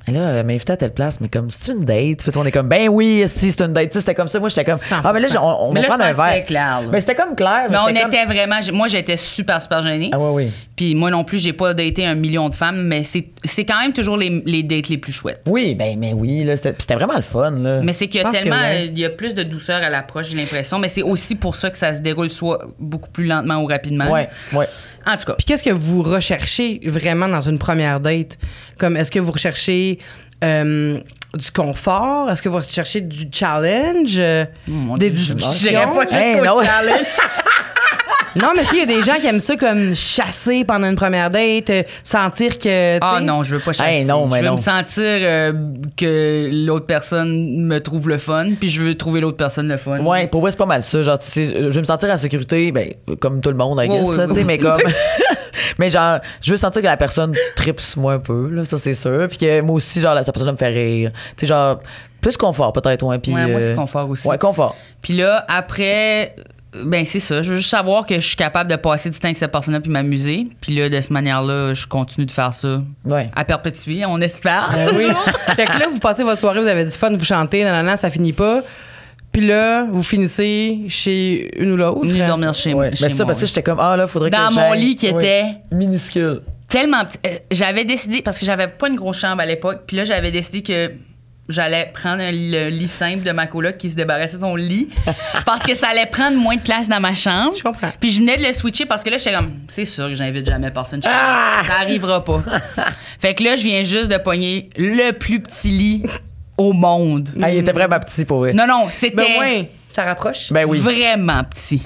Speaker 3: Là, euh, m'inviter à telle place, mais comme, c'est une date. Puis tout, on est comme, ben oui, si, c'est une date. Tu sais, c'était comme ça. Moi, j'étais comme, ah, mais là,
Speaker 2: 100%.
Speaker 3: on, on
Speaker 4: Mais
Speaker 3: va
Speaker 4: là, je
Speaker 3: prendre un
Speaker 4: pense que
Speaker 3: verre.
Speaker 4: c'était clair, là.
Speaker 3: Mais c'était comme clair.
Speaker 4: Mais on
Speaker 3: j'étais comme-
Speaker 4: était vraiment. Moi, j'étais super, super gênée.
Speaker 3: Ah, ouais, oui.
Speaker 4: Puis moi non plus, j'ai pas daté un million de femmes, mais c'est c'est quand même toujours les, les dates les plus chouettes.
Speaker 3: Oui, ben, mais oui, là. C'était puis c'était vraiment le fun, là.
Speaker 4: Mais c'est qu'il y
Speaker 2: Je
Speaker 4: a
Speaker 2: pense que
Speaker 4: tellement.
Speaker 2: ouais.
Speaker 4: euh, Il y a plus de douceur à l'approche, j'ai l'impression. Mais c'est aussi pour ça que ça se déroule soit beaucoup plus lentement ou rapidement.
Speaker 3: Ouais, ouais.
Speaker 4: En tout cas.
Speaker 2: Puis qu'est-ce que vous recherchez vraiment dans une première date? Comme est-ce que vous recherchez euh, du confort? Est-ce que vous recherchez du challenge? Euh,
Speaker 4: mon
Speaker 2: des
Speaker 4: Dieu, je sais pas.
Speaker 2: discussions?
Speaker 4: Je dirais pas jusqu'au
Speaker 3: Hey, non.
Speaker 4: challenge.
Speaker 2: Non, mais s'il y a des gens qui aiment ça comme chasser pendant une première date, euh, sentir que. tu
Speaker 4: Ah
Speaker 2: sais, euh,
Speaker 4: non, je veux pas chasser.
Speaker 3: Hey, non, mais
Speaker 4: je veux
Speaker 3: non.
Speaker 4: me sentir euh, que l'autre personne me trouve le fun, puis je veux trouver l'autre personne le fun.
Speaker 3: Ouais, pour moi, c'est pas mal ça. Genre, tu sais, je vais me sentir en sécurité, ben, comme tout le monde, I
Speaker 4: Ouais,
Speaker 3: guess,
Speaker 4: ouais,
Speaker 3: là, tu sais,
Speaker 4: ouais.
Speaker 3: mais comme. mais genre, je veux sentir que la personne tripe sur moi un peu, là, ça, c'est sûr. Puis que moi aussi, genre, la- cette personne me fait rire. Tu sais, genre, plus confort, peut-être, ouais. Puis,
Speaker 4: Ouais, moi, c'est
Speaker 3: euh,
Speaker 4: confort aussi.
Speaker 3: Ouais, confort.
Speaker 4: Puis là, après, euh, ben c'est ça. Je veux juste savoir que je suis capable de passer du temps avec cette personne-là puis m'amuser. Puis là, de cette manière-là, je continue de faire ça.
Speaker 3: Ouais.
Speaker 4: À perpétuer, on espère.
Speaker 2: Oui. fait que là, vous passez votre soirée, vous avez du fun, vous chantez, nanana, ça finit pas. Puis là, vous finissez chez une ou l'autre.
Speaker 4: Venu dormir chez,
Speaker 3: Ouais.
Speaker 4: chez
Speaker 3: Mais ça,
Speaker 4: moi.
Speaker 3: parce que j'étais comme, ah, là, faudrait
Speaker 4: Dans
Speaker 3: que
Speaker 4: mon
Speaker 3: j'aille-
Speaker 4: lit qui
Speaker 3: Ouais.
Speaker 4: était-
Speaker 3: Minuscule.
Speaker 4: tellement petit. Euh, J'avais décidé, parce que j'avais pas une grosse chambre à l'époque, puis là, j'avais décidé que j'allais prendre un- le lit simple de ma coloc qui se débarrassait de son lit parce que ça allait prendre moins de place dans ma chambre.
Speaker 2: Je comprends.
Speaker 4: Puis je venais de le switcher parce que là, j'étais comme, c'est sûr que j'invite jamais personne chez moi.
Speaker 3: Ah!
Speaker 4: Ça arrivera pas. fait que là, je viens juste de pogner le plus petit lit au monde.
Speaker 3: Ah, il était vraiment petit pour vrai.
Speaker 4: Non, non,
Speaker 2: Ben
Speaker 4: c'était
Speaker 2: ouais, ça rapproche.
Speaker 3: Ben oui.
Speaker 4: vraiment petit.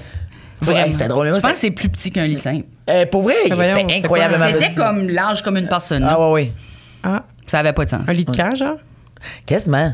Speaker 3: Ouais,
Speaker 4: Vraiment.
Speaker 3: c'était drôle, hein,
Speaker 4: Je pense
Speaker 3: c'était-
Speaker 4: que c'est plus petit qu'un lit simple.
Speaker 3: Euh, pour vrai,
Speaker 2: Ah, voyons,
Speaker 3: c'était
Speaker 2: c'est
Speaker 3: incroyablement
Speaker 2: quoi?
Speaker 4: C'était
Speaker 3: petit.
Speaker 4: comme large comme une personne. là.
Speaker 3: Ah, ouais, ouais.
Speaker 2: Ah,
Speaker 4: Ça avait pas de sens.
Speaker 2: un lit de hein? camp, genre?
Speaker 3: Quasiment.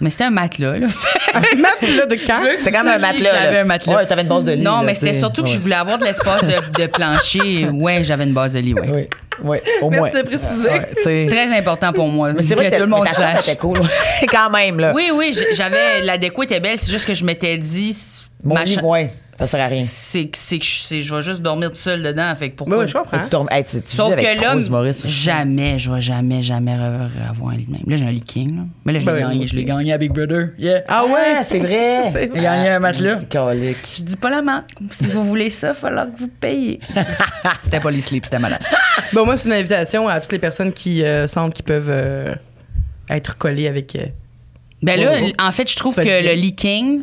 Speaker 4: Mais c'était un matelas, là.
Speaker 2: Un matelas de camp?
Speaker 3: Ah, C'était quand même un matelas, là.
Speaker 4: J'avais un matelas.
Speaker 3: Ouais, t'avais une base de lit,
Speaker 4: Non,
Speaker 3: là,
Speaker 4: mais
Speaker 3: tu
Speaker 4: c'était
Speaker 3: sais.
Speaker 4: surtout que
Speaker 3: Ouais.
Speaker 4: je voulais avoir de l'espace de, de plancher. Ouais, j'avais une base de lit, ouais.
Speaker 3: Oui. Oui, au
Speaker 2: Merci
Speaker 3: moins.
Speaker 2: de préciser.
Speaker 3: Ouais, tu sais.
Speaker 4: C'est très important pour moi.
Speaker 3: Mais c'est vrai Mm. que,
Speaker 4: tout le monde
Speaker 3: ta chambre
Speaker 4: sache.
Speaker 3: était cool. quand même, là.
Speaker 4: Oui, oui, j'- j'avais. La déco était belle, c'est juste que je m'étais dit.
Speaker 3: Mon lit,
Speaker 4: cha- Hein?
Speaker 3: ouais, ça sert à rien.
Speaker 4: C'est que c'est que je c'est- je vais juste dormir tout seul dedans. Fait que pourquoi.
Speaker 2: Ben oui, je comprends.
Speaker 3: Et tu dormais- hey, tu- tu
Speaker 4: Sauf
Speaker 3: vis avec
Speaker 4: que là,
Speaker 3: trois humoristes.
Speaker 4: jamais, je vais jamais, jamais re- avoir un lit de même. Là, j'ai un lit king. Là. Mais là, je l'ai
Speaker 2: Ben,
Speaker 4: gagné.
Speaker 2: moi
Speaker 4: Je l'ai gagné à Big Brother. Yeah.
Speaker 3: Ah ouais, c'est vrai. Ah,
Speaker 2: C'est vrai.
Speaker 3: Il y en a un matelas. Colique.
Speaker 4: Je dis pas la marque. Si vous voulez ça, il falloir que vous payiez. c'était pas les sleep, c'était malade.
Speaker 2: Bon, Bah, moi, c'est une invitation à toutes les personnes qui euh, sentent qu'ils peuvent euh, être collés avec. euh,
Speaker 4: Ben
Speaker 2: Oh,
Speaker 4: là,
Speaker 2: oh.
Speaker 4: en fait, je trouve
Speaker 2: Ça
Speaker 4: que
Speaker 2: fait bien.
Speaker 4: le leaking,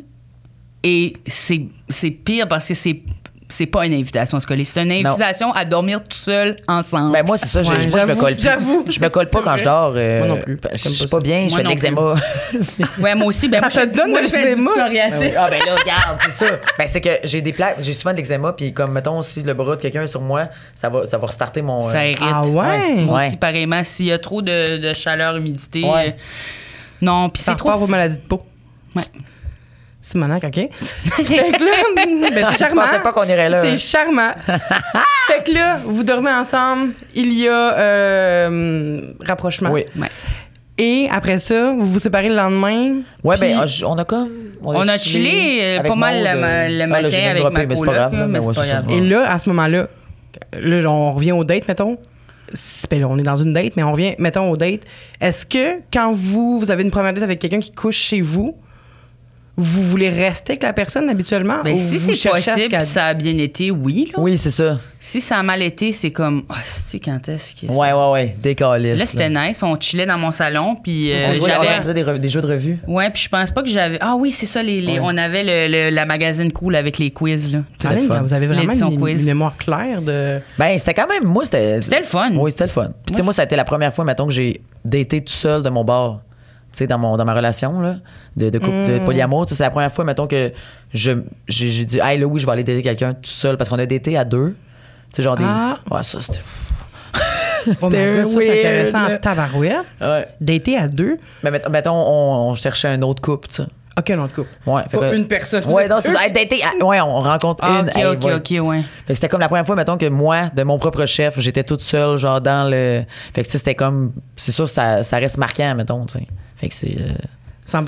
Speaker 4: est, c'est, c'est pire parce que c'est, c'est pas une invitation à se coller. C'est une
Speaker 3: Non.
Speaker 4: invitation à dormir tout seul ensemble.
Speaker 3: Ben moi, c'est ça, j'ai-
Speaker 2: Ouais,
Speaker 3: moi, je me
Speaker 2: j'avoue,
Speaker 3: colle plus.
Speaker 2: j'avoue.
Speaker 3: Je me colle pas
Speaker 2: C'est
Speaker 3: quand
Speaker 2: vrai.
Speaker 3: je dors. euh,
Speaker 2: Moi non plus.
Speaker 3: Je
Speaker 2: J'aime
Speaker 3: suis
Speaker 2: pas
Speaker 3: pas bien, je
Speaker 4: Moi
Speaker 3: fais de
Speaker 4: non plus.
Speaker 3: l'eczéma.
Speaker 4: ouais, moi aussi. Ben,
Speaker 2: Ça
Speaker 4: moi,
Speaker 2: te
Speaker 4: je,
Speaker 2: donne
Speaker 4: moi,
Speaker 2: de
Speaker 4: je fais du
Speaker 2: l'eczéma.
Speaker 4: psoriasis.
Speaker 3: Ah ben là, regarde, c'est ça. Ben c'est que j'ai des plaques, j'ai souvent de l'eczéma, puis comme mettons si le bras de quelqu'un est sur moi, ça va, ça va restarter mon. euh,
Speaker 4: Ça irrite.
Speaker 2: Ah ouais?
Speaker 4: Moi
Speaker 3: Ouais.
Speaker 4: aussi, pareillement, s'il y a trop de, de chaleur, humidité.
Speaker 3: Ouais.
Speaker 4: euh, non, puis
Speaker 2: Par
Speaker 4: c'est trop.
Speaker 2: rapport aux maladies de peau.
Speaker 4: Ouais.
Speaker 2: C'est mon acte, OK? fait que là, ben, c'est
Speaker 3: Je
Speaker 2: charmant.
Speaker 3: pensais pas qu'on irait là,
Speaker 2: C'est
Speaker 3: hein.
Speaker 2: charmant. fait que là, vous dormez ensemble. Il y a euh, rapprochement.
Speaker 3: Oui.
Speaker 4: Ouais.
Speaker 2: Et après ça, vous vous séparez le lendemain.
Speaker 3: Ouais,
Speaker 2: Puis-
Speaker 3: ben ah, j- on a comme.
Speaker 4: On a chillé, euh,
Speaker 3: avec
Speaker 4: pas mal
Speaker 3: Maude,
Speaker 4: le ma-
Speaker 3: euh,
Speaker 4: le
Speaker 3: ah, là,
Speaker 4: matin
Speaker 3: j'ai même
Speaker 4: avec
Speaker 3: droppé,
Speaker 4: ma
Speaker 3: mais c'est pas grave,
Speaker 4: coloc,
Speaker 3: là,
Speaker 4: là, mais
Speaker 3: ouais,
Speaker 4: c'est pas
Speaker 3: ça,
Speaker 4: grave.
Speaker 3: va.
Speaker 2: Et là, à ce moment-là, là, on revient au date, mettons. Si- ben là, on est dans une date, mais on revient, mettons, au date. Est-ce que quand vous, vous avez une première date avec quelqu'un qui couche chez vous, vous voulez rester avec la personne habituellement?
Speaker 4: Ben,
Speaker 2: ou
Speaker 4: si
Speaker 2: vous
Speaker 4: c'est
Speaker 2: cherchez à ce
Speaker 4: possible,
Speaker 2: qu'elle-
Speaker 4: puis ça a bien été, oui. là.
Speaker 3: Oui, c'est ça.
Speaker 4: Si ça a mal été, c'est comme, ah, c'est quand est-ce que. ça-
Speaker 3: Ouais, ouais, ouais. Décaliste.
Speaker 4: Là, c'était nice. On chillait dans mon salon, puis euh,
Speaker 3: on jouait, on
Speaker 4: j'avais.
Speaker 3: faisait des, re- des jeux de revue.
Speaker 4: Ouais, puis je pense pas que j'avais. Ah oui, c'est ça, les, les-
Speaker 3: Ouais.
Speaker 4: on avait le, le- la magazine cool avec les quiz, là.
Speaker 2: Ah, mais
Speaker 3: le fun.
Speaker 2: vous avez vraiment
Speaker 4: L'édition
Speaker 2: une,
Speaker 4: quiz.
Speaker 2: une mémoire claire de.
Speaker 3: Ben, c'était quand même. Moi, c'était.
Speaker 4: C'était le fun.
Speaker 3: Oui, c'était le fun. Puis, tu sais, moi, ça a été la première fois, mettons, que j'ai daté tout seul de mon bord. Tu sais, dans, mon, dans ma relation, là, de, de couple,
Speaker 4: Mm.
Speaker 3: de polyamour. Tu sais, C'est la première fois, mettons, que je, j'ai, j'ai dit, hey, là, oui, je vais aller dater quelqu'un tout seul. Parce qu'on a daté à deux. Tu sais, genre des.
Speaker 2: Ah.
Speaker 3: Ouais, ça, c'était.
Speaker 2: Oh my
Speaker 3: C'était
Speaker 2: God, ça,
Speaker 3: weird,
Speaker 2: c'est intéressant.
Speaker 3: là.
Speaker 2: Tabarouette.
Speaker 4: Ah
Speaker 3: Ouais.
Speaker 2: Dater à deux.
Speaker 3: Mais met- mettons, on, on cherchait un autre couple, tu sais.
Speaker 2: OK, un autre couple.
Speaker 3: Ouais. fait
Speaker 2: Pas
Speaker 3: que-
Speaker 2: une personne. Vous
Speaker 3: Ouais,
Speaker 2: êtes
Speaker 3: non, c'est
Speaker 2: une.
Speaker 3: ça. Hey, dater à- ouais, on rencontre
Speaker 4: Ah,
Speaker 3: une.
Speaker 4: ok,
Speaker 3: hey,
Speaker 4: ok,
Speaker 3: ouais.
Speaker 4: ok, ouais.
Speaker 3: Fait que c'était comme la première fois, mettons, que moi, de mon propre chef, j'étais toute seule, genre dans le. Fait que tu sais, c'était comme. C'est sûr, ça, ça reste marquant, mettons, tu sais. Fait que c'est. euh,
Speaker 2: 100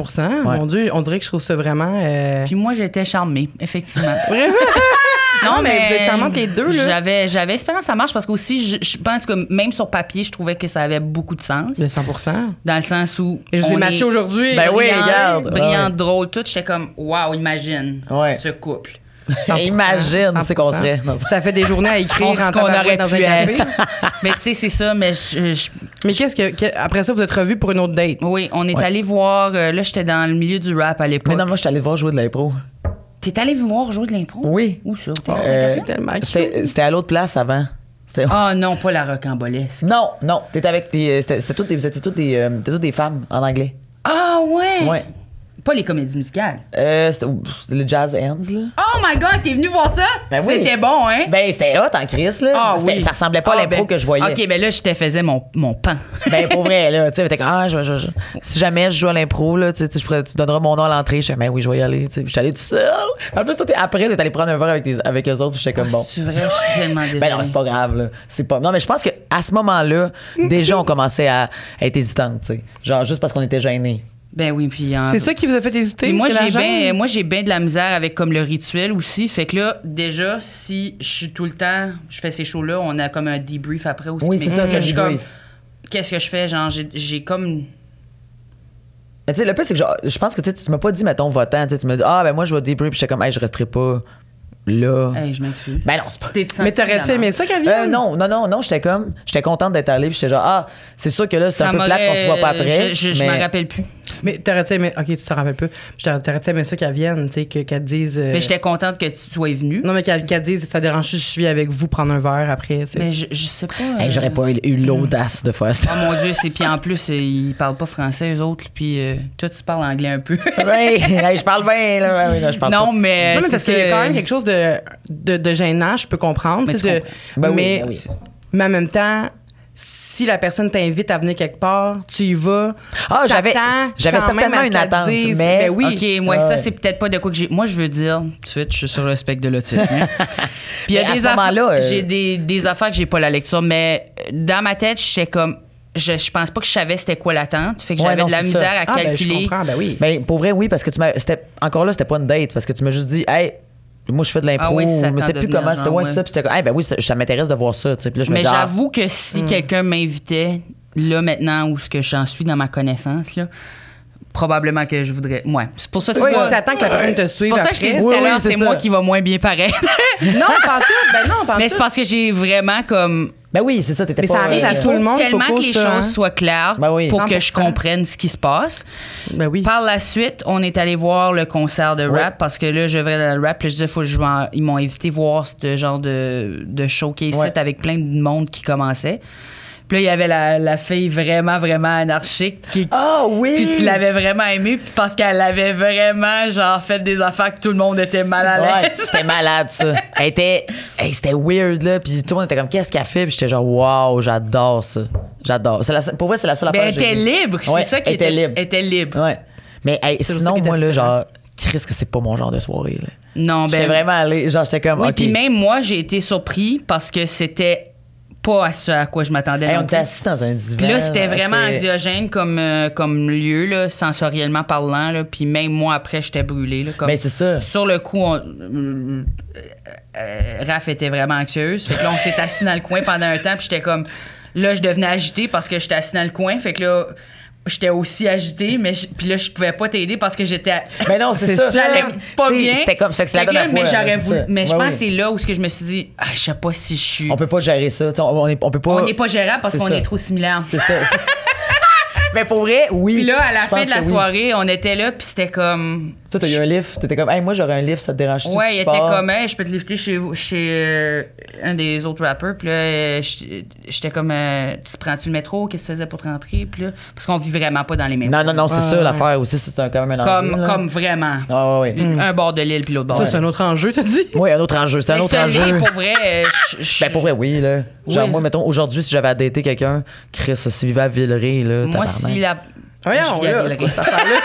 Speaker 3: Ouais.
Speaker 2: Mon Dieu, on dirait que je trouve ça vraiment. euh,
Speaker 4: Puis moi, j'étais charmée, effectivement.
Speaker 3: Ah,
Speaker 2: Non, mais vous êtes charmantes les deux, là.
Speaker 4: J'avais, j'avais espéré que ça marche parce qu'aussi, je, je pense que même sur papier, je trouvais que ça avait beaucoup de sens.
Speaker 2: De 100
Speaker 4: Dans le sens où.
Speaker 2: Et je vous ai
Speaker 4: on
Speaker 2: matché
Speaker 4: est
Speaker 2: aujourd'hui.
Speaker 3: Ben oui,
Speaker 4: brillant,
Speaker 3: regarde. Ah
Speaker 4: Brillant,
Speaker 3: Ouais.
Speaker 4: drôle, tout. J'étais comme, waouh, imagine
Speaker 3: Ouais.
Speaker 4: ce couple.
Speaker 2: 100%,
Speaker 3: Imagine où c'est qu'on
Speaker 2: 100%.
Speaker 3: serait. Non, c'est-
Speaker 2: Ça fait des journées à écrire
Speaker 4: On- ce
Speaker 2: en
Speaker 4: qu'on
Speaker 2: tabarouette
Speaker 4: aurait
Speaker 2: dans un
Speaker 4: pu
Speaker 2: café.
Speaker 4: être. mais tu sais, c'est ça, mais je- je-
Speaker 2: Mais qu'est-ce que, que- après ça vous êtes revus pour une autre date
Speaker 4: oui, on est allé voir. euh, là, j'étais dans le milieu du rap à
Speaker 3: Mais
Speaker 4: l'époque.
Speaker 3: non, moi, je suis allée voir jouer de l'impro.
Speaker 4: T'es allé voir jouer de l'impro?
Speaker 3: Oui.
Speaker 4: Où ça? T'es allé
Speaker 3: Euh,
Speaker 4: au Saint-Café?
Speaker 2: Tellement cute.
Speaker 3: C'était c'était à l'autre place avant. C'était-
Speaker 4: Ah non, pas la rocambolesque.
Speaker 3: Non, non, t'étais avec tes. C'était c'était toutes des. Vous étiez toutes des, euh, t'étais toutes des femmes en anglais.
Speaker 4: Ah ouais?
Speaker 3: Ouais.
Speaker 4: Pas les comédies musicales.
Speaker 3: Euh, c'était ouf, c'était le Jazz Hands, là.
Speaker 4: Oh my god, t'es venu voir ça?
Speaker 3: Ben oui.
Speaker 4: C'était bon, hein?
Speaker 3: Ben, c'était hot en crise, là.
Speaker 4: ah
Speaker 3: C'était-
Speaker 4: oui.
Speaker 3: Ça ressemblait pas à
Speaker 4: Ah,
Speaker 3: l'impro
Speaker 4: ben-
Speaker 3: que je voyais.
Speaker 4: OK, ben là, je te faisais mon, mon pan.
Speaker 3: Ben, pour vrai, là. Tu sais, t'es comme, ah, je- je- je- si jamais je joue à l'impro, là, tu sais, tu sais, je pourrais- tu donneras mon nom à l'entrée. Je fais, ben oui, je vais y aller. Tu sais, je suis allée tout seul. En plus, toi, t'es- après, t'es allé prendre un verre avec, tes- avec eux autres, puis j'étais comme, bon.
Speaker 4: C'est vrai, je suis tellement désolée.
Speaker 3: Ben non, c'est pas grave, là. C'est pas. Non, mais je pense qu'à ce moment-là, déjà, on commençait à, à être hésitante, tu sais. Genre, juste parce qu'on était gênés.
Speaker 4: Ben oui, puis... en-
Speaker 2: C'est ça qui vous a fait hésiter
Speaker 4: Puis moi,
Speaker 2: c'est la
Speaker 4: j'ai
Speaker 2: gêne?
Speaker 4: bien, moi, j'ai bien de la misère avec comme le rituel aussi. Fait que là, déjà, si je suis tout le temps, je fais ces shows-là, on a comme un debrief après aussi.
Speaker 3: Oui, c'est ça, c'est
Speaker 4: je suis
Speaker 3: le
Speaker 4: comme,
Speaker 3: debrief.
Speaker 4: qu'est-ce que je fais? Genre, j'ai- j'ai comme
Speaker 3: Mais tu sais, le plus, c'est que genre, je pense que tu sais, tu m'as pas dit, mettons, votant. Tu sais, tu m'as dit, ah, ben moi, je vais débriefer, puis j'étais comme, hey, je resterai pas là.
Speaker 4: Hey, je m'excuse.
Speaker 3: Ben non, c'est pas.
Speaker 4: T'es- tu sens-
Speaker 2: Mais t'aurais-tu aimé ça qu'elle vienne?
Speaker 3: Euh, non, non, non, non, j'étais comme, j'étais contente d'être allée, puis j'étais genre, ah, c'est sûr que là, c'est
Speaker 4: Ça
Speaker 3: un peu plate qu'on se voit pas
Speaker 4: m'aurait-
Speaker 3: après.
Speaker 4: Je, je, je
Speaker 3: mais-
Speaker 4: m'en rappelle plus.
Speaker 2: Mais t'aurais-tu aimé. Ok, tu t'en rappelles pas. Je t'aurais- T'aurais-tu aimé ça qu'elle vienne, tu sais, que- qu'elle dise. euh,
Speaker 4: Mais j'étais contente que tu sois venue.
Speaker 2: Non, mais qu'elle qu'elle dise, ça dérange si je suis avec vous, prendre un verre après, tu sais.
Speaker 4: Mais je, je sais pas.
Speaker 3: Hey,
Speaker 4: euh,
Speaker 3: j'aurais pas eu eu l'audace de faire
Speaker 4: Oh
Speaker 3: ça.
Speaker 4: mon Dieu, c'est puis en plus, euh, ils parlent pas français, eux autres, puis euh, toi, tu parles anglais un peu.
Speaker 3: Ouais, hey, je parle bien, là. Ouais, ouais, non, je parle
Speaker 4: non,
Speaker 3: pas.
Speaker 4: mais.
Speaker 2: non, mais
Speaker 4: Euh, c'est
Speaker 2: parce qu'il y a quand même quelque chose de, de, de gênant, je peux comprendre.
Speaker 4: Mais
Speaker 2: tu
Speaker 4: tu
Speaker 2: sais, de-
Speaker 3: comprends. Ben oui,
Speaker 2: mais,
Speaker 3: ben oui.
Speaker 2: mais en même temps, si la personne t'invite à venir quelque part, tu y vas.
Speaker 3: Ah,
Speaker 2: tu
Speaker 3: j'avais-
Speaker 2: t'attends
Speaker 3: j'avais
Speaker 2: quand même
Speaker 3: certainement
Speaker 2: à ce
Speaker 3: une
Speaker 2: qu'elle
Speaker 3: attente,
Speaker 2: dise.
Speaker 3: mais-
Speaker 2: Ben oui.
Speaker 4: OK, moi, ça,
Speaker 3: Ouais.
Speaker 4: c'est peut-être pas de quoi que j'ai. Moi, je veux dire, tout de suite, je suis sur le spectre de l'autisme. hein. Puis il y
Speaker 3: Mais à
Speaker 4: a des
Speaker 3: ce moment-là, euh,
Speaker 4: affaires. J'ai des, des affaires que j'ai pas la lecture, mais euh, dans ma tête, j'étais comme. Je, je pense pas que je savais c'était quoi l'attente. Fait que
Speaker 3: Ouais,
Speaker 4: j'avais
Speaker 3: non,
Speaker 4: de la
Speaker 3: c'est ça.
Speaker 4: misère à
Speaker 2: Ah, ben, je
Speaker 4: calculer.
Speaker 2: comprends, ben oui.
Speaker 3: Mais pour vrai, oui, parce que tu m'as. c'était- Encore là, c'était pas une date, parce que tu m'as juste dit, hey, moi, je fais de l'impro,
Speaker 4: Ah oui, ça
Speaker 3: je me sais
Speaker 4: tente de
Speaker 3: plus
Speaker 4: venir,
Speaker 3: comment. C'était,
Speaker 4: genre,
Speaker 3: ouais,
Speaker 4: ouais.
Speaker 3: c'est ça. Puis j'étais comme, hey, ben oui, ça, ça m'intéresse de voir ça, tu sais. Puis là, je me
Speaker 4: mais
Speaker 3: dis, ah,
Speaker 4: j'avoue que si quelqu'un m'invitait, là, maintenant, où ce que j'en suis dans ma connaissance, là, probablement que je voudrais. Ouais. C'est pour ça que tu
Speaker 2: Oui,
Speaker 4: vois-
Speaker 2: tu t'attends que la personne te
Speaker 4: C'est
Speaker 2: suive.
Speaker 4: pour ça que je t'ai
Speaker 2: après.
Speaker 4: dit tout
Speaker 3: Oui,
Speaker 4: à
Speaker 3: oui,
Speaker 4: l'heure,
Speaker 3: c'est
Speaker 4: c'est
Speaker 3: ça.
Speaker 4: moi qui va moins bien paraître.
Speaker 2: Non, pas en tout. Ben non, pas en
Speaker 4: mais
Speaker 2: tout.
Speaker 4: c'est parce que j'ai vraiment comme.
Speaker 3: ben oui, c'est ça, t'étais
Speaker 2: Mais
Speaker 3: pas.
Speaker 2: ça arrive à
Speaker 3: euh,
Speaker 2: tout le monde,
Speaker 4: tellement
Speaker 2: Coco,
Speaker 4: que les
Speaker 2: ça, hein.
Speaker 4: choses soient claires
Speaker 3: Ben oui.
Speaker 4: pour que
Speaker 2: 100%.
Speaker 4: je comprenne ce qui se passe.
Speaker 2: Ben oui.
Speaker 4: Par la suite, on est allé voir le concert de rap
Speaker 3: Ouais.
Speaker 4: parce que là, je vais dans le rap. Puis je disais, faut que je m'en- ils m'ont invité voir ce genre de, de showcase
Speaker 3: Ouais.
Speaker 4: avec plein de monde qui commençait. Puis là, il y avait la, la fille vraiment, vraiment anarchique qui.
Speaker 3: Ah oui!
Speaker 4: Puis tu l'avais vraiment aimée puis parce qu'elle avait vraiment, genre, fait des affaires que tout le monde était mal à
Speaker 3: Ouais,
Speaker 4: l'aise.
Speaker 3: c'était malade, ça. Elle était. hey, c'était weird, là. Puis tout le monde était comme, qu'est-ce qu'elle fait? Puis j'étais genre, waouh, j'adore ça. J'adore. C'est la seule- pour vrai, c'est la seule
Speaker 4: Ben,
Speaker 3: affaire
Speaker 4: elle
Speaker 3: que j'ai
Speaker 4: était
Speaker 3: vue.
Speaker 4: libre, c'est
Speaker 3: Ouais,
Speaker 4: ça qui
Speaker 3: elle
Speaker 4: était,
Speaker 3: était libre.
Speaker 4: était libre.
Speaker 3: Ouais. Mais hey,
Speaker 2: C'est ça
Speaker 3: sinon,
Speaker 2: qui est
Speaker 3: moi, là,
Speaker 2: attirant.
Speaker 3: genre, Chris, que c'est pas mon genre de soirée, là.
Speaker 4: Non, ben.
Speaker 3: j'étais vraiment allée. Genre, j'étais comme,
Speaker 4: Oui,
Speaker 3: OK.
Speaker 4: puis même moi, j'ai été surpris parce que c'était pas à ce à quoi je m'attendais.
Speaker 3: Hey,
Speaker 4: non
Speaker 3: on était
Speaker 4: plus.
Speaker 3: assis dans un divan.
Speaker 4: Puis là, c'était vraiment
Speaker 3: Ben, c'était-
Speaker 4: anxiogène comme, euh, comme lieu, là, sensoriellement parlant. Là, puis même moi, après, j'étais brûlée. Là, comme,
Speaker 3: Ben, c'est ça.
Speaker 4: Sur le coup, on- euh, euh, Raph était vraiment anxieuse. Fait que là, on s'est assis dans le coin pendant un temps. Puis j'étais comme... Là, je devenais agitée parce que j'étais assis dans le coin. Fait que là... J'étais aussi agitée, mais je- puis là, je pouvais pas t'aider parce que j'étais. à-
Speaker 3: Mais Ben non, c'est ça.
Speaker 4: J'allais
Speaker 3: Fait que,
Speaker 4: pas
Speaker 3: tu sais,
Speaker 4: bien.
Speaker 3: C'était comme, fait que c'est la
Speaker 4: Fait que
Speaker 3: dernière
Speaker 4: là, mais
Speaker 3: fois. là,
Speaker 4: j'aurais
Speaker 3: c'est
Speaker 4: voulu.
Speaker 3: ça.
Speaker 4: Mais je
Speaker 3: Ouais,
Speaker 4: pense
Speaker 3: oui.
Speaker 4: que c'est là où ce que je me suis dit, ah, je sais pas si je suis.
Speaker 3: On peut pas gérer ça. tu sais, On, on est, on peut pas.
Speaker 4: On n'est pas gérable parce
Speaker 3: C'est
Speaker 4: qu'on
Speaker 3: ça.
Speaker 4: est trop similaires.
Speaker 3: C'est ça. mais pour vrai, oui.
Speaker 4: Puis là, à la
Speaker 3: Je
Speaker 4: fin
Speaker 3: pense
Speaker 4: de la
Speaker 3: que oui.
Speaker 4: soirée, on était là, puis c'était comme.
Speaker 3: Toi, t'as eu un livre. T'étais comme, hey, moi, j'aurais un livre, ça te dérange
Speaker 4: Ouais, il était comme, Hey, je peux te lifter chez, vous- chez euh, un des autres rappeurs. Puis là, euh, j'étais j'étais comme, euh, tu prends-tu le métro? Qu'est-ce que tu faisais pour te rentrer? Puis là, parce qu'on vit vraiment pas dans les mêmes.
Speaker 3: Non, non, non, c'est ça
Speaker 2: Ouais.
Speaker 3: l'affaire aussi. C'est un- quand même un
Speaker 4: comme,
Speaker 3: enjeu. là.
Speaker 4: comme vraiment.
Speaker 3: Ah, ouais,
Speaker 2: Mm.
Speaker 3: ouais.
Speaker 4: Un bord de l'île, puis l'autre bord.
Speaker 2: Hmm. Ça, c'est un autre enjeu, t'as dit?
Speaker 3: Oui, un autre enjeu. C'est un
Speaker 4: Mais
Speaker 3: autre
Speaker 4: ce
Speaker 3: enjeu.
Speaker 4: lien, pour vrai, euh, je- je-
Speaker 3: Ben, pour vrai, oui, là. Genre,
Speaker 4: Oui.
Speaker 3: moi, mettons, aujourd'hui, si j'avais à dater quelqu'un, Chris, si vivait à Villeray, là.
Speaker 4: moi,
Speaker 3: tabarnak.
Speaker 4: si la.
Speaker 2: Voyons,
Speaker 4: je vis à
Speaker 2: là, c'est
Speaker 4: Villeray.
Speaker 2: quoi cette affaire-là?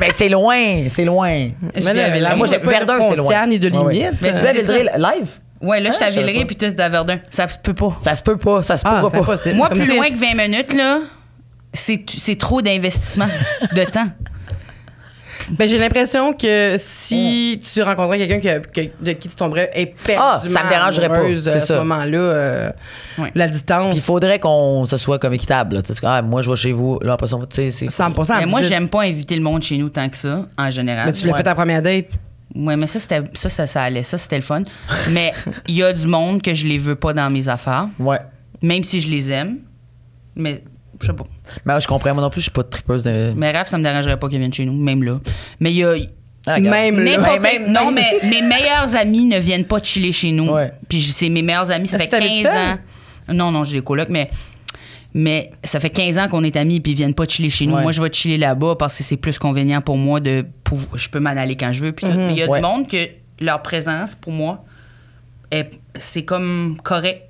Speaker 3: Ben, c'est loin, c'est loin. Ben,
Speaker 4: Je
Speaker 2: Mais
Speaker 4: vis à
Speaker 2: là,
Speaker 4: Villeray.
Speaker 2: moi, j'ai pas de
Speaker 3: Verdun, c'est loin.
Speaker 2: frontières ni de
Speaker 3: Ouais, ouais.
Speaker 2: limites.
Speaker 3: Mais tu
Speaker 4: Euh,
Speaker 3: vas à
Speaker 4: c'est ça.
Speaker 3: Villeray live?
Speaker 4: Ouais, là, je suis
Speaker 3: Ah,
Speaker 4: à
Speaker 3: je savais
Speaker 4: Villeray,
Speaker 3: pas.
Speaker 4: puis toi, t'es à Verdun. Ça se peut pas.
Speaker 3: Ça se peut pas, ça se
Speaker 2: Ah,
Speaker 3: pourra
Speaker 2: c'est
Speaker 3: pas.
Speaker 2: impossible.
Speaker 4: Moi,
Speaker 2: Comme
Speaker 4: plus
Speaker 2: si-
Speaker 4: loin que 20 minutes, là, c'est c'est trop d'investissement de temps.
Speaker 2: Ben, j'ai l'impression que si tu rencontrais quelqu'un que- que- de qui tu tomberais éperdument
Speaker 3: Ah, ça me dérangerait pas,
Speaker 2: amoureuse
Speaker 3: c'est
Speaker 2: à ce
Speaker 3: ça.
Speaker 2: moment-là, euh,
Speaker 4: Ouais.
Speaker 2: la distance,
Speaker 3: Puis il faudrait qu'on se soit comme équitable. là. Tu sais, c'est comme, ah, moi, je vais chez vous. Là, après ça, on va- tu sais, c'est-
Speaker 2: 100%.
Speaker 4: Mais moi,
Speaker 2: Vous êtes-
Speaker 4: j'aime pas inviter le monde chez nous tant que ça, en général.
Speaker 2: Mais tu l'as
Speaker 4: Ouais. Mm.
Speaker 2: fait ta première date.
Speaker 4: Ouais, mais ça, c'était, ça, ça, ça allait. Ça, c'était le fun. mais il y a du monde que je les veux pas dans mes affaires,
Speaker 3: Ouais.
Speaker 4: même si je les aime. Mais je sais pas.
Speaker 3: Mais je comprends, moi non plus, je suis pas tripeuse de.
Speaker 4: Mais Raph, ça me dérangerait pas qu'il vienne chez nous, même là. Mais il y a.
Speaker 3: Ah, regarde.
Speaker 2: Même là.
Speaker 4: n'importe-
Speaker 3: Même- même-
Speaker 4: non, mais mes meilleurs amis ne viennent pas chiller chez nous.
Speaker 3: Ouais.
Speaker 4: Puis je- c'est mes meilleurs amis, ça
Speaker 2: Est-ce
Speaker 4: fait
Speaker 2: que t'habites
Speaker 4: 15 ans. Non, non, j'ai des colocs, mais. Mais ça fait 15 ans qu'on est amis puis ils viennent pas chiller chez nous.
Speaker 3: Ouais.
Speaker 4: Moi, je vais chiller là-bas parce que c'est plus convenient pour moi de. pou- je peux m'en aller quand je veux. Puis tout. Mais il y a
Speaker 3: Ouais.
Speaker 4: du monde que leur présence, pour moi, est- c'est comme correct.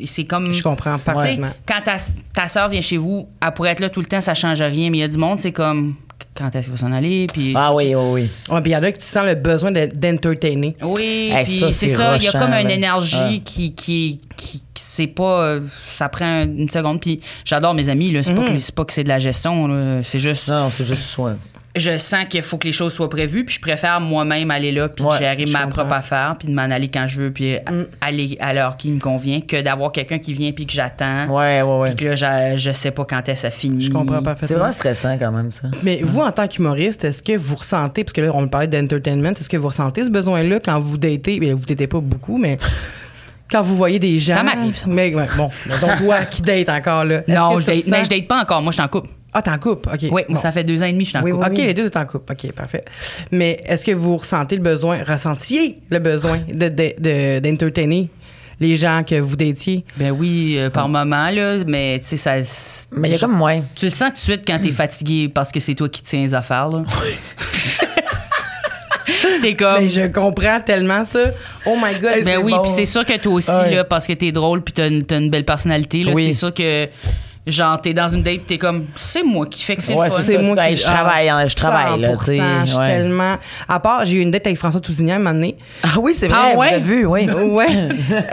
Speaker 4: Et C'est comme.
Speaker 2: Je comprends parfaitement.
Speaker 4: Tu sais, Quand ta, ta soeur vient chez vous, elle pourrait être là tout le temps, ça change rien. Mais il y a du monde, c'est comme. Quand est-ce qu'il va s'en aller? Puis.
Speaker 3: Ah oui, oui, oui.
Speaker 2: Ouais, puis il y en a que tu sens le besoin de- d'entertainer.
Speaker 4: Oui,
Speaker 3: Hey,
Speaker 4: puis
Speaker 3: Eh, ça,
Speaker 4: c'est
Speaker 3: c'est
Speaker 4: ça, il y a
Speaker 3: rochant,
Speaker 4: comme une
Speaker 3: là. Ah.
Speaker 4: énergie
Speaker 3: Ouais.
Speaker 4: qui, qui, qui, qui- c'est pas. euh, Ça prend une seconde. Puis j'adore mes amis, là. C'est
Speaker 3: Mhm.
Speaker 4: pas que- c'est pas que c'est de la gestion, là, C'est juste.
Speaker 3: Non, c'est juste soin.
Speaker 4: Je sens qu'il faut que les choses soient prévues, puis je préfère moi-même aller là, puis
Speaker 3: Ouais, Mm.
Speaker 4: gérer
Speaker 2: je
Speaker 4: ma
Speaker 2: comprends.
Speaker 4: propre affaire, puis de m'en aller quand je veux, puis euh, aller à l'heure qui me convient, que d'avoir quelqu'un qui vient, puis que j'attends.
Speaker 3: Ouais, ouais, ouais.
Speaker 4: Puis que là, j'a- je sais pas quand est-ce que ça finit.
Speaker 2: Je comprends
Speaker 3: C'est
Speaker 2: parfaitement.
Speaker 3: vraiment stressant quand même, ça.
Speaker 4: Mm.
Speaker 2: Mais vous, en tant qu'humoriste, est-ce que vous ressentez, parce que là, on parlait d'entertainment, est-ce que vous ressentez ce besoin-là quand vous datez? Bien, vous datez pas beaucoup, mais quand vous voyez des gens.
Speaker 4: Ça m'arrive, ça
Speaker 2: Mais ouais, bon, donc toi qui date encore, là. est-ce
Speaker 4: Non,
Speaker 2: que
Speaker 4: je
Speaker 2: tu
Speaker 4: date-
Speaker 2: ressens-
Speaker 4: mais je date pas encore. Moi, je t'en couple.
Speaker 2: Ah, t'en coupes, OK.
Speaker 4: Oui, moi,
Speaker 2: Bon.
Speaker 4: ça fait deux ans et demi que je suis en
Speaker 2: Oui,
Speaker 4: couple.
Speaker 2: oui, OK, les deux, t'en coupes. OK, parfait. Mais est-ce que vous ressentez le besoin, ressentiez le besoin
Speaker 4: Ah.
Speaker 2: de- de- de- d'entertainer les gens que vous datiez?
Speaker 4: Ben oui, euh, par moment, là, mais tu sais, ça.
Speaker 3: Mais il y a comme moins.
Speaker 4: Tu le sens tout de suite quand t'es fatigué parce que c'est toi qui tiens les affaires, là. t'es comme.
Speaker 2: Mais je comprends tellement ça. Oh my God.
Speaker 3: Hey,
Speaker 2: c'est
Speaker 4: Um, ben oui,
Speaker 3: bon.
Speaker 4: puis c'est sûr que toi aussi,
Speaker 3: Ouais.
Speaker 4: là, parce que t'es drôle puis t'as une, t'as une belle personnalité, là.
Speaker 3: Oui.
Speaker 4: C'est sûr que, genre, t'es dans une date pis t'es comme, c'est moi qui fait que c'est
Speaker 3: Ouais,
Speaker 4: le fun.
Speaker 3: c'est ça.
Speaker 2: Ah,
Speaker 3: Hey, je travaille, hein, je travaille, là, tu sais,
Speaker 2: 100%, Je suis
Speaker 3: ouais.
Speaker 2: tellement. À part, j'ai eu une date avec François Tousignan un moment donné.
Speaker 3: Ah oui, c'est vrai.
Speaker 2: Ah
Speaker 3: vous
Speaker 2: ouais?
Speaker 3: l'avez vu,
Speaker 4: Oh,
Speaker 3: oui.
Speaker 2: Ouais.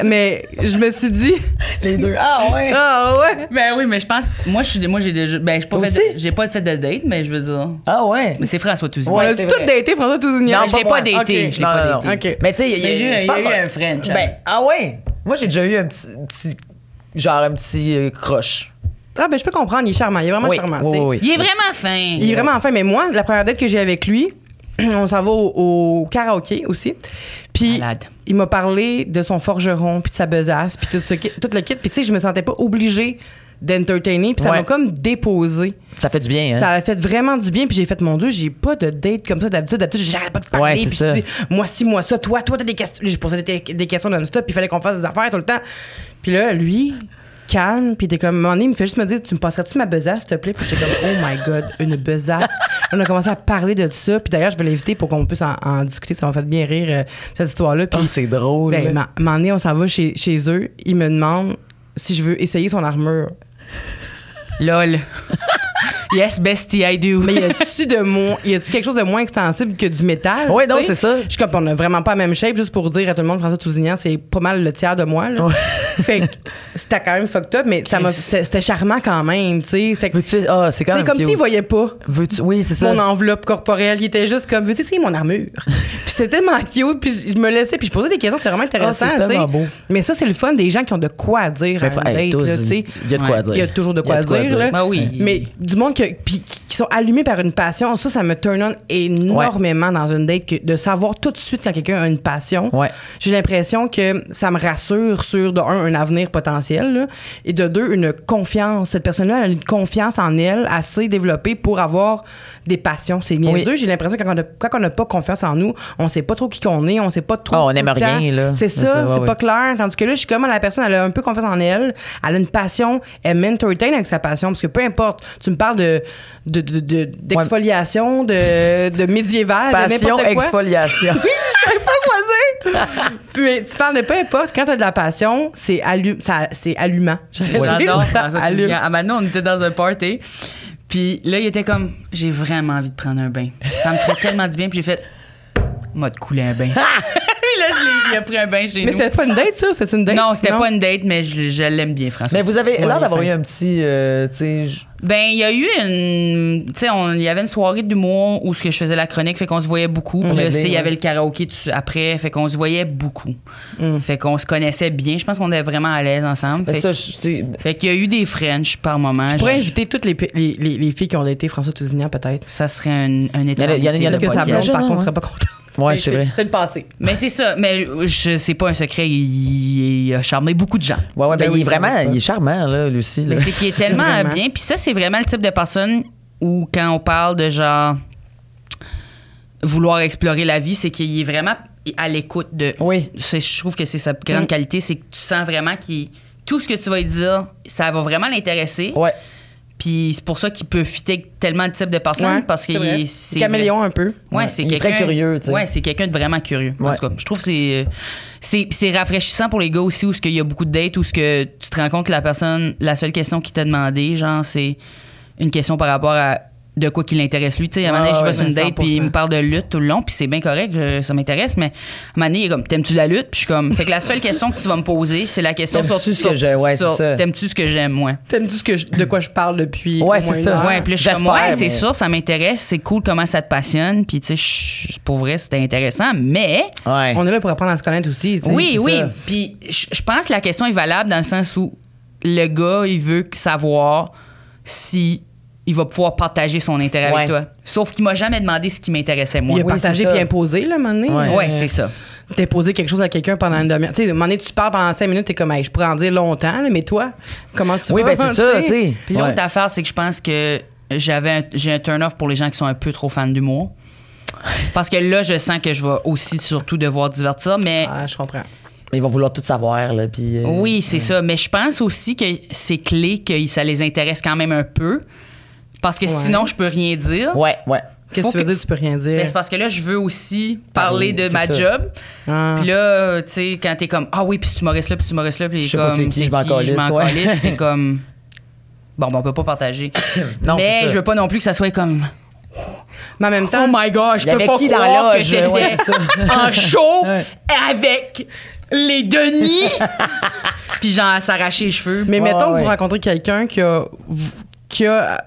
Speaker 2: mais je me suis dit.
Speaker 3: Les deux. Ah ouais.
Speaker 2: Ah ouais.
Speaker 4: Ben oui, mais je pense. Moi, je suis, moi, j'ai déjà. Ben, j'ai pas,
Speaker 3: Toi
Speaker 4: fait
Speaker 3: aussi?
Speaker 4: de- j'ai pas fait de date, mais je veux dire.
Speaker 3: Ah ouais.
Speaker 4: Mais c'est François Touzy.
Speaker 2: On
Speaker 3: Ouais,
Speaker 2: a-tu
Speaker 3: c'est
Speaker 2: tout
Speaker 3: vrai.
Speaker 2: daté, François Tousignan?
Speaker 4: Non, je l'ai pas
Speaker 3: moi.
Speaker 4: daté,
Speaker 3: Ok.
Speaker 4: je l'ai pas
Speaker 3: Non, non,
Speaker 2: daté.
Speaker 3: non.
Speaker 2: Ok.
Speaker 3: Mais tu sais, il y a,
Speaker 4: Il y a eu-
Speaker 3: je
Speaker 4: il y a
Speaker 3: pense
Speaker 4: eu
Speaker 3: qu'on-
Speaker 4: un French, hein.
Speaker 3: Ben, ah ouais. Moi, j'ai déjà eu un petit, petit- genre un petit euh, crush.
Speaker 2: Ah, ben je peux comprendre, il est charmant. Il est vraiment
Speaker 3: oui,
Speaker 2: charmant. tu
Speaker 3: oui,
Speaker 2: sais.
Speaker 3: oui,
Speaker 4: Il est vraiment fin.
Speaker 2: Il est vraiment fin. Mais moi, la première date que j'ai avec lui, on s'en va au, au karaoké aussi. Puis
Speaker 4: Malade.
Speaker 2: il m'a parlé de son forgeron, puis de sa besace, puis tout, ce, kit- tout le kit. Puis tu sais, je me sentais pas obligée d'entertainer, puis ça
Speaker 3: Ouais.
Speaker 2: m'a comme déposé.
Speaker 3: Ça fait du bien, hein.
Speaker 2: Ça a fait vraiment du bien, puis j'ai fait mon Dieu, j'ai pas de date comme ça d'habitude. D'habitude, j'arrête pas de parler,
Speaker 3: Ouais, c'est
Speaker 2: puis je
Speaker 3: ça.
Speaker 2: dis moi si, moi ça, toi, toi t'as des questions. J'ai posé des, des questions non-stop, puis il fallait qu'on fasse des affaires tout le temps. Puis là, lui, calme, puis t'es comme, à un moment donné, il me fait juste me dire, tu me passerais-tu ma besace, s'il te plaît? Puis j'étais comme, oh my God, une besace. On a commencé à parler de ça, puis d'ailleurs, je vais l'inviter pour qu'on puisse en, en discuter. Ça m'a fait bien rire, euh, cette histoire-là. Puis
Speaker 3: Ah, c'est drôle.
Speaker 2: ben,
Speaker 3: là.
Speaker 2: ma- un moment donné, on s'en va chez, chez eux, il me demande si je veux essayer son armure.
Speaker 4: Lol. yes, bestie, I do.
Speaker 2: Mais y a-tu de moins, y a-tu quelque chose de moins extensible que du métal?
Speaker 3: Ouais, non,
Speaker 2: tu sais?
Speaker 3: c'est ça.
Speaker 2: Je suis comme, on a vraiment pas la même shape, juste pour dire à tout le monde, François Tousignan, c'est pas mal le tiers de moi, là.
Speaker 3: Ouais.
Speaker 2: fait que c'était quand même fucked up, mais ça m'a- c'était c'était charmant quand même, tu sais. C'était tu
Speaker 3: Veux-tu. Ah, c'est quand
Speaker 2: sais,
Speaker 3: même.
Speaker 2: comme
Speaker 3: cute.
Speaker 2: s'il voyait pas
Speaker 3: Veux-tu. Oui, c'est ça.
Speaker 2: mon enveloppe corporelle. Il était juste comme, veux-tu essayer mon armure? puis c'était tellement cute, puis je me laissais, puis je posais des questions, c'est vraiment intéressant,
Speaker 3: Ah, c'est
Speaker 2: tu sais.
Speaker 3: tellement beau.
Speaker 2: Mais ça, c'est le fun des gens qui ont de quoi à dire
Speaker 3: Mais
Speaker 2: à
Speaker 3: fa-
Speaker 2: une
Speaker 3: hey,
Speaker 2: date,
Speaker 3: tous,
Speaker 2: là, tu sais.
Speaker 3: Il y a de quoi Ah
Speaker 4: Ouais.
Speaker 3: dire.
Speaker 2: Il y a toujours de quoi,
Speaker 3: Il y
Speaker 2: dire, là.
Speaker 4: Ben oui.
Speaker 2: Mais du monde que, puis qui qui sont allumés par une passion, ça, ça me turn on énormément dans une date que de savoir tout de suite quand quelqu'un a une passion.
Speaker 3: Ouais.
Speaker 2: J'ai l'impression que ça me rassure sur, de un, un avenir potentiel, là, et de deux, une confiance. Cette personne-là elle a une confiance en elle assez développée pour avoir des passions. C'est niaiseux. J'ai l'impression que quand on a- quand on n'a pas confiance en nous, on sait pas trop qui qu'on est, on sait pas trop.
Speaker 3: Ah, on
Speaker 2: tout
Speaker 3: aime
Speaker 2: le temps.
Speaker 3: rien, là.
Speaker 2: C'est
Speaker 3: C'est
Speaker 2: ça,
Speaker 3: ça, ouais,
Speaker 2: c'est pas
Speaker 3: ouais.
Speaker 2: clair. Tandis que là, je suis comme la personne, elle a un peu confiance en elle, elle a une passion, elle m'entertain avec sa passion. Parce que peu importe, tu me parles de, de, de- de- d'exfoliation, de, de médiéval, de
Speaker 3: Passion,
Speaker 2: n'importe quoi.
Speaker 3: exfoliation.
Speaker 2: Oui, je savais pas quoi dire. Mais tu parles de peu importe, quand t'as de la passion, c'est, allu- ça, c'est allumant. J'allais
Speaker 4: Moi,
Speaker 2: dire,
Speaker 4: J'adore
Speaker 2: ça
Speaker 4: François
Speaker 2: allume.
Speaker 4: Tousignan. À Manon, on était dans un party. Puis là, il était comme, j'ai vraiment envie de prendre un bain. Ça me ferait tellement du bien. Puis j'ai fait, m'a te couler un bain. Puis là, je l'ai- il a pris un bain chez
Speaker 2: Mais
Speaker 4: nous.
Speaker 2: c'était pas une date, ça? C'était une date?
Speaker 4: Non, c'était pas une date, mais je, je l'aime bien, François.
Speaker 3: Mais vous avez
Speaker 2: Ouais,
Speaker 3: l'air d'avoir
Speaker 2: fin.
Speaker 3: eu un petit. euh, tu sais, j-
Speaker 4: Ben, il y a eu une. Tu sais, on- il y avait une soirée d'humour où ce que je faisais la chronique, fait qu'on se voyait beaucoup. Puis là,
Speaker 3: l'avait,
Speaker 4: c'était- il y
Speaker 3: ouais.
Speaker 4: avait le karaoké tout- après, fait qu'on se voyait beaucoup. Fait qu'on se connaissait bien. Je pense qu'on était vraiment à l'aise ensemble.
Speaker 3: ben
Speaker 4: Fait,
Speaker 3: ça, je- c'est-
Speaker 4: fait qu'il y a eu des French par moment.
Speaker 2: Je pourrais
Speaker 4: Je-
Speaker 2: inviter toutes les, les, les, les filles qui ont daté François Tousignan, peut-être.
Speaker 4: Ça serait un, un
Speaker 3: y en a- il y en a- il y en a
Speaker 4: éternité de
Speaker 2: Que sa blonde,
Speaker 3: pas-
Speaker 4: podcast.
Speaker 2: par
Speaker 3: Imagine,
Speaker 2: contre,
Speaker 3: ouais.
Speaker 2: serait pas contente.
Speaker 3: Ouais,
Speaker 2: Mais
Speaker 3: c'est vrai.
Speaker 2: C'est le passé.
Speaker 4: Mais c'est ça. Mais je c'est pas un secret. Il, il a charmé beaucoup de gens.
Speaker 3: Ouais, ouais, ben,
Speaker 2: Ben oui,
Speaker 3: il est vraiment,
Speaker 2: j'en doute pas.
Speaker 3: il est charmant, là, Lucie. là.
Speaker 4: Mais c'est qu'il est tellement
Speaker 2: Vraiment.
Speaker 4: bien. Puis ça, c'est vraiment le type de personne où quand on parle de genre vouloir explorer la vie, c'est qu'il est vraiment à l'écoute de.
Speaker 3: Oui. Mm.
Speaker 4: C'est- Je trouve que c'est sa grande qualité, c'est que tu sens vraiment qu'il tout ce que tu vas lui dire, ça va vraiment l'intéresser.
Speaker 3: Ouais.
Speaker 4: Puis c'est pour ça qu'il peut fitter avec tellement de types de personnes
Speaker 2: Ouais,
Speaker 4: parce qu'il
Speaker 2: vrai.
Speaker 4: est-
Speaker 2: C'est caméléon un peu.
Speaker 4: Ouais, c'est
Speaker 3: Il est
Speaker 4: quelqu'un
Speaker 3: très curieux, tu sais.
Speaker 4: Ouais, c'est quelqu'un de vraiment curieux. En
Speaker 3: Ouais.
Speaker 4: tout cas, je trouve que c'est c'est c'est rafraîchissant pour les gars aussi où ce qu'il y a beaucoup de dates où ce que tu te rends compte que la personne la seule question qui t'a demandé genre c'est une question par rapport à de quoi qui l'intéresse lui, tu sais, à un moment donné,
Speaker 3: Ah
Speaker 4: je
Speaker 3: ouais,
Speaker 4: vais sur une date
Speaker 2: 100%.
Speaker 4: puis il me parle de lutte tout le long, puis c'est bien correct, je- ça m'intéresse, mais à un moment donné, il est comme t'aimes-tu la lutte Puis je suis comme fait que la seule question que tu vas me poser, c'est la question sur
Speaker 3: T'aimes-tu ce
Speaker 4: sur-
Speaker 3: que j'ai- ouais,
Speaker 4: sur-
Speaker 3: c'est ça.
Speaker 4: t'aimes-tu ce que j'aime, ouais.
Speaker 2: T'aimes tout ce que je- de quoi je parle depuis.
Speaker 3: Ouais,
Speaker 2: au moins
Speaker 3: c'est
Speaker 2: une
Speaker 3: ça.
Speaker 2: heure.
Speaker 4: Ouais, puis là, je suis comme,
Speaker 3: J'espère,
Speaker 4: ouais,
Speaker 3: mais-
Speaker 4: c'est ça, ça m'intéresse, c'est cool comment ça te passionne, puis tu sais, je- pour vrai, c'était intéressant, mais.
Speaker 3: Ouais.
Speaker 2: On est là pour apprendre à se connaître aussi. tu sais.
Speaker 4: Oui,
Speaker 3: Ah, c'est
Speaker 4: oui.
Speaker 3: ça.
Speaker 4: Puis je je pense que la question est valable dans le sens où le gars, il veut que- savoir si il va pouvoir partager son intérêt
Speaker 3: Ouais.
Speaker 4: avec toi. Sauf qu'il m'a jamais demandé ce qui m'intéressait, moi.
Speaker 2: Il a
Speaker 4: Oui,
Speaker 2: partagé
Speaker 3: c'est ça.
Speaker 2: puis imposé, là, à un moment donné.
Speaker 3: Ouais.
Speaker 4: Ouais, c'est ça.
Speaker 2: T'imposer quelque chose à quelqu'un pendant une demi-heure. Tu sais, à un moment donné, tu parles pendant cinq minutes, t'es comme, Hey, je pourrais en dire longtemps, là, mais toi, comment tu
Speaker 3: Oui,
Speaker 2: vas,
Speaker 3: ben c'est ça, tu sais.
Speaker 4: Puis l'autre
Speaker 3: Ouais.
Speaker 4: affaire, c'est que je pense que j'avais un- j'ai un turn-off pour les gens qui sont un peu trop fans d'humour. Parce que là, je sens que je vais aussi surtout devoir divertir, mais
Speaker 2: Ah, je comprends.
Speaker 3: Mais ils vont vouloir tout savoir, là, puis... euh,
Speaker 4: Oui, c'est ça. Mais je pense aussi que c'est clé que ça les intéresse quand même un peu. Parce que
Speaker 2: Ouais.
Speaker 4: sinon, je peux rien dire.
Speaker 3: Ouais, ouais.
Speaker 2: Qu'est-ce
Speaker 4: Faut
Speaker 2: que tu veux
Speaker 4: que-
Speaker 2: dire? Tu peux
Speaker 3: Ben,
Speaker 2: rien dire.
Speaker 4: Mais c'est parce que là, je veux aussi parler
Speaker 3: Parler,
Speaker 4: de
Speaker 3: c'est
Speaker 4: ma
Speaker 3: ça.
Speaker 4: job.
Speaker 2: Ah.
Speaker 4: Puis là, euh, tu sais, quand t'es comme, ah oui, puis tu m'aurais là, puis tu m'aurais là, puis
Speaker 3: Je sais
Speaker 4: comme,
Speaker 3: pas c'est qui, je m'en
Speaker 4: je
Speaker 3: calisse, ouais.
Speaker 4: calisse, t'es comme, bon, ben, on peut pas partager.
Speaker 3: Non, c'est
Speaker 4: Mais
Speaker 3: ça.
Speaker 4: je veux pas non plus que ça soit comme,
Speaker 2: Mais en même temps,
Speaker 4: oh my god, je
Speaker 3: Il y
Speaker 4: peux
Speaker 3: avait
Speaker 4: pas
Speaker 3: qui dans
Speaker 4: croire
Speaker 3: la
Speaker 4: que
Speaker 3: loge?
Speaker 4: t'étais
Speaker 3: Ouais, c'est
Speaker 4: en show
Speaker 3: Ouais.
Speaker 4: avec les Denis. puis genre, s'arracher les cheveux.
Speaker 2: Mais
Speaker 3: Ouais,
Speaker 2: mettons que
Speaker 3: ouais.
Speaker 2: vous rencontrez quelqu'un qui a, qui a.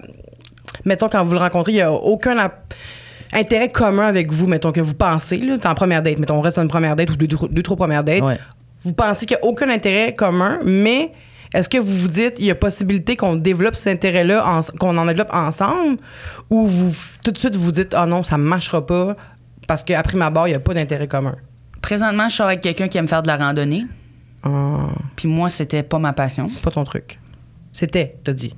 Speaker 2: Mettons, quand vous le rencontrez, il n'y a aucun ap- intérêt commun avec vous, mettons, que vous pensez, là, t'es en première date, mettons, on reste dans une première date ou deux, trois- deux, trois premières dates.
Speaker 3: Ouais.
Speaker 2: Vous pensez qu'il n'y a aucun intérêt commun, mais est-ce que vous vous dites, il y a possibilité qu'on développe cet intérêt-là, en- qu'on en développe ensemble, ou vous, tout de suite, vous dites, ah non, ça ne marchera pas, parce qu'après ma barre, il n'y a pas d'intérêt commun?
Speaker 4: Présentement, je sors avec quelqu'un qui aime faire de la randonnée.
Speaker 2: Ah,
Speaker 4: Puis moi, c'était pas ma passion.
Speaker 2: c'est pas ton truc. C'était, t'as dit.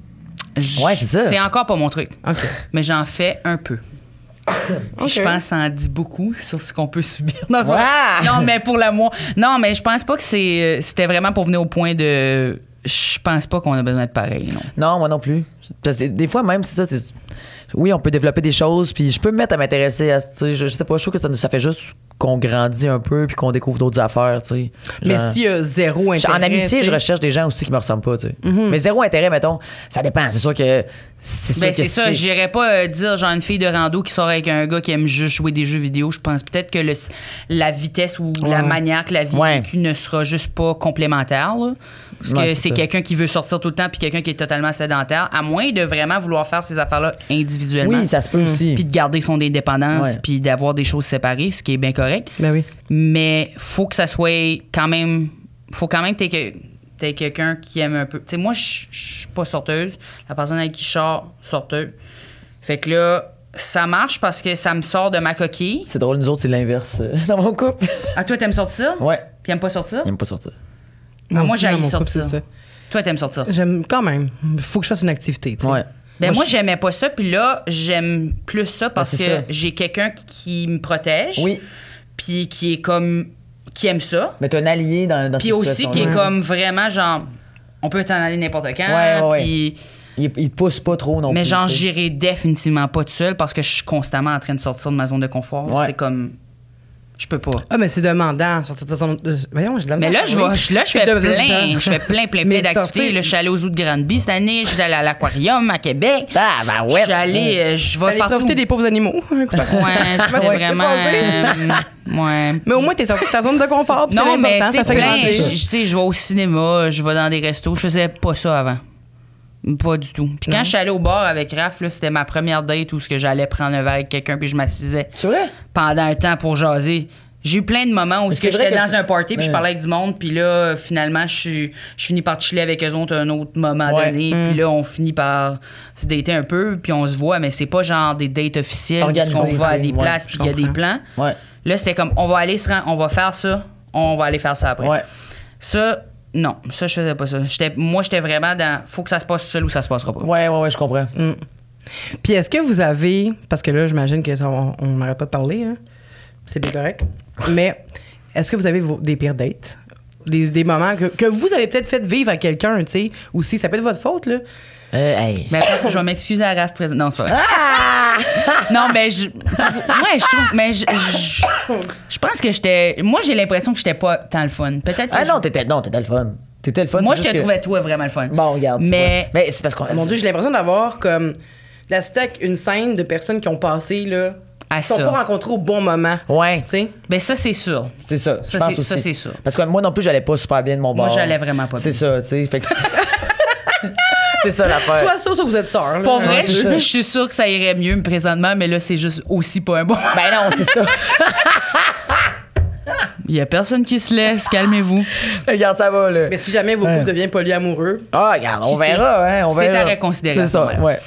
Speaker 4: Je-
Speaker 3: Ouais, c'est ça.
Speaker 4: C'est encore pas mon truc.
Speaker 2: OK.
Speaker 4: mais j'en fais un peu. Je pense que ça en dit beaucoup sur ce qu'on peut subir. Non, c'est pas vrai. non, mais pour l'amour. Non, mais je pense pas que c'est, euh, c'était vraiment pour venir au point de. Je pense pas qu'on a besoin de pareil, non.
Speaker 3: Non, moi non plus. Parce que des fois, même, c'est ça, t'es- oui, on peut développer des choses, puis je peux me mettre à m'intéresser à... ce- tu sais, Je, je sais pas, je trouve que ça, nous- ça fait juste qu'on grandit un peu, puis qu'on découvre d'autres affaires, tu sais.
Speaker 2: Mais
Speaker 3: Genre-
Speaker 2: s'il y a zéro
Speaker 3: Je-
Speaker 2: intérêt.
Speaker 3: en amitié,
Speaker 2: tu sais.
Speaker 3: je recherche des gens aussi qui me ressemblent pas, tu sais.
Speaker 4: Mm-hmm.
Speaker 3: Mais zéro intérêt, mettons, ça dépend. C'est sûr que. C'est sûr
Speaker 4: Ben,
Speaker 3: que
Speaker 4: c'est ça, j'irais pas euh, dire genre une fille de rando qui sort avec un gars qui aime juste jouer des jeux vidéo. Je pense peut-être que le, la vitesse ou la
Speaker 2: Ouais.
Speaker 4: manière que la vie
Speaker 3: Ouais.
Speaker 4: est vécue ne sera juste pas complémentaire. là. Parce
Speaker 3: Ouais,
Speaker 4: que
Speaker 3: c'est
Speaker 4: c'est
Speaker 3: ça.
Speaker 4: quelqu'un qui veut sortir tout le temps puis quelqu'un qui est totalement sédentaire, à moins de vraiment vouloir faire ces affaires-là individuellement.
Speaker 3: Oui, ça se peut aussi.
Speaker 4: Mm-hmm. puis de garder son indépendance,
Speaker 3: Ouais.
Speaker 4: puis d'avoir des choses séparées, ce qui est bien correct.
Speaker 2: Ben oui.
Speaker 4: Mais faut que ça soit quand même. Faut quand même que t'aies que t'aies quelqu'un qui aime un peu. Tu sais, moi, je je suis pas sorteuse. La personne avec qui je sors, sorteuse. Fait que là, ça marche parce que ça me sort de ma coquille.
Speaker 3: C'est drôle, nous autres, c'est l'inverse euh, dans mon couple.
Speaker 4: Ah, toi, t'aimes sortir?
Speaker 3: ouais.
Speaker 4: Puis aimes pas sortir?
Speaker 3: J'aime pas sortir.
Speaker 4: Ah, moi,
Speaker 2: aussi, dans
Speaker 4: j'aille
Speaker 2: mon
Speaker 4: sortir.
Speaker 2: couple, c'est ça.
Speaker 4: Toi, t'aimes sortir?
Speaker 2: J'aime quand même. Faut que je fasse une activité. tu sais.
Speaker 3: Ouais.
Speaker 4: Ben moi,
Speaker 3: je-
Speaker 4: j'aimais pas ça, puis là, j'aime plus ça
Speaker 2: Ben,
Speaker 4: parce
Speaker 3: c'est
Speaker 4: que
Speaker 3: ça.
Speaker 4: j'ai quelqu'un qui me protège,
Speaker 3: Oui.
Speaker 4: puis qui est comme... qui aime ça,
Speaker 3: Mais t'es un allié dans, dans
Speaker 4: puis
Speaker 3: cette
Speaker 4: aussi qui est
Speaker 3: situation-là.
Speaker 4: comme vraiment genre... On peut t'en aller n'importe quand,
Speaker 3: Ouais, ouais, ouais.
Speaker 4: puis-
Speaker 3: Il, il te pousse pas trop non
Speaker 4: Mais
Speaker 3: plus.
Speaker 4: genre,
Speaker 3: tu sais.
Speaker 4: j'irai définitivement pas tout seul parce que je suis constamment en train de sortir de ma zone de confort.
Speaker 3: Ouais.
Speaker 4: C'est comme... Je peux pas.
Speaker 2: Ah, mais c'est demandant. sortir de son- de- Voyons, j'ai de la
Speaker 4: Mais là, je,
Speaker 2: misère à
Speaker 4: vais- je- là, je
Speaker 2: C'est
Speaker 4: fais
Speaker 2: demandant.
Speaker 4: plein, je fais plein, plein,
Speaker 2: Mais
Speaker 4: plein d'activités.
Speaker 2: sortir-
Speaker 4: Là, je suis allée aux zoos de Granby cette année, je suis allée à l'aquarium à Québec.
Speaker 3: Ah, ben ouais.
Speaker 4: Je suis allée, euh, je vais
Speaker 2: T'allais
Speaker 4: partout.
Speaker 2: profiter des pauvres animaux. hein, un coup.
Speaker 4: Ouais, c'est
Speaker 2: Ouais,
Speaker 4: vraiment.
Speaker 2: c'est
Speaker 4: euh, ouais.
Speaker 2: mais au moins, t'es sorti de ta zone de confort. puis
Speaker 4: Non,
Speaker 2: c'est
Speaker 4: mais
Speaker 2: l'important,
Speaker 4: tu sais,
Speaker 2: ça fait
Speaker 4: plein,
Speaker 2: grandir.
Speaker 4: je je sais, je vais au cinéma, je vais dans des restos. Je faisais pas ça avant. Pas du tout. Puis quand je suis allée au bar avec Raph, là, c'était ma première date où ce que j'allais prendre un verre avec quelqu'un puis je m'assisais
Speaker 3: C'est vrai?
Speaker 4: pendant un temps pour jaser. J'ai eu plein de moments où
Speaker 3: Mais
Speaker 4: ce
Speaker 3: c'est
Speaker 4: que
Speaker 3: vrai
Speaker 4: j'étais
Speaker 3: que-
Speaker 4: dans un party puis je
Speaker 3: Ouais.
Speaker 4: parlais avec du monde puis là finalement je suis- je finis par chiller avec eux autres à un autre moment
Speaker 3: Ouais. Mm.
Speaker 4: donné puis là on finit par se dater un peu puis on se voit mais c'est pas genre des dates officielles
Speaker 3: Organisé,
Speaker 4: on va à des
Speaker 3: ouais,
Speaker 4: places puis il y a des
Speaker 2: comprends.
Speaker 4: plans.
Speaker 3: Ouais.
Speaker 4: Là, c'était comme, on va aller se rend- on va faire ça, on va aller faire ça après.
Speaker 3: Ouais.
Speaker 4: Ça, non, ça, je faisais pas ça. J'étais- moi, j'étais vraiment dans, faut que ça se passe seul ou ça se passera pas.
Speaker 3: Ouais, ouais, ouais, je comprends.
Speaker 4: Mm.
Speaker 2: Puis est-ce que vous avez, parce que là, j'imagine que ça, on on n'arrête pas de parler, hein. c'est bien correct, mais est-ce que vous avez vos- des pires dates? Des, des moments que, que vous avez peut-être fait vivre à quelqu'un, tu sais, ou si ça peut être votre faute, là.
Speaker 3: Euh, hey.
Speaker 4: Mais après, ça, je vais m'excuser à Raph présent. Non, c'est pas vrai. non, mais je. Ouais, je trouve. Mais je. Je, je pense que j'étais. Moi, j'ai l'impression que j'étais pas tant le fun. Peut-être que.
Speaker 3: Ah
Speaker 4: je-
Speaker 3: non, t'étais, non, t'étais le fun. T'étais le fun.
Speaker 4: moi,
Speaker 3: c'est
Speaker 4: je
Speaker 3: juste
Speaker 4: te
Speaker 3: que-
Speaker 4: trouvais toi vraiment le fun.
Speaker 3: Bon, regarde. tu
Speaker 4: Mais.
Speaker 3: vois. Mais c'est parce
Speaker 4: Ah,
Speaker 3: qu'on.
Speaker 2: Mon Dieu, j'ai l'impression d'avoir comme la stack, une scène de personnes qui ont passé, là,
Speaker 4: À
Speaker 2: qui sont
Speaker 4: ça.
Speaker 2: pas rencontrées au bon moment.
Speaker 3: Ouais.
Speaker 2: Tu sais?
Speaker 4: Ben, ça, c'est sûr.
Speaker 3: C'est ça, je
Speaker 4: Ça,
Speaker 3: pense
Speaker 4: c'est-
Speaker 3: aussi.
Speaker 4: ça, c'est ça.
Speaker 3: Parce que moi non plus, j'allais pas super bien de mon bord.
Speaker 4: Moi, j'allais vraiment pas
Speaker 3: C'est ça, tu sais. Fait que c'est... c'est ça l'affaire.
Speaker 2: Soit ça, soit vous êtes sœurs. là.
Speaker 4: Pour
Speaker 2: Ouais,
Speaker 4: vrai,
Speaker 2: c'est
Speaker 4: je,
Speaker 2: ça.
Speaker 4: je suis sûre que ça irait mieux présentement, mais là, c'est juste aussi pas un bon.
Speaker 3: Ben non, c'est ça.
Speaker 4: Il y a personne qui se laisse, calmez-vous.
Speaker 3: regarde, ça va, là.
Speaker 2: Mais si jamais vos couples deviennent polyamoureux,
Speaker 3: Ah, regarde, on
Speaker 4: Qui sait?
Speaker 3: verra, hein. On
Speaker 4: C'est
Speaker 3: verra.
Speaker 4: à reconsidérer,
Speaker 3: C'est
Speaker 4: à ce
Speaker 3: ça,
Speaker 4: moment-là.
Speaker 3: ouais.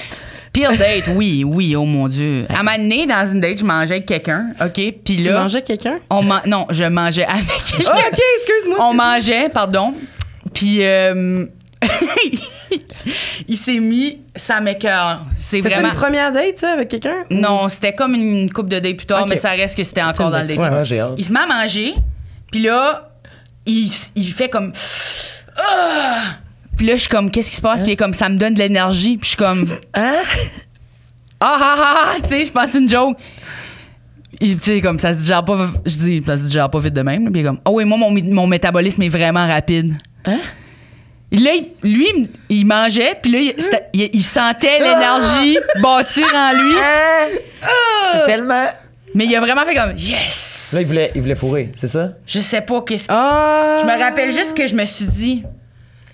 Speaker 4: Pire date, oui, oui, oh mon Dieu. À un moment donné, dans une date, je mangeais avec quelqu'un, OK? Puis
Speaker 2: tu
Speaker 4: là.
Speaker 2: mangeais quelqu'un?
Speaker 4: On man- Non, je mangeais avec quelqu'un.
Speaker 2: Ah, ok, excuse-moi.
Speaker 4: On mangeait, pardon. Puis euh, il s'est mis, ça m'écoeure. C'est
Speaker 2: C'était
Speaker 4: vraiment.
Speaker 2: une première date, ça, avec quelqu'un?
Speaker 4: Non, c'était comme une coupe de date plus tard,
Speaker 2: Ok.
Speaker 4: mais ça reste que c'était encore dans le date.
Speaker 3: Ouais, ouais, j'ai hâte.
Speaker 4: Il se met à manger, puis là, il, s- il fait comme. Ah! Puis là, je suis comme, qu'est-ce qui se passe? Puis il est comme, ça me donne de l'énergie. Puis je suis comme, hein? Ah ah ah! ah! Tu sais, je passe une joke. Il- Tu sais, comme, ça se digère pas. Je dis, ça se digère pas vite de même. là. Puis il est comme, oh oui, moi, mon, mi- mon métabolisme est vraiment rapide. Hein? Là, il- lui, il- il mangeait, puis là, il, c'était- il- il sentait l'énergie bâtir en lui.
Speaker 3: Ah! C'est tellement.
Speaker 4: Mais il a vraiment fait comme yes.
Speaker 3: Là, il voulait, il voulait fourrer, c'est ça?
Speaker 4: Je sais pas qu'est-ce. qui-
Speaker 2: Ah!
Speaker 4: Je me rappelle juste que je me suis dit.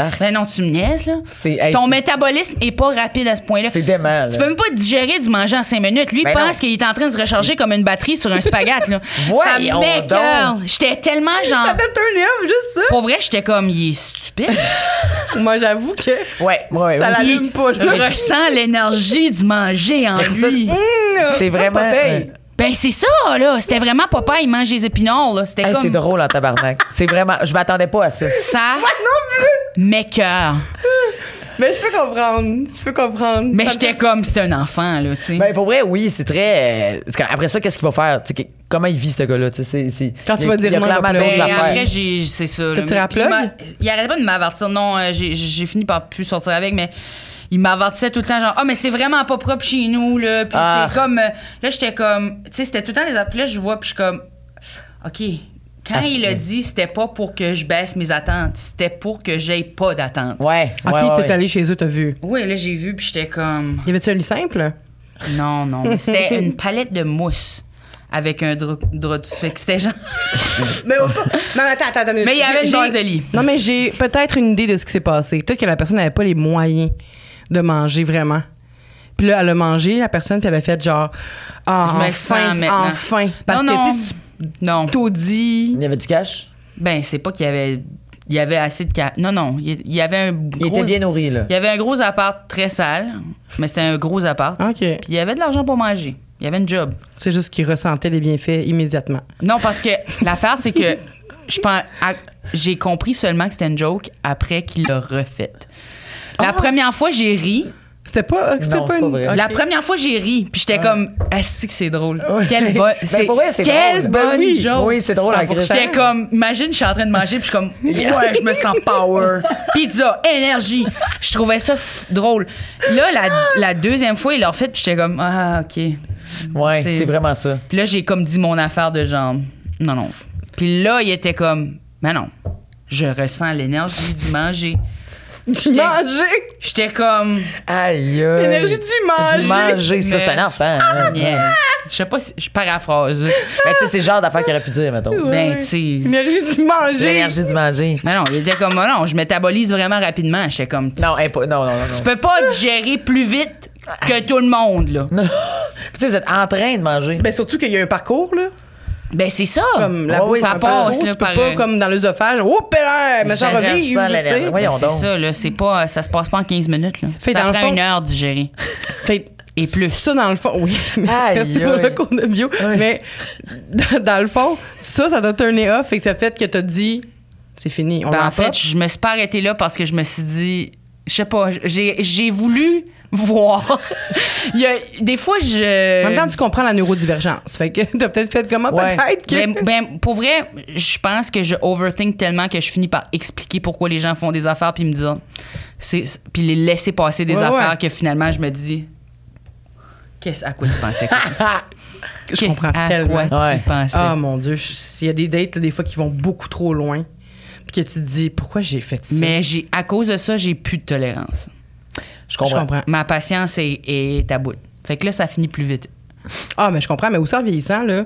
Speaker 3: Ah.
Speaker 4: Ben non, tu me niaises, là.
Speaker 3: C'est- hey,
Speaker 4: Ton
Speaker 3: c'est-
Speaker 4: métabolisme est pas rapide à ce point-là.
Speaker 3: C'est dément, là.
Speaker 4: Tu peux même pas digérer du manger en 5 minutes. Lui, il
Speaker 3: Ben non.
Speaker 4: pense qu'il est en train de se recharger comme une batterie sur un spaghette, là. ça
Speaker 3: Voyons
Speaker 4: m'écoeure.
Speaker 3: donc.
Speaker 4: J'étais tellement
Speaker 2: Ça
Speaker 4: genre.
Speaker 2: t'a turné off, juste ça.
Speaker 4: Pour vrai, j'étais comme, il est stupide.
Speaker 2: Moi, j'avoue que.
Speaker 3: Ouais, ouais, ouais.
Speaker 2: Ça
Speaker 4: Il
Speaker 2: l'allume pas, là.
Speaker 4: ressent l'énergie du manger en
Speaker 3: Ben, C'est ça.
Speaker 4: lui.
Speaker 3: C'est vraiment.
Speaker 2: pas paye.
Speaker 3: ouais.
Speaker 4: Ben, c'est ça, là. C'était vraiment papa, il mange les épinards, là. C'était
Speaker 3: Hey,
Speaker 4: comme.
Speaker 3: C'est drôle en tabarnak. C'est vraiment. Je m'attendais pas à ça.
Speaker 4: Ça m'écoeure.
Speaker 2: Mais je peux comprendre. Je peux comprendre.
Speaker 4: Mais
Speaker 2: Ça
Speaker 4: j'étais comme, c'est un enfant, là, tu sais.
Speaker 3: Ben, pour vrai, oui, c'est très. euh, c'est quand- Après ça, qu'est-ce qu'il va faire? Tu sais, que- Comment il vit, ce gars-là? Tu sais, c'est- c'est-
Speaker 2: Quand tu
Speaker 3: il y a-
Speaker 2: vas dire
Speaker 3: il y a
Speaker 2: non, il va
Speaker 3: clairement
Speaker 2: pleurer.
Speaker 3: d'autres
Speaker 4: Ben,
Speaker 3: affaires.
Speaker 4: après, j'ai, c'est ça. là.
Speaker 2: tu
Speaker 4: Mais-
Speaker 2: rappelé?
Speaker 4: puis Il, m'a- il arrêtait pas de m'avertir. Non, euh, j'ai, j'ai fini par plus sortir avec, mais il m'avertissait tout le temps, genre, ah, mais c'est vraiment pas propre chez nous, là. Puis
Speaker 3: Ah.
Speaker 4: c'est comme. euh, Là, j'étais comme. Tu sais, c'était tout le temps des appels, là, je vois, puis je suis comme. OK. Quand
Speaker 3: Ah,
Speaker 4: il a
Speaker 3: c'est-
Speaker 4: dit, c'était pas pour que je baisse mes attentes, c'était pour que j'aie pas d'attente.
Speaker 3: Ouais.
Speaker 2: Ok,
Speaker 3: ouais, ouais,
Speaker 2: t'es
Speaker 3: ouais.
Speaker 2: allé chez eux, t'as vu.
Speaker 4: Oui, là, j'ai vu, puis j'étais comme.
Speaker 2: Y avait-tu un lit simple?
Speaker 4: Non, non, mais c'était une palette de mousse avec un drap drap dessus. Fait que c'était genre.
Speaker 2: Mais non, mais attends, attends, attends.
Speaker 4: Mais il y avait
Speaker 2: J'ai-
Speaker 4: une base
Speaker 2: j'ai-
Speaker 4: de lit.
Speaker 2: Non, mais j'ai peut-être une idée de ce qui s'est passé. Peut-être que la personne n'avait pas les moyens de manger vraiment. Puis là, elle a mangé, la personne, puis elle a fait genre, ah,
Speaker 4: Je me sens
Speaker 2: enfin,
Speaker 4: maintenant.
Speaker 2: enfin. Parce
Speaker 4: Non,
Speaker 2: que,
Speaker 4: non.
Speaker 2: tu sais,
Speaker 4: Non.
Speaker 2: tu t'audis.
Speaker 3: Il y avait du cash?
Speaker 4: Ben, c'est pas qu'il y avait. Il y avait assez de. ca- Non, non. Il il y avait un gros.
Speaker 3: Il était bien nourri, là.
Speaker 4: Il y avait un gros appart très sale, mais c'était un gros appart.
Speaker 3: Ah.
Speaker 2: OK.
Speaker 4: Puis il y avait de l'argent pour manger. Il y avait une job.
Speaker 2: C'est juste qu'il ressentait les bienfaits immédiatement.
Speaker 4: Non, parce que l'affaire, c'est que je pense. à- J'ai compris seulement que c'était une joke après qu'il l'a refaite. La
Speaker 3: Ah.
Speaker 4: première fois, j'ai ri.
Speaker 2: C'était pas, euh, c'était
Speaker 3: Non,
Speaker 2: pas,
Speaker 3: c'est
Speaker 2: une... Ah,
Speaker 3: pas vrai.
Speaker 2: OK.
Speaker 4: La première fois, j'ai ri. Puis j'étais comme, ah, si que c'est drôle.
Speaker 3: Ouais.
Speaker 4: Quelle, bo-
Speaker 3: Ben,
Speaker 4: c'est-
Speaker 3: pour vrai, c'est
Speaker 4: quelle
Speaker 3: drôle.
Speaker 4: bonne
Speaker 3: Ben oui.
Speaker 4: joke.
Speaker 3: Oui, c'est drôle, hein, la Chris.
Speaker 4: J'étais comme, imagine, je suis en train de manger, puis je suis comme, ouais, je me sens power. Pizza, énergie. Je trouvais ça f- drôle. Là, la, la deuxième fois, il l'a refait, puis j'étais comme, ah, OK.
Speaker 3: Ouais,
Speaker 4: C'est-
Speaker 3: c'est vraiment ça.
Speaker 4: Puis là, j'ai comme dit mon affaire de genre, non, non. Puis là, il était comme, mais non, je ressens l'énergie du manger.
Speaker 2: Du
Speaker 4: J'étais-
Speaker 2: manger!
Speaker 4: J'étais comme,
Speaker 3: Aïe! aïe.
Speaker 2: L'énergie du
Speaker 3: Du
Speaker 2: manger.
Speaker 3: manger, ça,
Speaker 4: Mais-
Speaker 3: c'est un enfant. hein.
Speaker 4: Yeah. je sais pas si je paraphrase. là.
Speaker 3: Ben, tu sais, c'est le genre d'affaire qu'il aurait pu dire, mettons.
Speaker 4: Ben, tu sais.
Speaker 2: L'énergie du manger!
Speaker 3: L'énergie du manger.
Speaker 4: Mais non, il était comme, Ah non, je métabolise vraiment rapidement. J'étais comme,
Speaker 3: Non, impo- non, non, non. non.
Speaker 4: tu peux pas digérer plus vite que tout le monde, là.
Speaker 3: Non. Puis, tu sais, vous êtes en train de manger.
Speaker 2: Ben surtout qu'il y a un parcours, là.
Speaker 4: Ben, c'est ça.
Speaker 2: Comme la
Speaker 3: Ah oui,
Speaker 4: ça
Speaker 2: en
Speaker 4: passe,
Speaker 2: parcours,
Speaker 4: là,
Speaker 2: tu peux
Speaker 4: par- euh,
Speaker 2: pas comme dans l'œsophage, oh père, mais ça
Speaker 4: Ça reste
Speaker 2: revit.
Speaker 3: dans l'énergie. Oui.
Speaker 4: Ben,
Speaker 3: Voyons
Speaker 4: c'est
Speaker 3: donc.
Speaker 4: ça, là. C'est pas, euh, ça se passe pas en 15 minutes, là.
Speaker 2: Fait
Speaker 4: ça
Speaker 2: dans le
Speaker 4: prend
Speaker 2: fond-
Speaker 4: une heure digérer.
Speaker 2: Fait
Speaker 4: Et plus.
Speaker 2: ça dans le fond, oui.
Speaker 3: Aïe,
Speaker 2: Merci pour
Speaker 3: aïe.
Speaker 2: le cours de bio.
Speaker 3: Oui.
Speaker 2: Mais dans, dans le fond, ça, ça t'a turné off et que ça fait que t'as dit, c'est fini, on
Speaker 4: Ben, en
Speaker 2: en
Speaker 4: fait, je me suis pas arrêtée là parce que je me suis dit, je sais pas, j'ai j'ai voulu voir. Il y a, des fois, je.
Speaker 2: En même temps, tu comprends la neurodivergence. Fait que t'as peut-être fait comment,
Speaker 3: Ouais.
Speaker 2: peut-être que.
Speaker 4: Ben, ben, pour vrai, je pense que je overthink tellement que je finis par expliquer pourquoi les gens font des affaires puis me dire, c'est, c'est- puis les laisser passer des
Speaker 2: Ouais,
Speaker 4: affaires
Speaker 2: ouais.
Speaker 4: que finalement je me dis, qu'est-ce à quoi tu pensais
Speaker 2: Ah, Ben je comprends
Speaker 4: à
Speaker 2: tellement.
Speaker 4: quoi
Speaker 3: Ouais.
Speaker 4: tu pensais
Speaker 2: Ah mon Dieu, je- s'il y a des dates, là, des fois, qui vont beaucoup trop loin, puis que tu te dis, pourquoi j'ai fait ça?
Speaker 4: Mais j'ai, à cause de ça, j'ai plus de tolérance.
Speaker 3: Je
Speaker 2: je
Speaker 3: comprends.
Speaker 2: comprends.
Speaker 4: Ma patience est, est à bout. Fait que là, ça finit plus vite.
Speaker 2: Ah, mais je comprends, mais aussi en vieillissant, là,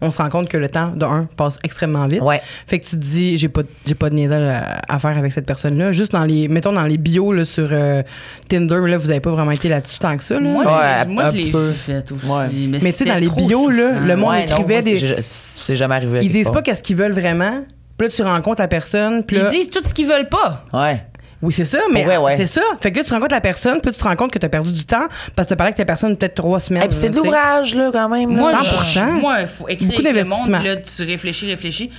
Speaker 2: on se rend compte que le temps, de un, passe extrêmement vite.
Speaker 3: Ouais.
Speaker 2: Fait que tu te dis, j'ai pas, j'ai pas de niaisage à, à faire avec cette personne-là. Juste dans les, mettons, dans les bios là, sur euh, Tinder, mais là, vous avez pas vraiment été là-dessus tant que ça. Là.
Speaker 4: Moi,
Speaker 3: Ouais,
Speaker 4: je-
Speaker 3: un-
Speaker 4: moi
Speaker 3: un
Speaker 4: je
Speaker 3: petit
Speaker 4: l'ai
Speaker 3: peu.
Speaker 4: fait aussi.
Speaker 3: Ouais.
Speaker 2: Mais tu sais, dans
Speaker 4: c'était
Speaker 2: les
Speaker 4: trop
Speaker 2: bios, là,
Speaker 4: souffrant.
Speaker 2: le monde
Speaker 3: Ouais, non,
Speaker 2: écrivait
Speaker 3: moi,
Speaker 2: des-
Speaker 3: c'est- je- C'est jamais arrivé. à
Speaker 2: ils
Speaker 3: quelque
Speaker 2: disent
Speaker 3: part.
Speaker 2: pas qu'est-ce qu'ils veulent vraiment. Puis là, tu rencontres la personne, puis là...
Speaker 4: Ils disent tout ce qu'ils veulent pas.
Speaker 3: Ouais.
Speaker 2: Oui, c'est ça, mais
Speaker 3: Ouais, ouais.
Speaker 2: c'est ça. Fait que là, tu rencontres la personne, puis là, tu te rends compte que t'as perdu du temps parce que t'as parlé avec ta personne peut-être trois semaines.
Speaker 3: Et puis c'est de
Speaker 2: là, tu sais.
Speaker 3: l'ouvrage, là, quand même. là.
Speaker 4: Moi,
Speaker 2: 100%.
Speaker 4: je, moi, il faut écrire
Speaker 2: Beaucoup
Speaker 4: avec le monde,
Speaker 2: d'investissement.
Speaker 4: là, tu réfléchis, réfléchis.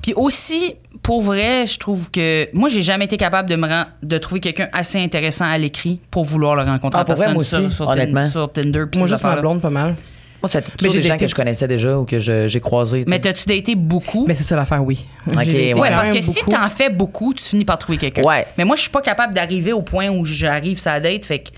Speaker 4: Puis aussi, pour vrai, je trouve que moi, j'ai jamais été capable de me rend- de trouver quelqu'un assez intéressant à l'écrit pour vouloir le rencontrer
Speaker 3: Ah,
Speaker 4: en
Speaker 3: pour vrai,
Speaker 4: personne
Speaker 3: moi
Speaker 4: sur,
Speaker 3: aussi,
Speaker 4: sur, Tin-
Speaker 3: honnêtement.
Speaker 4: sur Tinder. puis
Speaker 2: Moi,
Speaker 4: ces
Speaker 2: juste ma
Speaker 4: affaires-là.
Speaker 2: blonde, pas mal.
Speaker 3: Moi, c'est
Speaker 2: Mais
Speaker 3: toujours
Speaker 2: j'ai
Speaker 3: des gens
Speaker 2: été-
Speaker 3: que je connaissais déjà ou que je- j'ai croisés. tu sais.
Speaker 4: Mais t'as-tu daté beaucoup?
Speaker 2: Mais c'est ça l'affaire, oui.
Speaker 3: Ok,
Speaker 2: J'ai été
Speaker 3: ouais.
Speaker 4: Ouais,
Speaker 2: quand
Speaker 4: parce que
Speaker 2: même
Speaker 4: si
Speaker 2: beaucoup.
Speaker 4: t'en fais beaucoup, tu finis par trouver quelqu'un.
Speaker 3: Ouais.
Speaker 4: Mais moi, je suis pas capable d'arriver au point où j'arrive sa date, fait que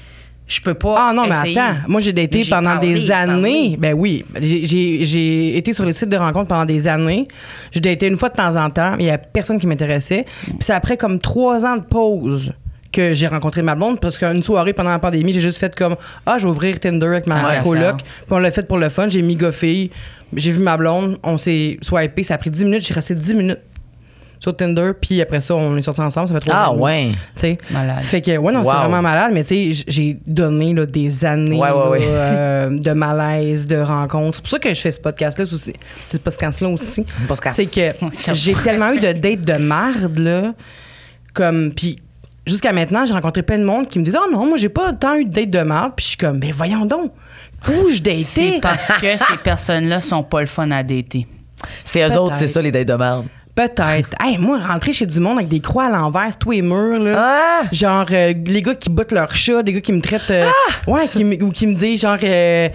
Speaker 4: je peux pas.
Speaker 2: Ah non, mais
Speaker 4: essayer.
Speaker 2: attends. Moi, j'ai
Speaker 4: Mais
Speaker 2: daté
Speaker 4: j'ai
Speaker 2: pendant
Speaker 4: parlé,
Speaker 2: des
Speaker 4: parlé.
Speaker 2: années. Ben oui, j'ai- j'ai j'ai été sur les sites de rencontres pendant des années. J'ai daté une fois de temps en temps, mais il n'y a personne qui m'intéressait. Puis c'est après comme trois ans de pause que j'ai rencontré ma blonde parce qu'une soirée pendant la pandémie, j'ai juste fait comme ah, je vais ouvrir Tinder avec ma
Speaker 4: Ah,
Speaker 2: coloc.
Speaker 4: d'accord.
Speaker 2: Puis on l'a fait pour le fun, j'ai mis goffé, j'ai vu ma blonde, on s'est swipé, ça a pris 10 minutes, j'ai resté 10 minutes sur Tinder, puis après ça, on est sortis ensemble, ça fait trois ans
Speaker 3: Ah,
Speaker 2: et demi.
Speaker 3: ouais.
Speaker 2: Tu sais.
Speaker 4: Malade.
Speaker 2: Fait que, ouais, non, c'est
Speaker 3: Wow.
Speaker 2: vraiment malade, mais tu sais, j- j'ai donné là, des années
Speaker 3: Ouais, ouais,
Speaker 2: là,
Speaker 3: ouais.
Speaker 2: euh, de malaise, de rencontres. C'est pour ça que je fais ce podcast-là aussi. Ce podcast-là aussi.
Speaker 3: Podcast.
Speaker 2: C'est que j'ai tellement eu de dates de marde, là, comme. Puis jusqu'à maintenant, j'ai rencontré plein de monde qui me disent Oh non, moi, j'ai pas tant eu de dates de marde. Puis je suis comme, mais voyons donc, où je
Speaker 4: C'est
Speaker 2: datais?
Speaker 4: parce que ces personnes-là sont pas le fun à dater.
Speaker 3: C'est eux autres, c'est
Speaker 2: Peut-être.
Speaker 3: ça, les dates de merde.
Speaker 2: Peut-être. hey, moi, rentrer chez du monde avec des croix à l'envers, sur tous les murs, là.
Speaker 3: Ah!
Speaker 2: Genre, euh, les gars qui bottent leur chat, des gars qui me traitent. euh,
Speaker 4: Ah!
Speaker 2: Ouais, qui me- ou qui me disent, genre, euh,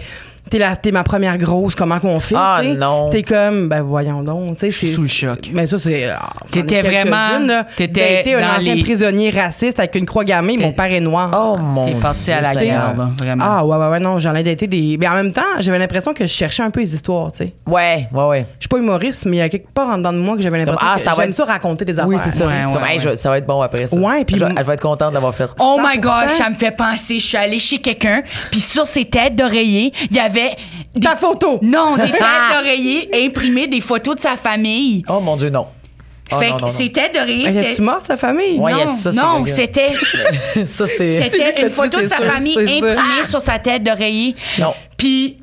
Speaker 2: t'es, la, t'es ma première grosse, comment qu'on fait?
Speaker 3: Ah,
Speaker 2: tu sais?
Speaker 3: non.
Speaker 2: T'es comme, ben voyons donc. tu sais, c'est,
Speaker 4: Sous le choc.
Speaker 2: Mais ça, c'est. ah,
Speaker 4: T'étais
Speaker 2: j'en ai quelques-unes,
Speaker 4: vraiment-
Speaker 2: là.
Speaker 4: t'étais
Speaker 2: Dater
Speaker 4: dans
Speaker 2: un ancien
Speaker 4: les-
Speaker 2: prisonnier raciste avec une croix gammée, mon père est noir.
Speaker 3: Oh mon
Speaker 4: T'es parti
Speaker 3: Dieu,
Speaker 4: à la
Speaker 3: c'est-
Speaker 4: guerre, là, vraiment.
Speaker 2: Ah, ouais, ouais, ouais, non, j'en ai daté des. Mais en même temps, j'avais l'impression que je cherchais un peu les histoires, tu sais.
Speaker 3: Ouais, ouais, ouais.
Speaker 2: Je suis pas humoriste, mais il y a quelque part en dedans de moi que j'avais l'impression
Speaker 3: Ah,
Speaker 2: que
Speaker 3: ça va
Speaker 2: j'aime
Speaker 3: être-
Speaker 2: ça raconter des affaires.
Speaker 3: Oui, c'est ça.
Speaker 4: Ouais,
Speaker 3: C'est
Speaker 4: ouais,
Speaker 3: comme, hey,
Speaker 4: ouais.
Speaker 3: je- ça va être bon après ça.
Speaker 2: Ouais, puis
Speaker 3: Je-
Speaker 2: m-
Speaker 3: elle va être contente d'avoir fait.
Speaker 4: Oh my gosh,
Speaker 2: 100%.
Speaker 4: ça me fait penser. Je suis allée chez quelqu'un, puis sur ses têtes d'oreiller, il y avait. Des...
Speaker 2: Ta photo! Ah.
Speaker 4: Non, des têtes d'oreiller imprimées des photos de sa famille.
Speaker 3: Oh mon Dieu, non. Oh,
Speaker 4: fait
Speaker 3: non,
Speaker 4: que
Speaker 3: non, non.
Speaker 4: ses têtes d'oreiller,
Speaker 2: Elle
Speaker 4: c'était.
Speaker 2: est-tu morte, sa famille?
Speaker 3: Ouais,
Speaker 4: non,
Speaker 3: yes, ça, c'est
Speaker 4: non,
Speaker 3: dégueu.
Speaker 4: c'était
Speaker 3: Ça,
Speaker 2: C'est lui qui
Speaker 3: c'est.
Speaker 4: c'était
Speaker 2: l'a
Speaker 4: une
Speaker 2: tué,
Speaker 4: photo de
Speaker 2: c'est
Speaker 4: sa
Speaker 2: sûr,
Speaker 4: famille
Speaker 2: c'est sûr.
Speaker 4: imprimée sur sa tête d'oreiller.
Speaker 3: Non.
Speaker 4: Puis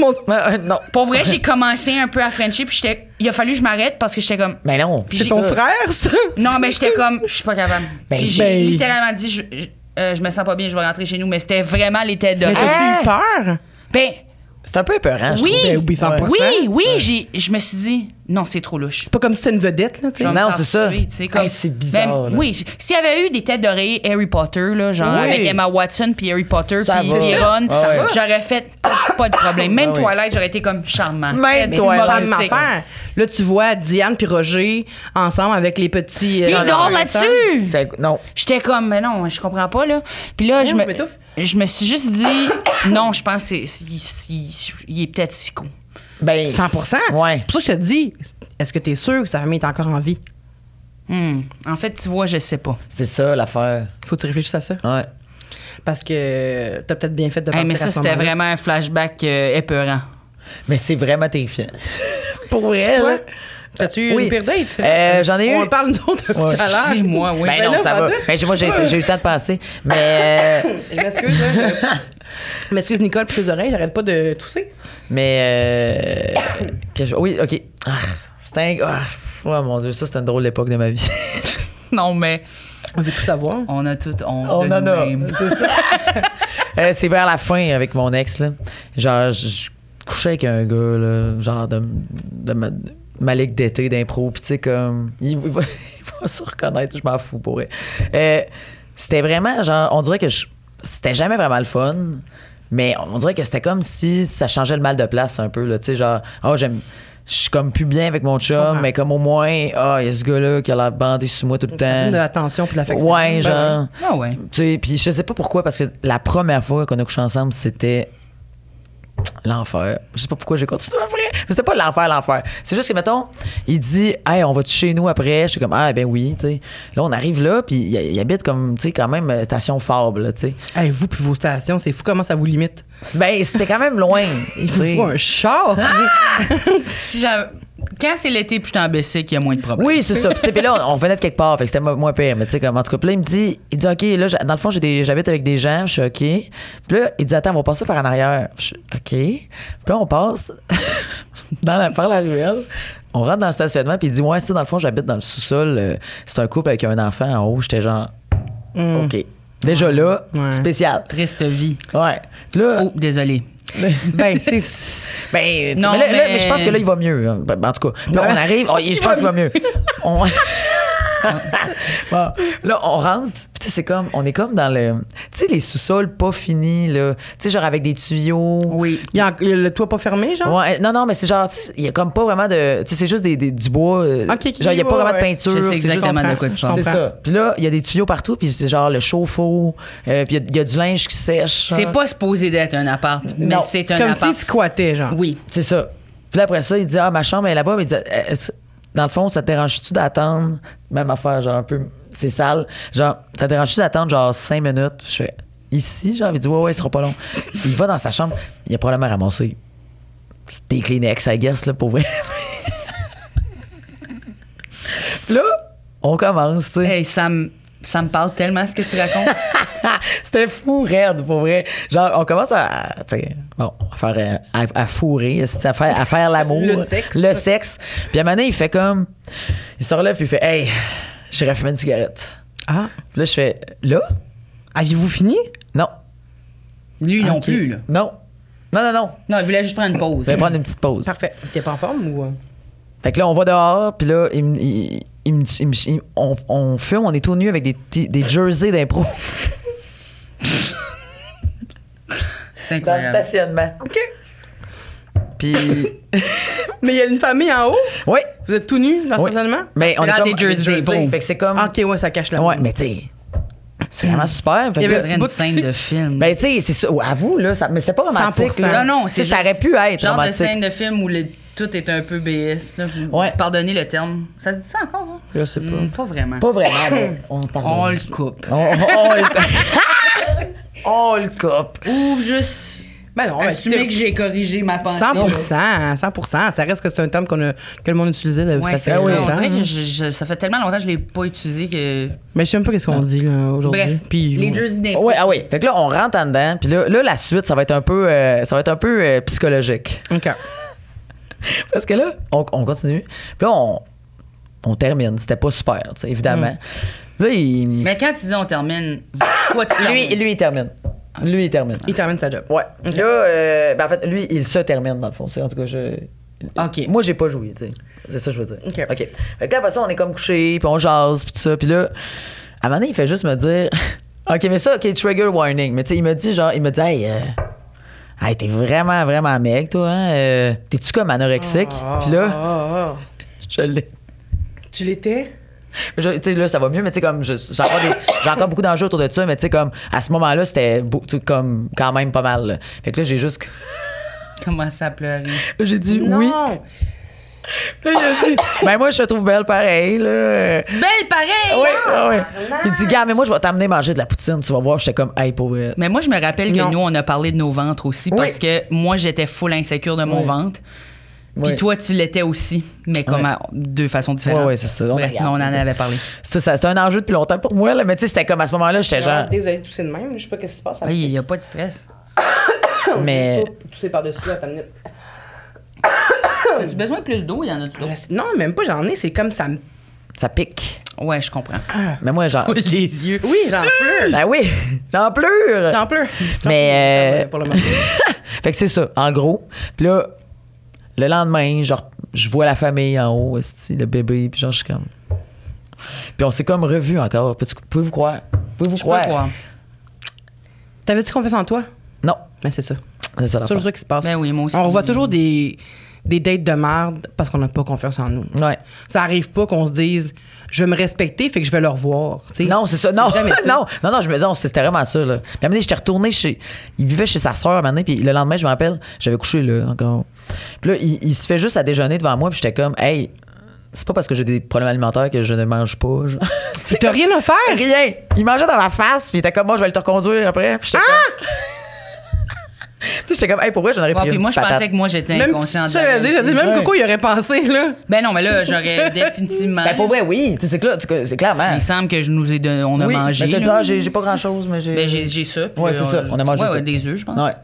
Speaker 2: Mon Dieu.
Speaker 3: Euh, euh, non.
Speaker 4: pour vrai, j'ai commencé un peu à Friendship, puis j'étais- il a fallu que je m'arrête parce que j'étais comme
Speaker 3: Mais non.
Speaker 2: C'est ton
Speaker 3: ça.
Speaker 2: frère, ça?
Speaker 4: Non, mais j'étais comme, je suis pas capable.
Speaker 3: Ben,
Speaker 4: Puis j'ai
Speaker 2: ben-
Speaker 4: littéralement dit, je, je- euh, je me sens pas bien, je vais rentrer chez nous, mais c'était vraiment les têtes de
Speaker 2: Mais
Speaker 4: Ah,
Speaker 2: t'as-tu eu
Speaker 3: Hey!
Speaker 2: peur?
Speaker 4: Ben,
Speaker 3: C'est un peu épeurant, Ah, je
Speaker 4: oui,
Speaker 3: trouve.
Speaker 2: Ben oui, 100%.
Speaker 4: oui, oui, j'ai, je me suis dit, non, c'est trop louche.
Speaker 2: C'est pas comme si c'était une vedette, là, tu
Speaker 4: Je
Speaker 2: sais.
Speaker 4: vais me
Speaker 3: Non,
Speaker 4: faire
Speaker 3: c'est ça.
Speaker 4: tuer, tu sais, comme- Ben,
Speaker 3: Hey, c'est bizarre, là.
Speaker 4: oui, j- s'il y avait eu des têtes d'oreiller Harry Potter, là, genre
Speaker 2: Oui.
Speaker 4: avec Emma Watson, puis Harry Potter,
Speaker 3: Ça
Speaker 4: puis
Speaker 3: va.
Speaker 4: puis
Speaker 3: Ça
Speaker 4: Ron,
Speaker 3: va. Ouais.
Speaker 4: j'aurais fait pas, pas de problème. Même
Speaker 3: Ah oui.
Speaker 4: Twilight, j'aurais été comme charmant.
Speaker 3: Même
Speaker 4: Très
Speaker 2: Mais c'est pas la
Speaker 4: humoristique.
Speaker 2: même affaire. Là, tu vois Diane puis Roger ensemble avec les petits. euh,
Speaker 4: Ils dorment là-dessus!
Speaker 3: C'est- Non.
Speaker 4: J'étais comme, mais non, je comprends pas, là. Puis là, je
Speaker 2: Oui,
Speaker 4: me,
Speaker 2: mais t'ouf.
Speaker 4: je me suis juste dit, non, je pense qu'il est, peut-être psycho.
Speaker 3: Ben,
Speaker 2: 100
Speaker 3: Ouais.
Speaker 2: C'est pour ça que je te dis, est-ce que tu es sûr que sa famille est encore en vie?
Speaker 4: Hmm. En fait, tu vois, je sais pas.
Speaker 3: C'est ça l'affaire.
Speaker 2: Faut que tu réfléchisses à ça.
Speaker 3: Ouais.
Speaker 2: Parce que t'as peut-être bien fait de
Speaker 4: Hey,
Speaker 2: partir
Speaker 4: mais
Speaker 2: à
Speaker 4: ça,
Speaker 2: ce
Speaker 4: c'était
Speaker 2: moment-là.
Speaker 4: vraiment un flashback euh, épeurant.
Speaker 3: Mais c'est vraiment terrifiant. Pour elle.
Speaker 2: Toi, T'as-tu eu
Speaker 3: Oui.
Speaker 2: une pire date?
Speaker 3: Euh, j'en ai
Speaker 2: On en
Speaker 3: eu.
Speaker 2: parle d'autres
Speaker 3: Ouais.
Speaker 2: tout à l'heure.
Speaker 4: Excusez-moi, oui.
Speaker 3: Ben,
Speaker 2: Ben
Speaker 3: non,
Speaker 2: là,
Speaker 3: ça va.
Speaker 2: Vanda.
Speaker 3: Ben, j'ai- moi, j'ai j'ai eu le temps de passer. Mais, euh,
Speaker 2: Je m'excuse, là, je- je m'excuse, Nicole, pour tes oreilles, j'arrête pas de tousser.
Speaker 3: mais euh, que je- oui, OK. Ah, c'était un... ah, ouais, mon Dieu, ça, c'était une drôle d'époque de ma vie.
Speaker 4: Non, mais
Speaker 2: On veut tout savoir.
Speaker 3: Euh,
Speaker 4: on a tout. On,
Speaker 3: On
Speaker 4: de
Speaker 3: en a.
Speaker 4: nous-mêmes.
Speaker 3: Oh, C'est ça. Euh, c'est vers la fin avec mon ex. Là. Genre, je, je couchais avec un gars, là, genre de, de ma, de ma ligue d'été d'impro. Puis, tu sais, comme. Il, va, il va se reconnaître, je m'en fous pour elle. Euh, c'était vraiment, genre, on dirait que je- c'était jamais vraiment le fun. Mais on dirait que c'était comme si ça changeait le mal de place un peu. là. Tu sais, genre, oh, j'aime. Je suis comme plus bien avec mon chum, mais comme au moins, ah, il y a ce gars-là qui a l'air bandé sur moi tout
Speaker 2: Ça
Speaker 3: le temps.
Speaker 2: donne de l'attention puis de l'affection.
Speaker 3: Ouais,
Speaker 2: Ben
Speaker 3: genre.
Speaker 2: ouais.
Speaker 4: Ah ouais.
Speaker 3: Tu sais, puis je sais pas pourquoi, parce que la première fois qu'on a couché ensemble, c'était l'enfer. Je sais pas pourquoi j'ai continué après. Mais C'était pas l'enfer, l'enfer. C'est juste que, mettons, il dit, hey, on va-tu chez nous après? Je suis comme, ah, ben oui, tu sais. Là, on arrive là, puis il, il habite comme, tu sais, quand même, euh, station fable, là, tu sais.
Speaker 2: Hey, vous puis vos stations, c'est fou comment ça vous limite.
Speaker 3: Ben, c'était quand même loin. tu
Speaker 2: Il vous
Speaker 3: sais.
Speaker 2: faut un char.
Speaker 4: Si j'avais- Quand c'est l'été, puis je suis en baissé, qu'il y a moins de problèmes.
Speaker 3: Oui, c'est ça. Puis, tu sais, puis là, on, on venait de quelque part, fait que c'était mo- moins pire. Mais tu sais, comme, en tout cas, puis là, il me dit, il dit, OK, là, j'a- dans le fond, j'ai des- j'habite avec des gens, je suis OK. Puis là, il dit, attends, on va passer par en arrière. Je suis OK. Puis là, on passe dans la, par la ruelle. On rentre dans le stationnement, puis il dit, ouais, ça, dans le fond, j'habite dans le sous-sol. euh, C'est un couple avec un enfant en haut. J'étais genre, OK. Déjà là,
Speaker 2: Ouais.
Speaker 3: spécial.
Speaker 4: Triste vie.
Speaker 3: Ouais. Là,
Speaker 4: Oh, désolé.
Speaker 2: ben, c'est.
Speaker 3: ben,
Speaker 4: Non,
Speaker 3: non, mais, là, là,
Speaker 4: mais-
Speaker 3: mais je pense que là, il va mieux. hein. Ben, ben, en tout cas, là, on arrive. oh, je pense qu'il va mieux. On- Bon, là, on rentre. Puis, tu sais, c'est comme, on est comme dans le. Tu sais, les sous-sols pas finis, là. Tu sais, genre avec des tuyaux.
Speaker 4: Oui.
Speaker 2: Il y a en- il y a le toit pas fermé, genre?
Speaker 3: Ouais, non, non, mais c'est genre, tu sais, il y a comme pas vraiment de. Tu sais, c'est juste des, des- du bois. euh,
Speaker 2: Ok, ok,
Speaker 3: genre, il y a pas
Speaker 2: ouais,
Speaker 3: vraiment de
Speaker 2: ouais.
Speaker 3: peinture.
Speaker 4: Je sais
Speaker 3: c'est juste-
Speaker 4: exactement de quoi tu
Speaker 2: Je
Speaker 4: parles.
Speaker 3: C'est
Speaker 2: comprends.
Speaker 3: ça. Puis là, il y a des tuyaux partout, puis c'est genre le chauffe-eau, euh, puis il y a- il y, a du linge qui sèche.
Speaker 4: C'est
Speaker 3: genre.
Speaker 4: pas supposé d'être un appart, mais
Speaker 3: Non,
Speaker 4: c'est
Speaker 2: C'est
Speaker 4: un
Speaker 2: comme
Speaker 4: appart.
Speaker 2: s'il squattait, genre.
Speaker 4: Oui.
Speaker 3: C'est ça. Puis là, après ça, il dit Ah, ma chambre est là-bas. Mais il dit Est-ce- Dans le fond, ça te dérange-tu d'attendre Même affaire, genre un peu. C'est sale. Genre, ça te dérange-tu d'attendre genre cinq minutes Je fais Ici, genre, il dit Ouais, ouais, ce sera pas long. il va dans sa chambre. Il a probablement ramassé des Kleenex, I guess, là, pour vrai. Puis là, on commence, tu sais.
Speaker 4: Hey, ça me, ça me parle tellement ce que tu racontes.
Speaker 3: C'était fou, raide, pour vrai. Genre, on commence à, tu sais, bon, à faire, euh, à, à fourrer, esti, à faire, à faire l'amour.
Speaker 2: Le sexe.
Speaker 3: Le sexe. Puis à un moment donné, il fait comme, il se relève puis il fait, hey, j'irai fumer une cigarette.
Speaker 2: Ah.
Speaker 3: Puis là, je fais, là?
Speaker 2: Aviez-vous fini?
Speaker 3: Non.
Speaker 4: Lui non
Speaker 3: Ok.
Speaker 4: plus, là.
Speaker 3: Non. Non, non, non.
Speaker 4: Non, il voulait juste prendre une pause.
Speaker 3: Je vais prendre une petite pause.
Speaker 2: Parfait. T'es pas en forme ou. euh?
Speaker 3: Fait que là, on va dehors, puis là, il, me- il- il me- il me- il- on, on fume, on est tout nu avec des, petits- des jerseys d'impro
Speaker 4: C'est
Speaker 3: dans le
Speaker 4: incroyable.
Speaker 3: stationnement.
Speaker 2: OK.
Speaker 3: Puis,
Speaker 2: Mais il y a une famille en haut?
Speaker 3: oui.
Speaker 2: Vous êtes tout nus dans le
Speaker 3: oui.
Speaker 2: stationnement?
Speaker 3: Mais on
Speaker 4: C'est
Speaker 3: est
Speaker 4: dans
Speaker 3: comme
Speaker 4: des jerseys d'impro.
Speaker 3: Fait que c'est comme.
Speaker 2: Ah, OK, ouais, ça cache la
Speaker 3: Ouais, mais tu sais, c'est vraiment super. Fait
Speaker 2: Il y
Speaker 3: que-
Speaker 2: avait-
Speaker 4: C'est une scène de film.
Speaker 3: ben, tu sais, c'est ça. À vous, là, ça, mais c'était pas romantique.
Speaker 2: 100%.
Speaker 3: là.
Speaker 4: non, non, c'est
Speaker 3: Tu sais, Ça
Speaker 4: juste
Speaker 3: aurait pu être
Speaker 4: Genre
Speaker 3: romantique.
Speaker 4: de scène de film où le- tout est un peu BS. là. Vous-
Speaker 3: Ouais.
Speaker 4: Pardonnez le terme. Ça se dit ça encore? hein?
Speaker 2: Je sais pas.
Speaker 4: Hmm, pas vraiment.
Speaker 3: Pas vraiment, mais on parle.
Speaker 4: On le coupe.
Speaker 3: On, on- on le On le coupe.
Speaker 4: Ou juste
Speaker 2: Ben non, mais
Speaker 4: assumer
Speaker 2: c'était-
Speaker 4: que j'ai corrigé ma pensée.
Speaker 2: 100 100 Ça reste que c'est un terme qu'on a, que le monde utilisait là,
Speaker 4: Ouais,
Speaker 2: ça
Speaker 4: c'est
Speaker 2: fait
Speaker 4: ça.
Speaker 3: oui,
Speaker 4: on
Speaker 2: longtemps.
Speaker 4: dirait que je- je- ça fait tellement longtemps que je l'ai pas utilisé que.
Speaker 2: Mais Ben, je sais même pas qu'est-ce qu'on dit là, aujourd'hui.
Speaker 4: Bref,
Speaker 2: Puis,
Speaker 4: les
Speaker 2: ouais.
Speaker 4: jerseys d'impro.
Speaker 3: Ouais, ah oui. Fait que là, on rentre en dedans. Puis là, là, la suite, ça va être un peu, euh, ça va être un peu euh, psychologique.
Speaker 2: OK.
Speaker 3: Parce que là, on, on continue. Puis là, on, on termine. C'était pas super, tu sais, évidemment. Là, il.
Speaker 4: Mm. Mais quand tu dis on termine, quoi tu
Speaker 3: Lui,
Speaker 4: termines?
Speaker 3: lui, il termine. Lui, il termine.
Speaker 2: Il termine sa job.
Speaker 3: Ouais. Là, euh, ben en fait, lui, il se termine, dans le fond. C'est- En tout cas, je.
Speaker 4: OK.
Speaker 3: Moi, j'ai pas joué, tu sais. C'est ça que je veux dire.
Speaker 2: OK.
Speaker 3: OK. Fait que là, après ça, on est comme couché, puis on jase, puis tout ça. Puis là, à un moment donné, il fait juste me dire. OK, mais ça, OK, trigger warning. Mais tu sais, il me dit, genre, il me dit, hey, euh, hey, t'es vraiment, vraiment mec, toi, hein? euh, T'es-tu comme anorexique? puis là,
Speaker 2: Ah, ah,
Speaker 3: je l'ai.
Speaker 2: ah. Tu l'étais?
Speaker 3: Je- Tu sais, là, ça va mieux, mais tu sais, comme, je- j'ai encore, des- j'ai encore beaucoup d'enjeux autour de ça, mais tu sais, comme, à ce moment-là, c'était beau- tu sais, comme, quand même pas mal. là. Fait que là, j'ai juste.
Speaker 4: commencé à pleurer.
Speaker 3: J'ai dit
Speaker 2: Non.
Speaker 3: oui. Là, j'ai dit, ben moi, je te trouve belle pareil, là.
Speaker 4: Belle pareil!
Speaker 3: Oui, oui. Il dit, gars, mais moi, je vais t'amener manger de la poutine, tu vas voir. J'étais comme, hey, pour vrai.
Speaker 4: Mais moi, je me rappelle que
Speaker 2: Non.
Speaker 4: nous, on a parlé de nos ventres aussi
Speaker 3: Oui.
Speaker 4: parce que moi, j'étais full insécure de mon
Speaker 3: Oui.
Speaker 4: ventre. Puis
Speaker 3: Oui.
Speaker 4: toi, tu l'étais aussi, mais comme
Speaker 3: Ouais.
Speaker 4: à deux façons différentes.
Speaker 3: Ouais, ouais, c'est ça. On
Speaker 4: Bref,
Speaker 3: regarde,
Speaker 4: non, on en
Speaker 3: c'est ça.
Speaker 4: avait parlé.
Speaker 3: C'est ça, c'était un enjeu depuis longtemps pour moi, là. Mais tu sais, c'était comme à ce moment-là, j'étais genre,
Speaker 2: Désolée de tousser de même, je sais pas qu'est-ce qui se passe.
Speaker 4: Oui, Il n'y a pas de stress.
Speaker 3: mais.
Speaker 2: Tousser par-dessus là, ta minute.
Speaker 4: As-tu besoin de plus d'eau? Il y en a du d'autres?
Speaker 2: Non, même pas, j'en ai, c'est comme ça me.
Speaker 3: Ça pique.
Speaker 4: Ouais, je comprends.
Speaker 3: Mais moi, genre.
Speaker 4: Les yeux.
Speaker 2: Oui, j'en pleure.
Speaker 3: Ben oui, j'en pleure.
Speaker 2: J'en pleure.
Speaker 3: Mais,
Speaker 2: Ça va,
Speaker 3: euh,
Speaker 2: pour le moment.
Speaker 3: fait que c'est ça, en gros. Puis là, le lendemain, genre, je vois la famille en haut, esti, le bébé, puis genre, je suis comme. Puis on s'est comme revus encore. Peux-tu- Pouvez-vous croire? Pouvez-vous
Speaker 4: Je peux
Speaker 3: croire?
Speaker 4: croire.
Speaker 2: T'avais-tu confiance en toi?
Speaker 3: Non,
Speaker 2: Mais c'est ça.
Speaker 3: c'est ça.
Speaker 2: C'est toujours
Speaker 3: l'affaire.
Speaker 2: ça qui se passe.
Speaker 4: Ben oui, moi aussi.
Speaker 2: On voit toujours des, des dates de merde parce qu'on n'a pas confiance en nous.
Speaker 3: Ouais.
Speaker 2: Ça arrive pas qu'on se dise je vais me respecter, fait que je vais le revoir. tu sais.
Speaker 3: Non, c'est ça. Non,
Speaker 2: jamais ça.
Speaker 3: non, non, non, je me dis, non, c'était vraiment ça. Là. Puis à un moment donné, j'étais retournée chez. Il vivait chez sa soeur un moment donné, puis le lendemain, je me rappelle, j'avais couché là encore. Puis là, il, il se fait juste à déjeuner devant moi, puis j'étais comme, hey, c'est pas parce que j'ai des problèmes alimentaires que je ne mange pas. genre.
Speaker 2: Tu T'as rien à faire.
Speaker 3: Rien. Il mangeait dans ma face, puis il était comme, moi, je vais le te reconduire après. Puis j'étais comme. Tu sais, j'étais comme, hey, pour vrai, j'en aurais
Speaker 4: Ah! Ouais, puis
Speaker 3: pris une
Speaker 4: moi, je
Speaker 3: petite
Speaker 4: pensais
Speaker 3: patate.
Speaker 4: que moi, j'étais
Speaker 2: Même,
Speaker 4: inconsciente. de la
Speaker 2: j'avais dit,
Speaker 4: vérité.
Speaker 2: j'avais dit, même
Speaker 3: Ouais.
Speaker 2: Coco, il aurait pensé, là.
Speaker 4: Ben non, mais là, j'aurais définitivement.
Speaker 3: Ben, pour vrai, oui. Tu sais, C'est que là, tu- c'est clairement.
Speaker 4: Il semble que je nous ai don- on a
Speaker 3: Oui,
Speaker 4: mangé.
Speaker 3: mais t'as dit,
Speaker 4: là.
Speaker 3: ah, j'ai j'ai pas grand-chose, mais j'ai.
Speaker 4: Ben, j'ai j'ai ça. puis,
Speaker 3: Ouais, c'est
Speaker 4: euh,
Speaker 3: ça. On a mangé
Speaker 4: ouais,
Speaker 3: ça.
Speaker 4: ouais, des œufs, je pense.
Speaker 3: Ouais.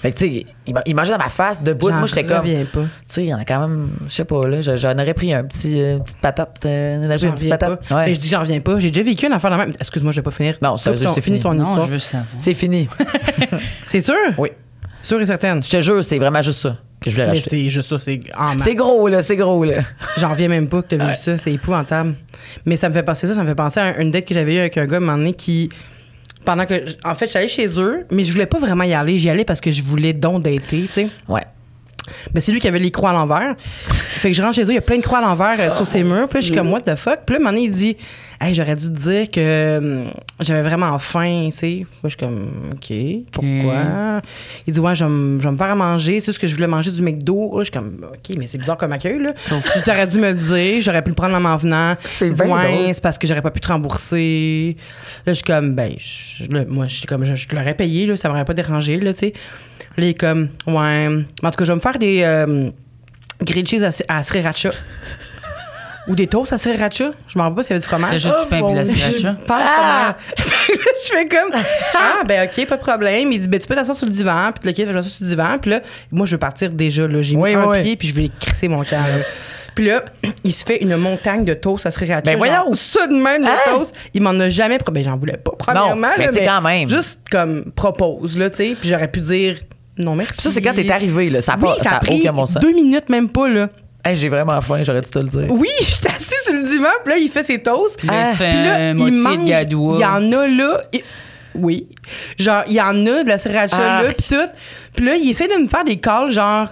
Speaker 3: Fait que, tu sais, il, ma- il mangeait dans ma face, debout.
Speaker 2: J'en
Speaker 3: Moi, j'étais comme.
Speaker 2: reviens pas.
Speaker 3: Tu sais, il y en a quand même. Je sais pas, là. je- J'en aurais pris un petit, euh, une petite patate. euh, j'aurais pris
Speaker 2: J'en
Speaker 3: une petite
Speaker 2: reviens pas.
Speaker 3: patate. Ouais.
Speaker 2: Mais je dis, j'en reviens pas. J'ai déjà vécu une affaire de même. Excuse-moi, je vais pas finir.
Speaker 3: Non, ça,
Speaker 2: Coupe
Speaker 3: c'est
Speaker 2: ton-
Speaker 3: c'est
Speaker 2: finis
Speaker 3: fini.
Speaker 2: ton
Speaker 4: Non,
Speaker 2: histoire.
Speaker 4: je veux savoir.
Speaker 3: C'est fini.
Speaker 2: C'est sûr?
Speaker 3: oui.
Speaker 2: Sûr et certaine.
Speaker 3: Je te jure, c'est vraiment juste ça que je voulais
Speaker 2: Mais
Speaker 3: racheter.
Speaker 2: c'est juste ça, c'est en masse.
Speaker 3: C'est gros, là. C'est gros, là.
Speaker 2: J'en reviens même pas que t'as vu ça, c'est épouvantable. Mais ça me fait penser ça, ça me fait penser à une date que j'avais eue avec un gars un moment donné qui. Pendant que. En fait, j'allais chez eux, mais je voulais pas vraiment y aller. J'y allais parce que je voulais donc dater, tu sais.
Speaker 3: Ouais.
Speaker 2: Mais Ben, c'est lui qui avait les croix à l'envers. Fait que je rentre chez eux, il y a plein de croix à l'envers euh, sur ses murs. Puis là, je suis comme, what the fuck? Puis là, un moment donné, il dit, hey, j'aurais dû te dire que hum, j'avais vraiment faim, tu sais. Moi, je suis comme, OK, pourquoi? Il dit, ouais, je vais me je vais me faire à manger. C'est ce que je voulais manger du McDo. Là, je suis comme, OK, mais c'est bizarre comme accueil, là. Je dis, t'aurais dû me le dire, j'aurais pu le prendre en m'en venant.
Speaker 3: C'est
Speaker 2: Il dit,
Speaker 3: bien
Speaker 2: ouais,
Speaker 3: drôle.
Speaker 2: c'est parce que j'aurais pas pu te rembourser. Là, je suis comme, ben, je- là, moi, je suis comme, je, je te l'aurais payé, là, ça m'aurait pas dérangé, là, tu sais. Là, il est comme, ouais. Mais en tout cas, je vais me faire des euh, grilled cheese à, si- à sriracha. Ou des toasts à sriracha. Je m'en rappelle pas s'il y avait du fromage.
Speaker 4: C'est juste du pain puis de la sriracha.
Speaker 2: Pas de fromage. Ah! Fait que là, je fais comme, ah, ben, OK, pas de problème. Il dit, ben, tu peux t'asseoir sur le divan, puis le kid, je m'assois sur le divan, puis là, moi, je veux partir déjà, là. J'ai mis
Speaker 3: Oui,
Speaker 2: un
Speaker 3: oui.
Speaker 2: pied, puis je vais crisser mon camp, là. Puis là, il se fait une montagne de toasts à sriracha.
Speaker 3: Ben,
Speaker 2: genre,
Speaker 3: voyons. Hein?
Speaker 2: ça de même de toast. Il m'en a jamais. pro- Ben, j'en voulais pas, premièrement.
Speaker 3: mais
Speaker 2: là,
Speaker 3: tu sais, quand même.
Speaker 2: Juste comme propose, là, tu sais. Puis j'aurais pu dire non, merci.
Speaker 3: Puis ça, c'est quand t'es arrivé, là. Ça a
Speaker 2: Oui,
Speaker 3: pas-
Speaker 2: ça
Speaker 3: ça
Speaker 2: a
Speaker 3: a
Speaker 2: pris
Speaker 3: aucun bon sens.
Speaker 2: deux minutes, même pas, là.
Speaker 3: Hey, j'ai vraiment faim, j'aurais dû te le dire.
Speaker 2: Oui, j'étais assis sur le divan, puis là, il fait ses toasts. Ah. Puis
Speaker 4: là, il se fait un moitié de gadois.
Speaker 2: Il y en a là. il- Oui. Genre, il y en a de la sriracha
Speaker 4: Ah.
Speaker 2: là,
Speaker 3: Arc.
Speaker 2: puis tout. Puis là, il essaie de me faire des calls, genre,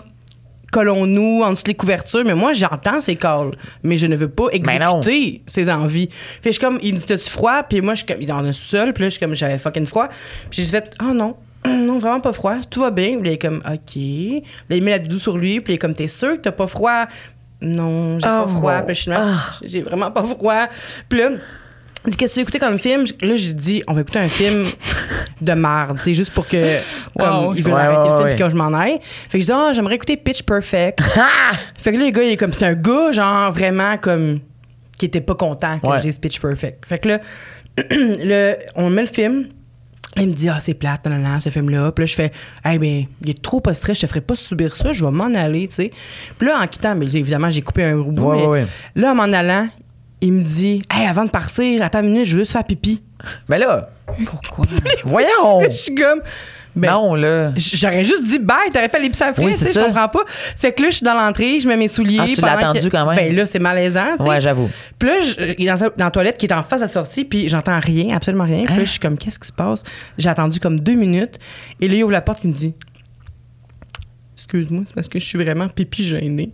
Speaker 2: collons-nous en dessous des couvertures. Mais moi, j'entends ces calls, mais je ne veux pas
Speaker 3: non.
Speaker 2: exécuter ses envies. Fait que je suis comme, il me dit, t'as-tu froid? Puis moi, je suis comme, il en a seul, puis là, je suis comme, j'avais fucking froid. Puis j'ai juste fait, oh non. Non, vraiment pas froid. Tout va bien. Puis là, il est comme, OK. Là, il met la doudou sur lui. Puis il est comme, t'es sûr que t'as pas froid? Non, j'ai pas
Speaker 3: Oh,
Speaker 2: froid.
Speaker 3: mon-
Speaker 2: Puis je suis là, j'ai vraiment pas froid. Puis là, il dit, qu'est-ce que tu as écouté comme film? Je- Là, j'ai dit, on va écouter un film de marde, tu sais, juste pour que, comme,
Speaker 4: Wow.
Speaker 2: ils veulent
Speaker 3: Ouais,
Speaker 2: arrêter
Speaker 3: ouais,
Speaker 2: le film
Speaker 3: ouais.
Speaker 2: puis que je m'en aille. Fait que je dis, ah, j'aimerais écouter Pitch Perfect.
Speaker 3: Ah!
Speaker 2: fait que là, le gars, il est comme, c'est un gars, genre, vraiment, comme, qui était pas content que
Speaker 3: Ouais.
Speaker 2: je dise Pitch Perfect. Fait que là, le- on met le film. Il me dit, ah, c'est plate, non, non, non, ce film-là. Puis là, je fais, hey, mais il est trop pas stress, je te ferai pas subir ça, je vais m'en aller, tu sais. Puis là, en quittant, mais évidemment, j'ai coupé un bout.
Speaker 3: Ouais,
Speaker 2: mais
Speaker 3: ouais, ouais.
Speaker 2: Là, en m'en allant, il me dit, hey, avant de partir, attends une minute, je veux juste faire pipi.
Speaker 3: Mais là,
Speaker 4: Pourquoi?
Speaker 3: voyons!
Speaker 2: je suis comme, ben,
Speaker 3: Eh oh! non, là.
Speaker 2: J- J'aurais juste dit bye, t'aurais pas les pistes après,
Speaker 3: Oui,
Speaker 2: tu sais, je
Speaker 3: c'est ça.
Speaker 2: comprends pas. Fait que là, je suis dans l'entrée, je mets mes souliers.
Speaker 3: Ah, tu
Speaker 2: pendant
Speaker 3: l'as
Speaker 2: que-
Speaker 3: attendu quand même.
Speaker 2: Ben là, c'est malaisant, tu sais.
Speaker 3: Ouais, j'avoue.
Speaker 2: Puis là, je- il est dans, dans la toilette qui est en face de la sortie, puis j'entends rien, absolument rien.
Speaker 3: Hein?
Speaker 2: Puis là, je suis comme, qu'est-ce qui se passe? J'ai attendu comme deux minutes, et là, il ouvre la porte, il me dit, excuse-moi, c'est parce que je suis vraiment pipi gênée.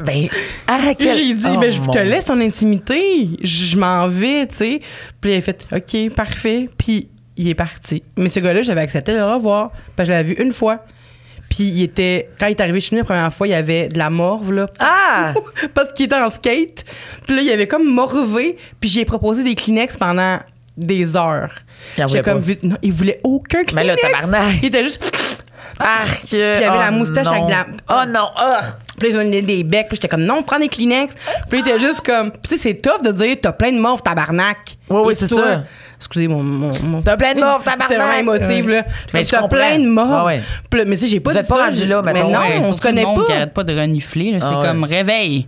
Speaker 3: Ben, à
Speaker 2: Puis j'ai
Speaker 3: oh
Speaker 2: dit, ben, je te laisse ton intimité, je je m'en vais, tu sais. Puis il a fait, OK, parfait. Puis il est parti. Mais ce gars-là, j'avais accepté de le revoir, parce que je l'avais vu une fois. Puis il était, quand il est arrivé chez nous la première fois, il y avait de la morve, là.
Speaker 3: Ah!
Speaker 2: Parce qu'il était en skate. Puis là, il avait comme morvé. Puis j'ai proposé des Kleenex pendant des heures.
Speaker 3: Il en
Speaker 2: J'ai
Speaker 3: voulait
Speaker 2: comme
Speaker 3: pas.
Speaker 2: vu. Non, il voulait aucun Kleenex.
Speaker 3: Mais là, tabarnak.
Speaker 2: Il était juste.
Speaker 3: Arc! Puis il
Speaker 2: avait la moustache avec la-
Speaker 3: Oh non! Ah!
Speaker 2: Puis là, il me donnait des becs. Puis j'étais comme, non, prends des Kleenex. Puis il était juste comme. Puis tu sais, c'est tough de dire, t'as plein de morve, tabarnak.
Speaker 3: Ouais, ouais,
Speaker 2: Et
Speaker 3: c'est
Speaker 2: toi-
Speaker 3: ça.
Speaker 2: Excusez mon. mon, mon-
Speaker 3: T'as plein de morve,
Speaker 2: C'était vraiment
Speaker 3: tabarnak!
Speaker 2: émotif, là.
Speaker 3: Mais
Speaker 2: Comme,
Speaker 3: je
Speaker 2: T'as
Speaker 3: comprends.
Speaker 2: plein de morve.
Speaker 3: Ah ouais.
Speaker 2: Puis là, mais tu sais, j'ai pas
Speaker 3: Vous
Speaker 2: dit
Speaker 3: êtes pas
Speaker 2: ça,
Speaker 3: rendu
Speaker 2: j'ai-
Speaker 3: là,
Speaker 2: Mais
Speaker 3: mettons,
Speaker 2: non,
Speaker 3: ouais,
Speaker 2: Ah, on se connaît
Speaker 4: monde qui
Speaker 2: pas.
Speaker 4: arrête pas de renifler, là, c'est
Speaker 3: Ah ouais.
Speaker 4: comme réveil.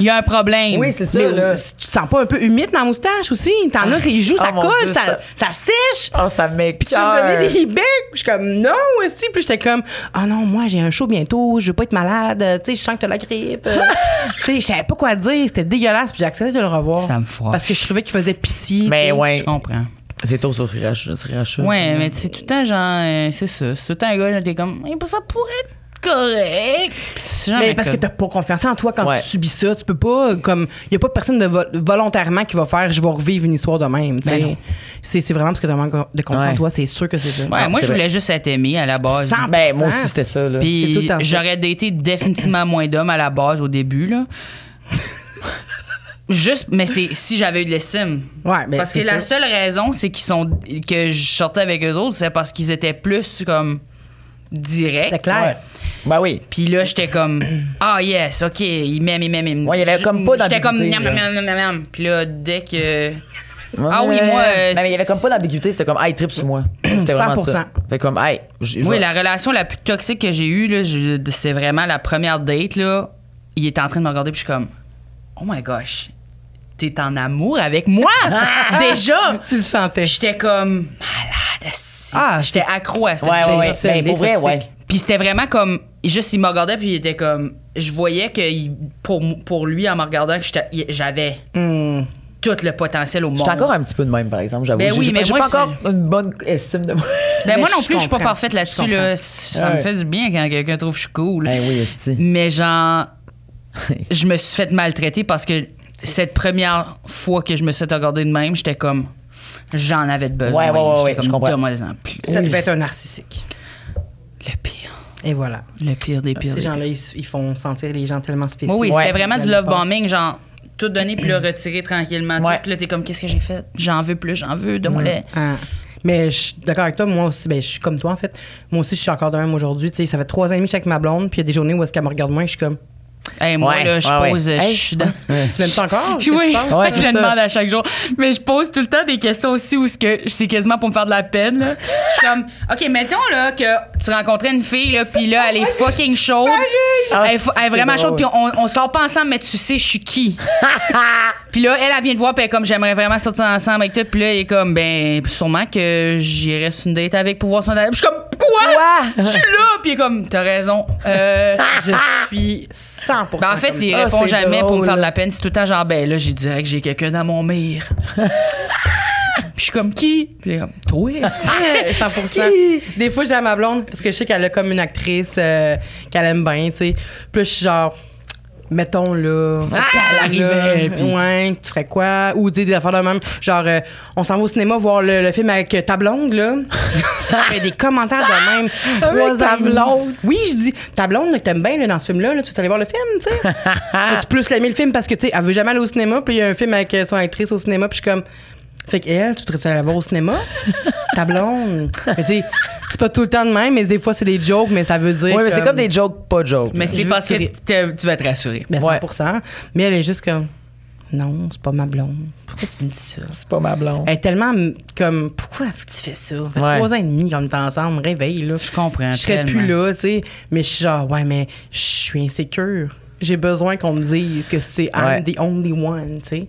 Speaker 4: Il y a un problème.
Speaker 3: Oui, c'est ça,
Speaker 2: Mais
Speaker 3: là.
Speaker 2: si tu te sens pas un peu humide dans la moustache aussi? T'en as, les joues, ça
Speaker 3: oh mon
Speaker 2: colle,
Speaker 3: Dieu,
Speaker 2: ça, ça sèche.
Speaker 3: Oh, ça m'écoeure.
Speaker 2: Puis tu me donnais des becs. Je suis comme, non, aussi. Puis j'étais comme, ah non, moi, j'ai un show bientôt, je veux pas être malade, euh, tu sais, je sens que t'as la grippe. euh. tu sais, je savais pas quoi dire, c'était dégueulasse. Puis j'ai accepté de le revoir.
Speaker 4: Ça me Ben froisse.
Speaker 2: Parce que je trouvais qu'il faisait pitié. tu
Speaker 3: Mais
Speaker 2: sais.
Speaker 3: Ben, ouais,
Speaker 4: Je comprends.
Speaker 3: c'est tôt sur Sriracha.
Speaker 2: Ben,
Speaker 3: Sriracha,
Speaker 4: Ouais,
Speaker 3: ça.
Speaker 4: mais c'est tout le temps genre, euh, c'est ça. C'est tout le temps un gars, là, t'es comme, Eh, ben, ça pourrait être correct. Puis c'est jamais
Speaker 2: Mais parce que
Speaker 4: comme-
Speaker 2: t'as pas confiance en toi quand
Speaker 3: Ouais.
Speaker 2: tu subis ça. Tu peux pas, comme, y a pas personne de vo- volontairement qui va faire, je vais revivre une histoire de même. tu
Speaker 4: Ben
Speaker 2: sais.
Speaker 4: non.
Speaker 2: C'est c'est vraiment parce que t'as manque de confiance en
Speaker 3: Ouais.
Speaker 2: toi, c'est sûr que c'est ça.
Speaker 4: Ouais,
Speaker 3: Ah,
Speaker 4: moi,
Speaker 3: c'est
Speaker 4: je voulais juste être aimé à la base.
Speaker 2: Sans-
Speaker 3: Ben, moi
Speaker 2: Ça.
Speaker 3: aussi, c'était ça,
Speaker 2: C'est tout le
Speaker 3: là.
Speaker 4: Ah, Puis
Speaker 2: temps ça.
Speaker 4: j'aurais daté définitivement moins d'hommes à la base au début, là. Juste, mais c'est si j'avais eu de l'estime.
Speaker 2: Ouais, ben,
Speaker 4: parce
Speaker 2: c'est
Speaker 4: que la
Speaker 2: ça.
Speaker 4: seule raison, c'est qu'ils sont que je sortais avec eux autres, c'est parce qu'ils étaient plus comme
Speaker 2: C'était
Speaker 4: directs.
Speaker 2: clair.
Speaker 3: Ben oui.
Speaker 4: Puis là, j'étais comme ah yes, ok, ils m'aiment, ils m'aiment. ils m'aiment.
Speaker 3: Ouais, il y avait comme pas
Speaker 4: J'étais comme
Speaker 3: d'ambiguïté,
Speaker 4: miam,
Speaker 3: là.
Speaker 4: miam, miam, miam, miam. Puis là, dès que Ah oui, moi, euh,
Speaker 3: Non, mais il y avait comme pas d'ambiguïté, c'était comme, ah, il tripe sur moi. C'était vraiment
Speaker 2: 100%.
Speaker 3: ça. Fait comme, hey, j'ai-
Speaker 4: Oui,
Speaker 3: j'ai-
Speaker 4: la relation la plus toxique que j'ai eue, là, je- c'était vraiment la première date. Là. Il était en train de me regarder, puis je suis comme, oh my gosh, t'es en amour avec moi déjà.
Speaker 2: Tu le sentais.
Speaker 4: Puis J'étais comme malade, asti.
Speaker 2: Ah,
Speaker 4: j'étais accro à cette
Speaker 3: Ouais, ouais,
Speaker 4: date.
Speaker 3: ouais.
Speaker 2: c'est
Speaker 3: Ben, pour vrai,
Speaker 2: toxique.
Speaker 3: ouais.
Speaker 4: Puis c'était vraiment comme, juste il me regardait, puis il était comme, je voyais que il- pour, pour lui en me regardant, que j'étais- il- j'avais
Speaker 2: Hmm.
Speaker 4: tout le potentiel au monde.
Speaker 3: J'étais encore un petit peu de même, par exemple, j'avoue.
Speaker 4: Ben
Speaker 3: J'ai-
Speaker 4: oui,
Speaker 3: j'ai pas-
Speaker 4: mais
Speaker 3: j'ai
Speaker 4: moi,
Speaker 3: pas
Speaker 4: je-
Speaker 3: encore une bonne estime de moi.
Speaker 4: Ben
Speaker 2: Mais
Speaker 4: moi non
Speaker 2: je
Speaker 4: plus, je suis pas
Speaker 2: comprends.
Speaker 4: parfaite là-dessus.
Speaker 2: Je comprends.
Speaker 4: Là. Ça
Speaker 3: Ouais.
Speaker 4: me fait du bien quand quelqu'un trouve que je suis cool.
Speaker 3: Ben oui, esti.
Speaker 4: Mais genre, je me suis fait maltraiter parce que cette première fois que je me suis fait regarder de même, j'étais comme, j'en avais de besoin.
Speaker 3: Ouais, ouais, ouais,
Speaker 4: J'étais
Speaker 3: ouais,
Speaker 4: comme,
Speaker 3: je comprends.
Speaker 4: donne-moi-en plus.
Speaker 2: Ça
Speaker 3: Oui.
Speaker 2: devait être un narcissique.
Speaker 4: Le pire.
Speaker 2: Et voilà.
Speaker 4: Le pire des pires.
Speaker 2: Ces
Speaker 4: des pires.
Speaker 2: gens-là, ils, ils font sentir les gens tellement spéciaux.
Speaker 4: Oui, oui,
Speaker 3: Ouais.
Speaker 4: c'était vraiment du
Speaker 2: Ils
Speaker 4: love
Speaker 2: veulent pas.
Speaker 4: bombing, genre, tout donner puis le retirer tranquillement.
Speaker 3: Ouais.
Speaker 4: Tout, là, t'es comme, qu'est-ce que j'ai fait? J'en veux plus, j'en veux, donne-moi le.
Speaker 2: Ah. Mais je suis d'accord avec toi, moi aussi, ben, je suis comme toi en fait. Moi aussi, je suis encore de même aujourd'hui. Tu sais, ça fait trois ans et demi que je suis avec ma blonde, puis il y a des journées où est-ce qu'elle me regarde moins, je suis comme.
Speaker 4: Hey, moi,
Speaker 3: Ouais,
Speaker 4: là, je
Speaker 3: ouais, ouais.
Speaker 4: pose,
Speaker 3: Hey.
Speaker 4: je suis dans-
Speaker 2: Tu m'aimes pas encore? Qu'est-ce qui se
Speaker 4: Oui,
Speaker 2: passe?
Speaker 3: Ouais,
Speaker 4: ça que je
Speaker 3: c'est
Speaker 4: le
Speaker 3: ça.
Speaker 4: demande à chaque jour. Mais je pose tout le temps des questions aussi où ce que c'est quasiment pour me faire de la peine. là. Je suis comme, OK, mettons là, que tu rencontrais une fille, là, puis là, elle est fucking chaude.
Speaker 3: Ah,
Speaker 4: Elle est, fu- elle est
Speaker 3: c'est
Speaker 4: vraiment
Speaker 3: drôle.
Speaker 4: chaude, puis on, on sort pas ensemble, mais tu sais, je suis qui. puis là, elle, elle vient te voir, puis elle est comme, j'aimerais vraiment sortir ensemble avec toi. Puis là, elle est comme, ben, sûrement que j'irai sur une date avec pour voir son Puis je suis comme, quoi? Je suis là! Puis elle est comme, t'as raison. Euh,
Speaker 2: Je suis 100%.
Speaker 4: ben, en fait,
Speaker 2: comme
Speaker 4: il
Speaker 2: ça.
Speaker 4: répond
Speaker 2: Ah, c'est
Speaker 4: jamais
Speaker 2: drôle.
Speaker 4: pour me faire de la peine. C'est tout le temps genre, ben là, j'ai dirais que j'ai quelqu'un dans mon mire. Puis je suis comme qui? Puis il est comme, toi. esti.
Speaker 2: Ouais, 100%. Des fois, j'ai à ma blonde, parce que je sais qu'elle a comme une actrice euh, qu'elle aime bien, tu sais. Puis là, je suis genre, mettons là. cette
Speaker 4: elle
Speaker 2: personne-là,
Speaker 4: arrivait, puis-
Speaker 2: Ouais, tu ferais quoi? Ou tu sais, des affaires de même. Genre, euh, on s'en va au cinéma voir le, le film avec euh, ta blonde, là. je fais des commentaires de même. Trois
Speaker 3: ta
Speaker 2: ans et demi.
Speaker 3: blonde.
Speaker 2: Oui, je dis, ta blonde, là, que t'aimes bien là, dans ce film-là, là, tu vas aller voir le film, tu sais.
Speaker 3: Ah.
Speaker 2: tu plus l'aimer le film parce que, tu sais, elle veut jamais aller au cinéma, puis il y a un film avec euh, son actrice au cinéma, puis je suis comme. Fait qu'elle, tu voudrais aller voir au cinéma? ta blonde. Mais tu sais, c'est pas tout le temps de même, mais des fois, c'est des jokes, mais ça veut dire.
Speaker 3: Ouais, mais c'est comme des jokes, pas jokes.
Speaker 4: Mais c'est
Speaker 2: veux
Speaker 4: parce que
Speaker 2: sourire.
Speaker 4: t'es- tu vas te rassurer.
Speaker 2: Ben,
Speaker 3: Ouais.
Speaker 2: 100%. Mais elle est juste comme. Non, c'est pas ma blonde. Pourquoi tu me dis ça?
Speaker 3: c'est pas ma blonde.
Speaker 2: Elle est tellement m- comme pourquoi tu fais ça? Ça fait
Speaker 3: Ouais.
Speaker 2: trois ans et demi qu'on est ensemble, réveille là.
Speaker 4: Je comprends
Speaker 2: Je serais
Speaker 4: tellement.
Speaker 2: plus là, tu sais. Mais je suis genre ouais, mais je suis insécure. J'ai besoin qu'on me dise que c'est I'm
Speaker 3: Ouais.
Speaker 2: the only one, tu sais.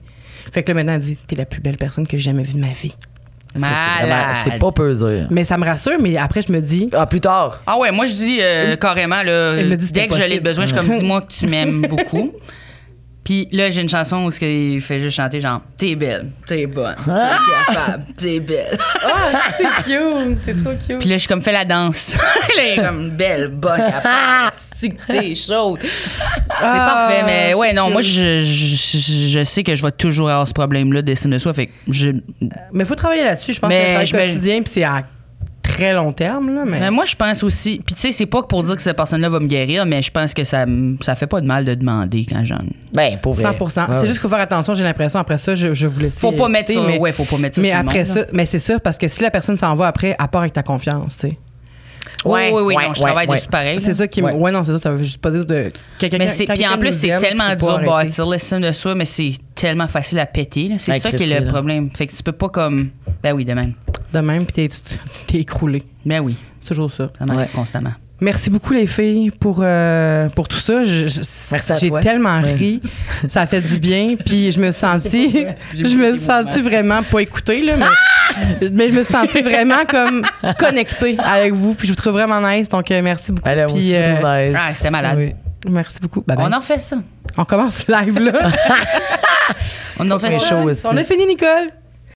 Speaker 2: Fait que là maintenant elle dit t'es la plus belle personne que j'ai jamais vue de ma vie.
Speaker 3: Ça, c'est vraiment-
Speaker 4: Malade.
Speaker 3: C'est pas peu dire.
Speaker 2: Mais ça me rassure, mais après je me dis
Speaker 3: Ah, plus tard.
Speaker 4: Ah ouais, moi je dis euh, carrément, là,
Speaker 2: Elle me dit,
Speaker 4: dès
Speaker 2: c'est
Speaker 4: que je l'ai
Speaker 2: impossible.
Speaker 4: besoin, je suis comme, dis-moi que tu m'aimes beaucoup. Puis là, j'ai une chanson où ce qu'il fait juste chanter genre, t'es belle, t'es bonne, t'es capable, t'es belle.
Speaker 2: ah c'est cute, c'est trop cute.
Speaker 4: Puis là, je suis comme, fais la danse. là, il est comme, belle, bonne, capable, si que t'es chaude. C'est parfait, mais ouais, non, moi, je, je- je- je sais que je vais toujours avoir ce problème-là d'estime de soi. Fait que je.
Speaker 2: Mais faut travailler là-dessus, je pense
Speaker 4: Mais
Speaker 2: que c'est un
Speaker 4: je me-
Speaker 2: travail quotidien puis c'est à très long terme, là, mais.
Speaker 4: Mais moi, je pense aussi. Puis, tu sais, c'est pas pour dire que cette personne-là va me guérir, mais je pense que ça, m- ça fait pas de mal de demander quand j'en.
Speaker 3: Ben, pour vrai.
Speaker 2: 100
Speaker 3: Ouais,
Speaker 2: C'est
Speaker 3: ouais.
Speaker 2: juste qu'il faut faire attention, j'ai l'impression. Après ça, je, je vous laisse.
Speaker 4: Faut pas mettre ça- ouais, faut pas mettre ça
Speaker 2: Mais
Speaker 4: sur le
Speaker 2: après
Speaker 4: monde,
Speaker 2: ça, mais c'est ça, parce que si la personne s'en va après, à part avec ta confiance, tu sais.
Speaker 3: Ouais,
Speaker 4: oui, oui, oui.
Speaker 3: ouais,
Speaker 4: non, je
Speaker 3: ouais,
Speaker 4: travaille
Speaker 3: ouais.
Speaker 4: dessus pareil.
Speaker 2: C'est
Speaker 4: là.
Speaker 2: ça qui me.
Speaker 3: Ouais.
Speaker 2: Ouais. non, c'est ça, ça veut juste pas dire de. quand quelqu'un-
Speaker 4: Mais c'est,
Speaker 2: quand
Speaker 4: puis en
Speaker 2: quelqu'un
Speaker 4: plus,
Speaker 2: nous
Speaker 4: c'est
Speaker 2: aime, tu
Speaker 4: tellement
Speaker 2: peux
Speaker 4: dur bah,
Speaker 2: pas
Speaker 4: de
Speaker 2: arrêter.
Speaker 4: bâtir l'estime de soi, mais c'est tellement facile à péter. là. C'est
Speaker 3: Ouais,
Speaker 4: ça qui
Speaker 3: Chris,
Speaker 4: est
Speaker 3: oui,
Speaker 4: le
Speaker 3: là.
Speaker 4: problème. Fait que tu peux pas comme. Ben oui, de même.
Speaker 2: De même, puis t'es- tu- t'es écroulé.
Speaker 4: Ben oui,
Speaker 2: C'est toujours ça.
Speaker 4: ça m'arrive
Speaker 3: Ouais.
Speaker 4: constamment.
Speaker 2: Merci beaucoup, les filles, pour, euh, pour tout ça. Je- je-
Speaker 3: Merci à
Speaker 2: J'ai
Speaker 3: toi.
Speaker 2: tellement ri. Ça a fait du bien. Puis je me suis sentie, je me suis sentie vraiment pas écoutée, là, mais,
Speaker 4: Ah!
Speaker 2: mais je me suis sentie vraiment comme connectée avec vous. Puis je vous trouve vraiment nice. Donc, euh, merci beaucoup.
Speaker 3: Ben là,
Speaker 2: Puis,
Speaker 3: moi aussi,
Speaker 2: euh,
Speaker 3: je trouve nice.
Speaker 4: ah, c'était malade.
Speaker 3: Oui.
Speaker 2: merci beaucoup. Bye bye.
Speaker 4: On en refait ça.
Speaker 2: On commence live, là.
Speaker 4: On en refait
Speaker 3: Mais
Speaker 4: ça.
Speaker 3: chaud aussi.
Speaker 2: On a fini, Nicole.